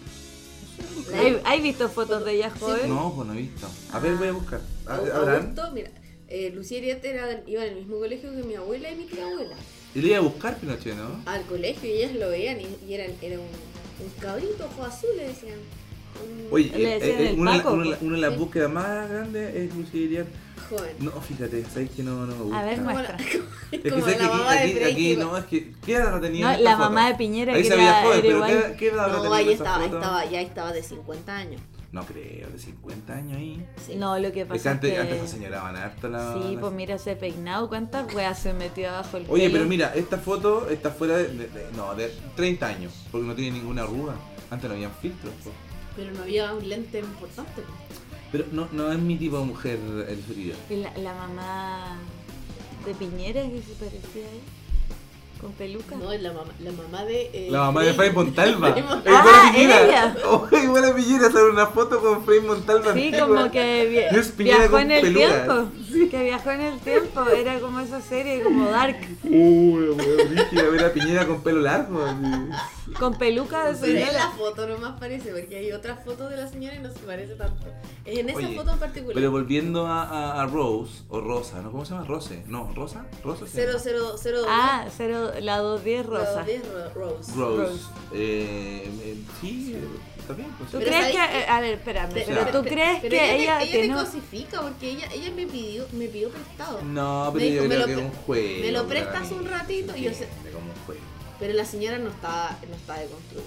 Speaker 2: ¿Hay, hay visto fotos de ella joven?
Speaker 3: No, pues no he visto. A ver, voy a buscar. A- ¿Habrán?
Speaker 4: ¿Eh? Augusto, mira, eh, Lucía Iriarte era- iba en el mismo colegio que mi abuela y mi tía abuela.
Speaker 3: Y le iba a buscar Pinochet, ¿no?
Speaker 4: Al colegio y ellas lo veían y, y eran, era un, un cabrito ojo azul, le decían. Un
Speaker 3: Oye,
Speaker 2: Le
Speaker 3: eh,
Speaker 2: decían
Speaker 3: eh,
Speaker 2: el
Speaker 3: una, de la-
Speaker 2: Paco,
Speaker 3: una de la-
Speaker 2: pues.
Speaker 3: una de las
Speaker 4: Sí.
Speaker 3: búsquedas más grandes es Lucía Iriarte.
Speaker 4: joven.
Speaker 3: No, fíjate, sabéis que no, no me gusta.
Speaker 2: A ver,
Speaker 4: Como la-
Speaker 2: muestra.
Speaker 3: es que
Speaker 4: como
Speaker 3: sabes
Speaker 4: la
Speaker 3: que aquí,
Speaker 4: mamá de
Speaker 3: aquí,
Speaker 4: Drake,
Speaker 3: aquí
Speaker 4: igual.
Speaker 3: no, es que ¿qué edad tenía?
Speaker 2: No,
Speaker 3: en
Speaker 2: la
Speaker 3: esta
Speaker 2: mamá
Speaker 3: foto?
Speaker 2: de Piñera
Speaker 3: Ahí
Speaker 2: que
Speaker 3: se veía
Speaker 2: era-
Speaker 3: joven,
Speaker 2: era
Speaker 3: pero
Speaker 2: igual.
Speaker 3: ¿qué, qué edad habrá
Speaker 4: No,
Speaker 3: tenido
Speaker 4: ahí
Speaker 3: esa
Speaker 4: estaba,
Speaker 3: foto?
Speaker 4: estaba, ya estaba de 50 años.
Speaker 3: No creo, de 50 años ahí.
Speaker 4: Sí.
Speaker 2: No, lo que
Speaker 3: Es
Speaker 2: pasa
Speaker 3: que antes,
Speaker 2: es que...
Speaker 3: antes aseñoraban harto la.
Speaker 2: Sí,
Speaker 3: la-
Speaker 2: pues mira ese peinado, cuántas weas se metió abajo el
Speaker 3: Oye,
Speaker 2: pelo.
Speaker 3: pero mira, esta foto está fuera de, de- de- No, de 30 años, porque no tiene ninguna arruga. Antes no habían filtros. po.
Speaker 4: Pero no había un lente importante. pues.
Speaker 3: Pero no, no es mi tipo de mujer el frío.
Speaker 2: Y la, la mamá de Piñera que se parecía a él, con peluca.
Speaker 4: No, la mamá, la mamá de. eh,
Speaker 3: La mamá de Fray Montalva.
Speaker 4: Montalva.
Speaker 3: ¡Es igual a
Speaker 2: Ah,
Speaker 3: Piñera!
Speaker 2: ella.
Speaker 3: Oh, igual a Piñera, sale una foto con Fray Montalva.
Speaker 2: Sí,
Speaker 3: antigua.
Speaker 2: como que vi-
Speaker 3: Dios, Piñera
Speaker 2: viajó
Speaker 3: con
Speaker 2: en el
Speaker 3: peluca.
Speaker 2: tiempo. Que viajó en el tiempo. Era como esa serie, como Dark.
Speaker 3: Uy, weón, brígida, ver a Piñera con pelo largo. así.
Speaker 2: Con peluca de
Speaker 4: Pero en la
Speaker 2: señora.
Speaker 4: foto nomás parece, porque hay otras fotos de la señora y no se parece tanto. Es en esa
Speaker 3: Oye,
Speaker 4: foto en particular.
Speaker 3: Pero volviendo a, a- a Rose, o Rosa, ¿no? ¿Cómo se llama? Rose. No, Rosa. Rosa. se llama?
Speaker 4: 0002.
Speaker 2: Ah, cero, la 210 rosa.
Speaker 4: 010 Ro- Rose.
Speaker 3: Rose.
Speaker 2: Rose.
Speaker 3: Eh, eh, sí, eh, está bien. Pues,
Speaker 2: ¿Tú
Speaker 4: Pero
Speaker 2: crees
Speaker 4: ¿sabes
Speaker 2: que.?
Speaker 4: qué?
Speaker 2: eh, A ver, espérame.
Speaker 4: Pe-
Speaker 2: Pero
Speaker 4: pe-
Speaker 2: tú
Speaker 4: pe-
Speaker 2: crees
Speaker 4: pero
Speaker 2: que ella.
Speaker 4: te-
Speaker 2: que
Speaker 4: te
Speaker 2: no-
Speaker 4: cosifica porque ella, ella me pidió, me pidió prestado.
Speaker 3: No, pero
Speaker 4: Me dijo,
Speaker 3: yo
Speaker 4: me
Speaker 3: creo
Speaker 4: lo
Speaker 3: que es
Speaker 4: pre-
Speaker 3: un juego.
Speaker 4: me lo
Speaker 3: para
Speaker 4: prestas
Speaker 3: mí.
Speaker 4: un ratito y yo sé-
Speaker 3: Entiende como un juego.
Speaker 4: Pero la señora no está, no está de construir.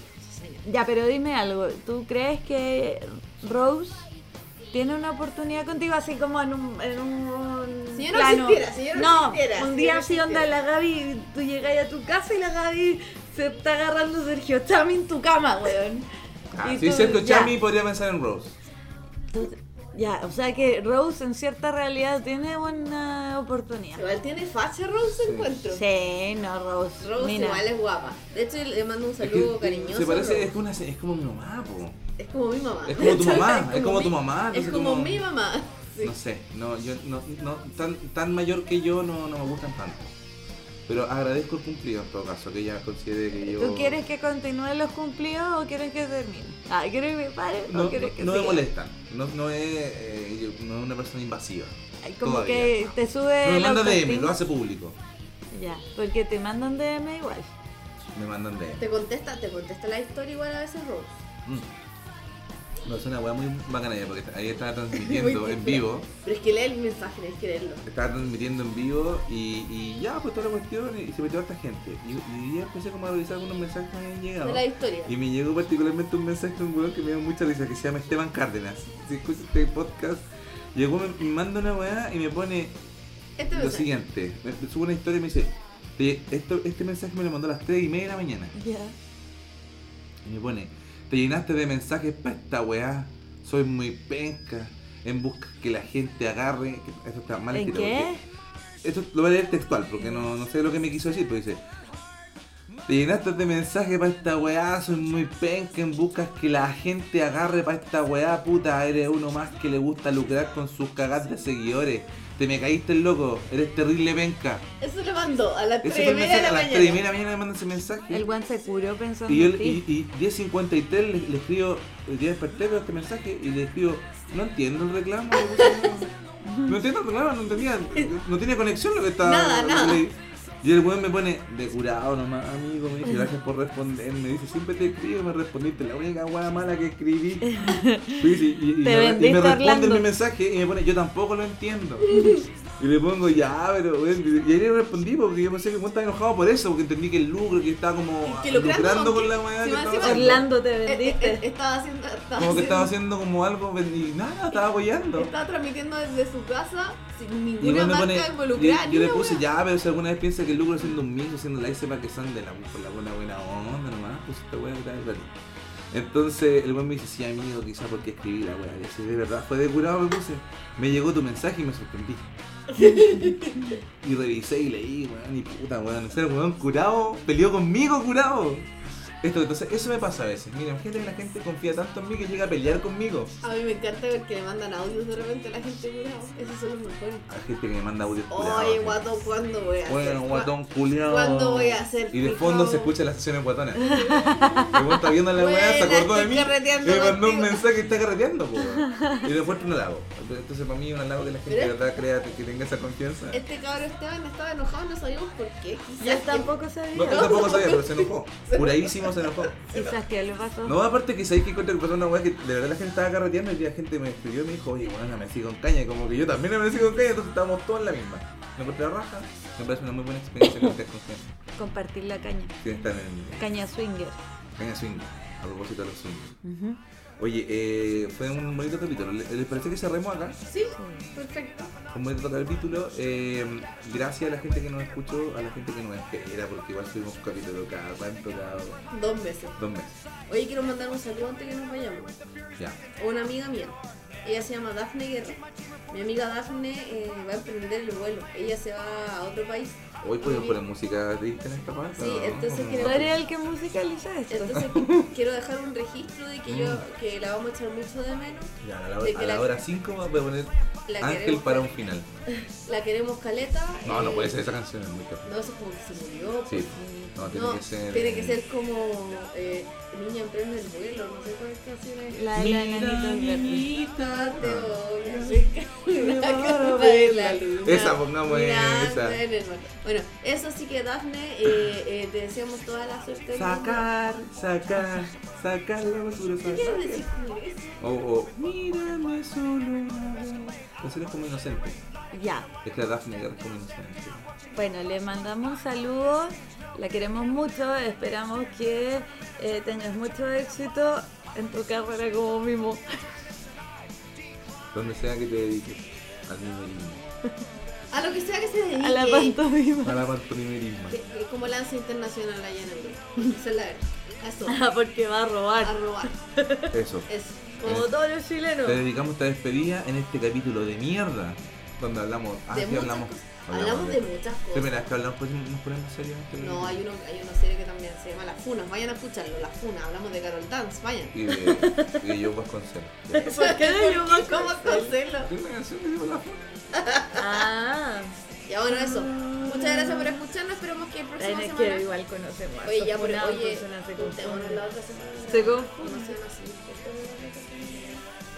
Speaker 2: Ya, pero dime algo. ¿Tú crees que Rose tiene una oportunidad contigo así como en un. En un
Speaker 4: Si yo no
Speaker 2: plano?
Speaker 4: existiera, si yo no existiera,
Speaker 2: un
Speaker 4: si
Speaker 2: día
Speaker 4: yo no
Speaker 2: así onda
Speaker 4: existiera.
Speaker 2: la Gaby, tú llegas a tu casa y la Gaby se está agarrando Sergio Chami en tu cama, weón.
Speaker 3: Ah,
Speaker 2: Y
Speaker 3: si
Speaker 2: tú-
Speaker 3: Sergio
Speaker 2: ya.
Speaker 3: Chami podría pensar en Rose.
Speaker 2: Ya, o sea que Rose en cierta realidad tiene buena oportunidad.
Speaker 4: Igual tiene facha Rose
Speaker 3: Sí.
Speaker 4: encuentro.
Speaker 2: Sí, no, Rose.
Speaker 4: Rose
Speaker 2: Mina.
Speaker 4: igual es guapa. De hecho le mando un
Speaker 3: Es que
Speaker 4: saludo cariñoso.
Speaker 3: Se
Speaker 4: a
Speaker 3: parece,
Speaker 4: Rose.
Speaker 3: es, que una, es como mi mamá, po.
Speaker 4: Es como mi mamá.
Speaker 3: Es como tu mamá,
Speaker 4: Es
Speaker 3: es como tu
Speaker 4: mi-
Speaker 3: mamá,
Speaker 4: Es
Speaker 3: entonces
Speaker 4: como,
Speaker 3: Ah, como-
Speaker 4: mi mamá. Sí.
Speaker 3: No sé, no, yo, no, no, tan, tan mayor que yo no, no me gustan tanto. Pero agradezco el cumplido en todo caso, que ella considere que yo.
Speaker 2: ¿Tú quieres que continúen los cumplidos o quieres que termine? Ah, ¿quieres que me pare
Speaker 3: No,
Speaker 2: o quieres que
Speaker 3: no me
Speaker 2: siga?
Speaker 3: molestan, no, no, es, eh, yo- no es una persona invasiva.
Speaker 2: Ay, Como
Speaker 3: Todavía.
Speaker 2: que te sube
Speaker 3: No me
Speaker 2: la
Speaker 3: manda DM,
Speaker 2: autoestima.
Speaker 3: lo hace público.
Speaker 2: Ya, porque te mandan DM igual.
Speaker 3: Me mandan DM.
Speaker 4: Te contesta, te contesta la historia igual a veces Rose.
Speaker 3: Mm. No, es una weá muy bacana ya, porque ahí estaba transmitiendo
Speaker 4: Muy
Speaker 3: en
Speaker 4: simple.
Speaker 3: vivo.
Speaker 4: Pero es que lee el mensaje, tienes que leerlo.
Speaker 3: Estaba transmitiendo en vivo y, y ya, pues toda la cuestión y se metió harta gente. Y, y ya empecé como a revisar algunos mensajes que me habían llegado.
Speaker 4: De la historia.
Speaker 3: Y me llegó particularmente un mensaje de un weón que me dio mucha risa, que se llama Esteban Cárdenas. Si escuchas este podcast, llegó, me, me manda una weá y me pone
Speaker 4: Este
Speaker 3: lo
Speaker 4: mensaje.
Speaker 3: siguiente. Me, me sube una historia y me dice, "Te- esto, este mensaje me lo mandó a las 3 y media de la mañana.
Speaker 2: Ya.
Speaker 3: Y me pone, te llenaste de mensajes para esta weá. Soy muy penca. En busca que la gente agarre. que- Esto está mal
Speaker 2: ¿En
Speaker 3: escrito,
Speaker 2: qué?
Speaker 3: porque- Esto lo voy a leer textual porque no, no sé lo que me quiso decir, pero dice. Te llenaste de mensajes para esta weá, soy muy penca en busca que la gente agarre para esta weá, puta, eres uno más que le gusta lucrar con sus cagadas de seguidores. Te me caíste loco, eres terrible penca.
Speaker 4: Eso lo mandó a las 3
Speaker 3: Ese fue el
Speaker 4: de
Speaker 3: mensaje,
Speaker 4: la
Speaker 3: a las 3 y
Speaker 4: mañana.
Speaker 3: media de la mañana me mandan ese mensaje.
Speaker 2: El guan se curó pensando
Speaker 3: Y yo
Speaker 2: en
Speaker 3: le-
Speaker 2: ti.
Speaker 3: y, y 10.53 le, le escribo, yo desperté con este mensaje y le escribo, no entiendo el reclamo. le puse, No, no entiendo el reclamo, no entendía, no tiene conexión lo que estaba.
Speaker 4: Nada,
Speaker 3: lo que
Speaker 4: nada.
Speaker 3: leí. Y el weón me pone, de curado nomás, amigo, me dice, gracias por responder. Me dice, siempre te escribo, me respondiste la única weá mala que escribí. Me dice, Y,
Speaker 2: Te
Speaker 3: y me, y me
Speaker 2: vendiste,
Speaker 3: responde
Speaker 2: Orlando.
Speaker 3: mi mensaje y me pone, yo tampoco lo entiendo. Y le pongo, ya, pero, weón. Y ahí le respondí porque yo pensé que el weón estaba enojado por eso, porque entendí que el lucro, que estaba como
Speaker 4: Que lucrando
Speaker 3: lucrando
Speaker 4: con
Speaker 3: con la
Speaker 4: que-
Speaker 3: weá.
Speaker 4: si
Speaker 3: que estaba
Speaker 4: más encima-
Speaker 3: haciendo.
Speaker 2: Orlando te
Speaker 4: Eh, eh,
Speaker 2: vendiste.
Speaker 4: estaba haciendo. Estaba
Speaker 3: Como que estaba
Speaker 4: haciendo-
Speaker 3: haciendo como algo, y nada, estaba apoyando.
Speaker 4: Estaba transmitiendo desde su casa sin
Speaker 3: Y
Speaker 4: ninguna
Speaker 3: bueno,
Speaker 4: marca
Speaker 3: pone-
Speaker 4: involucrada.
Speaker 3: yo-
Speaker 4: ni
Speaker 3: yo le
Speaker 4: una
Speaker 3: puse
Speaker 4: wea.
Speaker 3: ya, pero si alguna vez piensa que el lucro haciendo un mix, haciendo la sepa que son de la, por la buena, buena onda nomás, pues esta wea que tal, tal. Entonces el buen me dice, sí amigo, quizá porque escribí la wea. Y así de verdad, fue de curado me puse. Me llegó tu mensaje y me sorprendí. y revisé y leí, weón, y puta weón, en serio, weón, curado, peleó conmigo, curado. Esto, entonces, eso me pasa a veces. Mira, fíjate que la gente confía tanto en mí que llega a pelear conmigo.
Speaker 4: A mí me encanta ver que le mandan audios de repente a la gente curado. Esos son los mejores.
Speaker 3: Hay gente que me manda audios curados.
Speaker 4: Oye, guatón, ¿cuándo Este voy a hacer?
Speaker 3: Bueno, guatón culiao.
Speaker 4: ¿Cuándo voy a hacer
Speaker 3: Y de
Speaker 4: picao?
Speaker 3: fondo se escucha las sesiones guatonas. El guatón está viendo la
Speaker 4: Buena,
Speaker 3: weá, se acordó de
Speaker 4: estoy
Speaker 3: mí.
Speaker 4: carreteando
Speaker 3: Me mandó un
Speaker 4: contigo.
Speaker 3: mensaje y está carreteando, po. weón. Y de fuerte un halago. Entonces, para mí es un halago que la gente de
Speaker 4: Pero-
Speaker 3: verdad crea que que tenga esa confianza.
Speaker 4: Este cabrón Esteban estaba enojado, no sabíamos por qué. Quizás
Speaker 2: Yo
Speaker 4: que-
Speaker 2: tampoco
Speaker 3: No, yo
Speaker 2: sabía.
Speaker 3: tampoco sabía, pero se enojó. Curadísimo se enojó.
Speaker 2: Quizás que lo pasó.
Speaker 3: No, aparte que sabéis que encuentro que pasó una weá que de verdad la gente estaba carreteando y la gente me escribió y me dijo, oye, bueno, me con caña, y como que yo también me con caña, entonces estábamos todos en la misma. Me encontré raja, me parece una muy buena experiencia con esta confianza.
Speaker 2: Compartir la caña.
Speaker 3: que están en
Speaker 2: Caña swinger.
Speaker 3: Caña Swing, a propósito de los swing. Oye, eh, fue un bonito capítulo. ¿Le- ¿Les parece que cerremos acá?
Speaker 4: Sí, perfecto.
Speaker 3: Un bonito capítulo. Eh, gracias a la gente que nos escuchó, a la gente que nos espera, porque igual subimos un capítulo cada cuánto, cada
Speaker 4: Dos meses.
Speaker 3: dos meses.
Speaker 4: Oye, quiero mandar un saludo antes que nos vayamos.
Speaker 3: Ya.
Speaker 4: A una amiga mía. Ella se llama Dafne Guerra. Mi amiga Dafne eh, va a emprender el vuelo. Ella se va a otro país.
Speaker 3: Hoy podemos poner música triste en esta parte.
Speaker 4: Sí,
Speaker 3: ¿no?
Speaker 4: entonces
Speaker 3: Como-
Speaker 4: quiero-
Speaker 2: ¿Tú eres el que musicaliza esto?
Speaker 4: Entonces quiero dejar un registro de que yo
Speaker 3: Mm.
Speaker 4: que la vamos a echar mucho de menos.
Speaker 3: Ya, a la,
Speaker 4: de que
Speaker 3: a la
Speaker 4: la-
Speaker 3: hora 5 voy a poner
Speaker 4: La
Speaker 3: Ángel
Speaker 4: queremos-
Speaker 3: para un final.
Speaker 4: La queremos caleta.
Speaker 3: No, no
Speaker 4: eh,
Speaker 3: puede ser esa canción, es muy terrible.
Speaker 4: No, eso es como que se murió.
Speaker 3: Sí.
Speaker 4: pues,
Speaker 3: No, tiene que ser-
Speaker 4: tiene que ser como eh, Niña emprende el vuelo. No sé cuál es eh, la canción es.
Speaker 2: La de la enanita
Speaker 4: Te voy a sacar de la luna.
Speaker 3: Esa, pongamos
Speaker 4: Mirando
Speaker 3: esa.
Speaker 4: en el mar. Bueno, eso sí que Dafne, eh, eh, te deseamos toda la suerte. del mundo.
Speaker 3: Sacar, sacar, sacar la basura,
Speaker 4: ¿Qué quieres
Speaker 3: sacar.
Speaker 4: decir con eso?
Speaker 3: O, o mírame solo una vez. Canciones como inocente.
Speaker 2: Ya.
Speaker 3: Es que la Daphne Guerra es como inocente.
Speaker 2: Bueno, le mandamos saludos, la queremos mucho, esperamos que eh, tengas mucho éxito en tu carrera como mimo.
Speaker 3: Donde sea que te dediques. Al mimerismo.
Speaker 4: A lo que sea que se dedique.
Speaker 2: A la pantomima.
Speaker 3: A la pantomimerismo.
Speaker 4: Que- que Como lanza internacional allá en el Esa es la verdad. Eso.
Speaker 2: Ah, Porque va a
Speaker 4: A
Speaker 2: robar.
Speaker 4: robar.
Speaker 3: Eso.
Speaker 4: Eso.
Speaker 2: Como todos los chilenos.
Speaker 3: Te dedicamos esta despedida en este capítulo de mierda. Donde hablamos. Ah,
Speaker 4: De
Speaker 3: sí,
Speaker 4: muchas
Speaker 3: hablamos.
Speaker 4: cosas. Hablamos de muchas
Speaker 3: Sí,
Speaker 4: cosas.
Speaker 3: mira, es que hablamos, pues, nos ponemos serios en este
Speaker 4: No,
Speaker 3: capítulo.
Speaker 4: hay, uno, hay una serie que también se llama Las Funas. Vayan a escucharlo. Las Funas. Hablamos de Carol Dance. Vayan.
Speaker 3: Y de, y de Joe Vasconcelos.
Speaker 2: qué de Joe
Speaker 4: ¿Por qué? ¿Cómo
Speaker 2: Vasconcelos?
Speaker 4: hacerlo?
Speaker 3: Tiene una canción que se llama La Funa.
Speaker 2: Ah,
Speaker 4: Ya bueno, eso. Muchas gracias por escucharnos. Esperemos que el próximo
Speaker 2: es
Speaker 4: semana.
Speaker 2: que igual conocemos. a
Speaker 4: Oye, ya por
Speaker 2: Sofuna,
Speaker 4: oye,
Speaker 2: Sofuna se
Speaker 4: juntémonos
Speaker 2: confunde.
Speaker 4: la otra semana.
Speaker 2: Se confunde.
Speaker 4: No sé, no sé.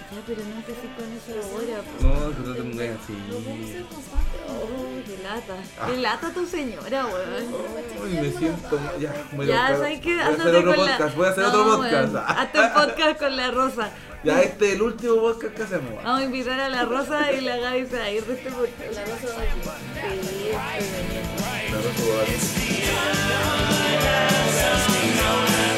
Speaker 2: Ya, pero no empecé con eso ahora. po.
Speaker 3: No, que no te pongas
Speaker 4: No podemos
Speaker 3: así.
Speaker 4: ser constantes.
Speaker 2: Oh, qué lata.
Speaker 3: Ah.
Speaker 2: Qué lata tu señora, weón.
Speaker 3: Ay, me siento mal. ya, bueno,
Speaker 2: ya,
Speaker 3: claro.
Speaker 2: ¿sabes qué?
Speaker 3: Voy a
Speaker 2: Ándate
Speaker 3: hacer otro
Speaker 2: con la-
Speaker 3: podcast, voy a hacer
Speaker 2: No,
Speaker 3: otro
Speaker 2: weón,
Speaker 3: podcast.
Speaker 2: Hazte un podcast con la rosa.
Speaker 3: Ya este es el último podcast que hacemos.
Speaker 2: Vamos a invitar a la rosa y la Gaby se va a ir de este podcast.
Speaker 4: La rosa de aquí. Sí, sí.
Speaker 3: Claro, eso va a-
Speaker 5: Just be known as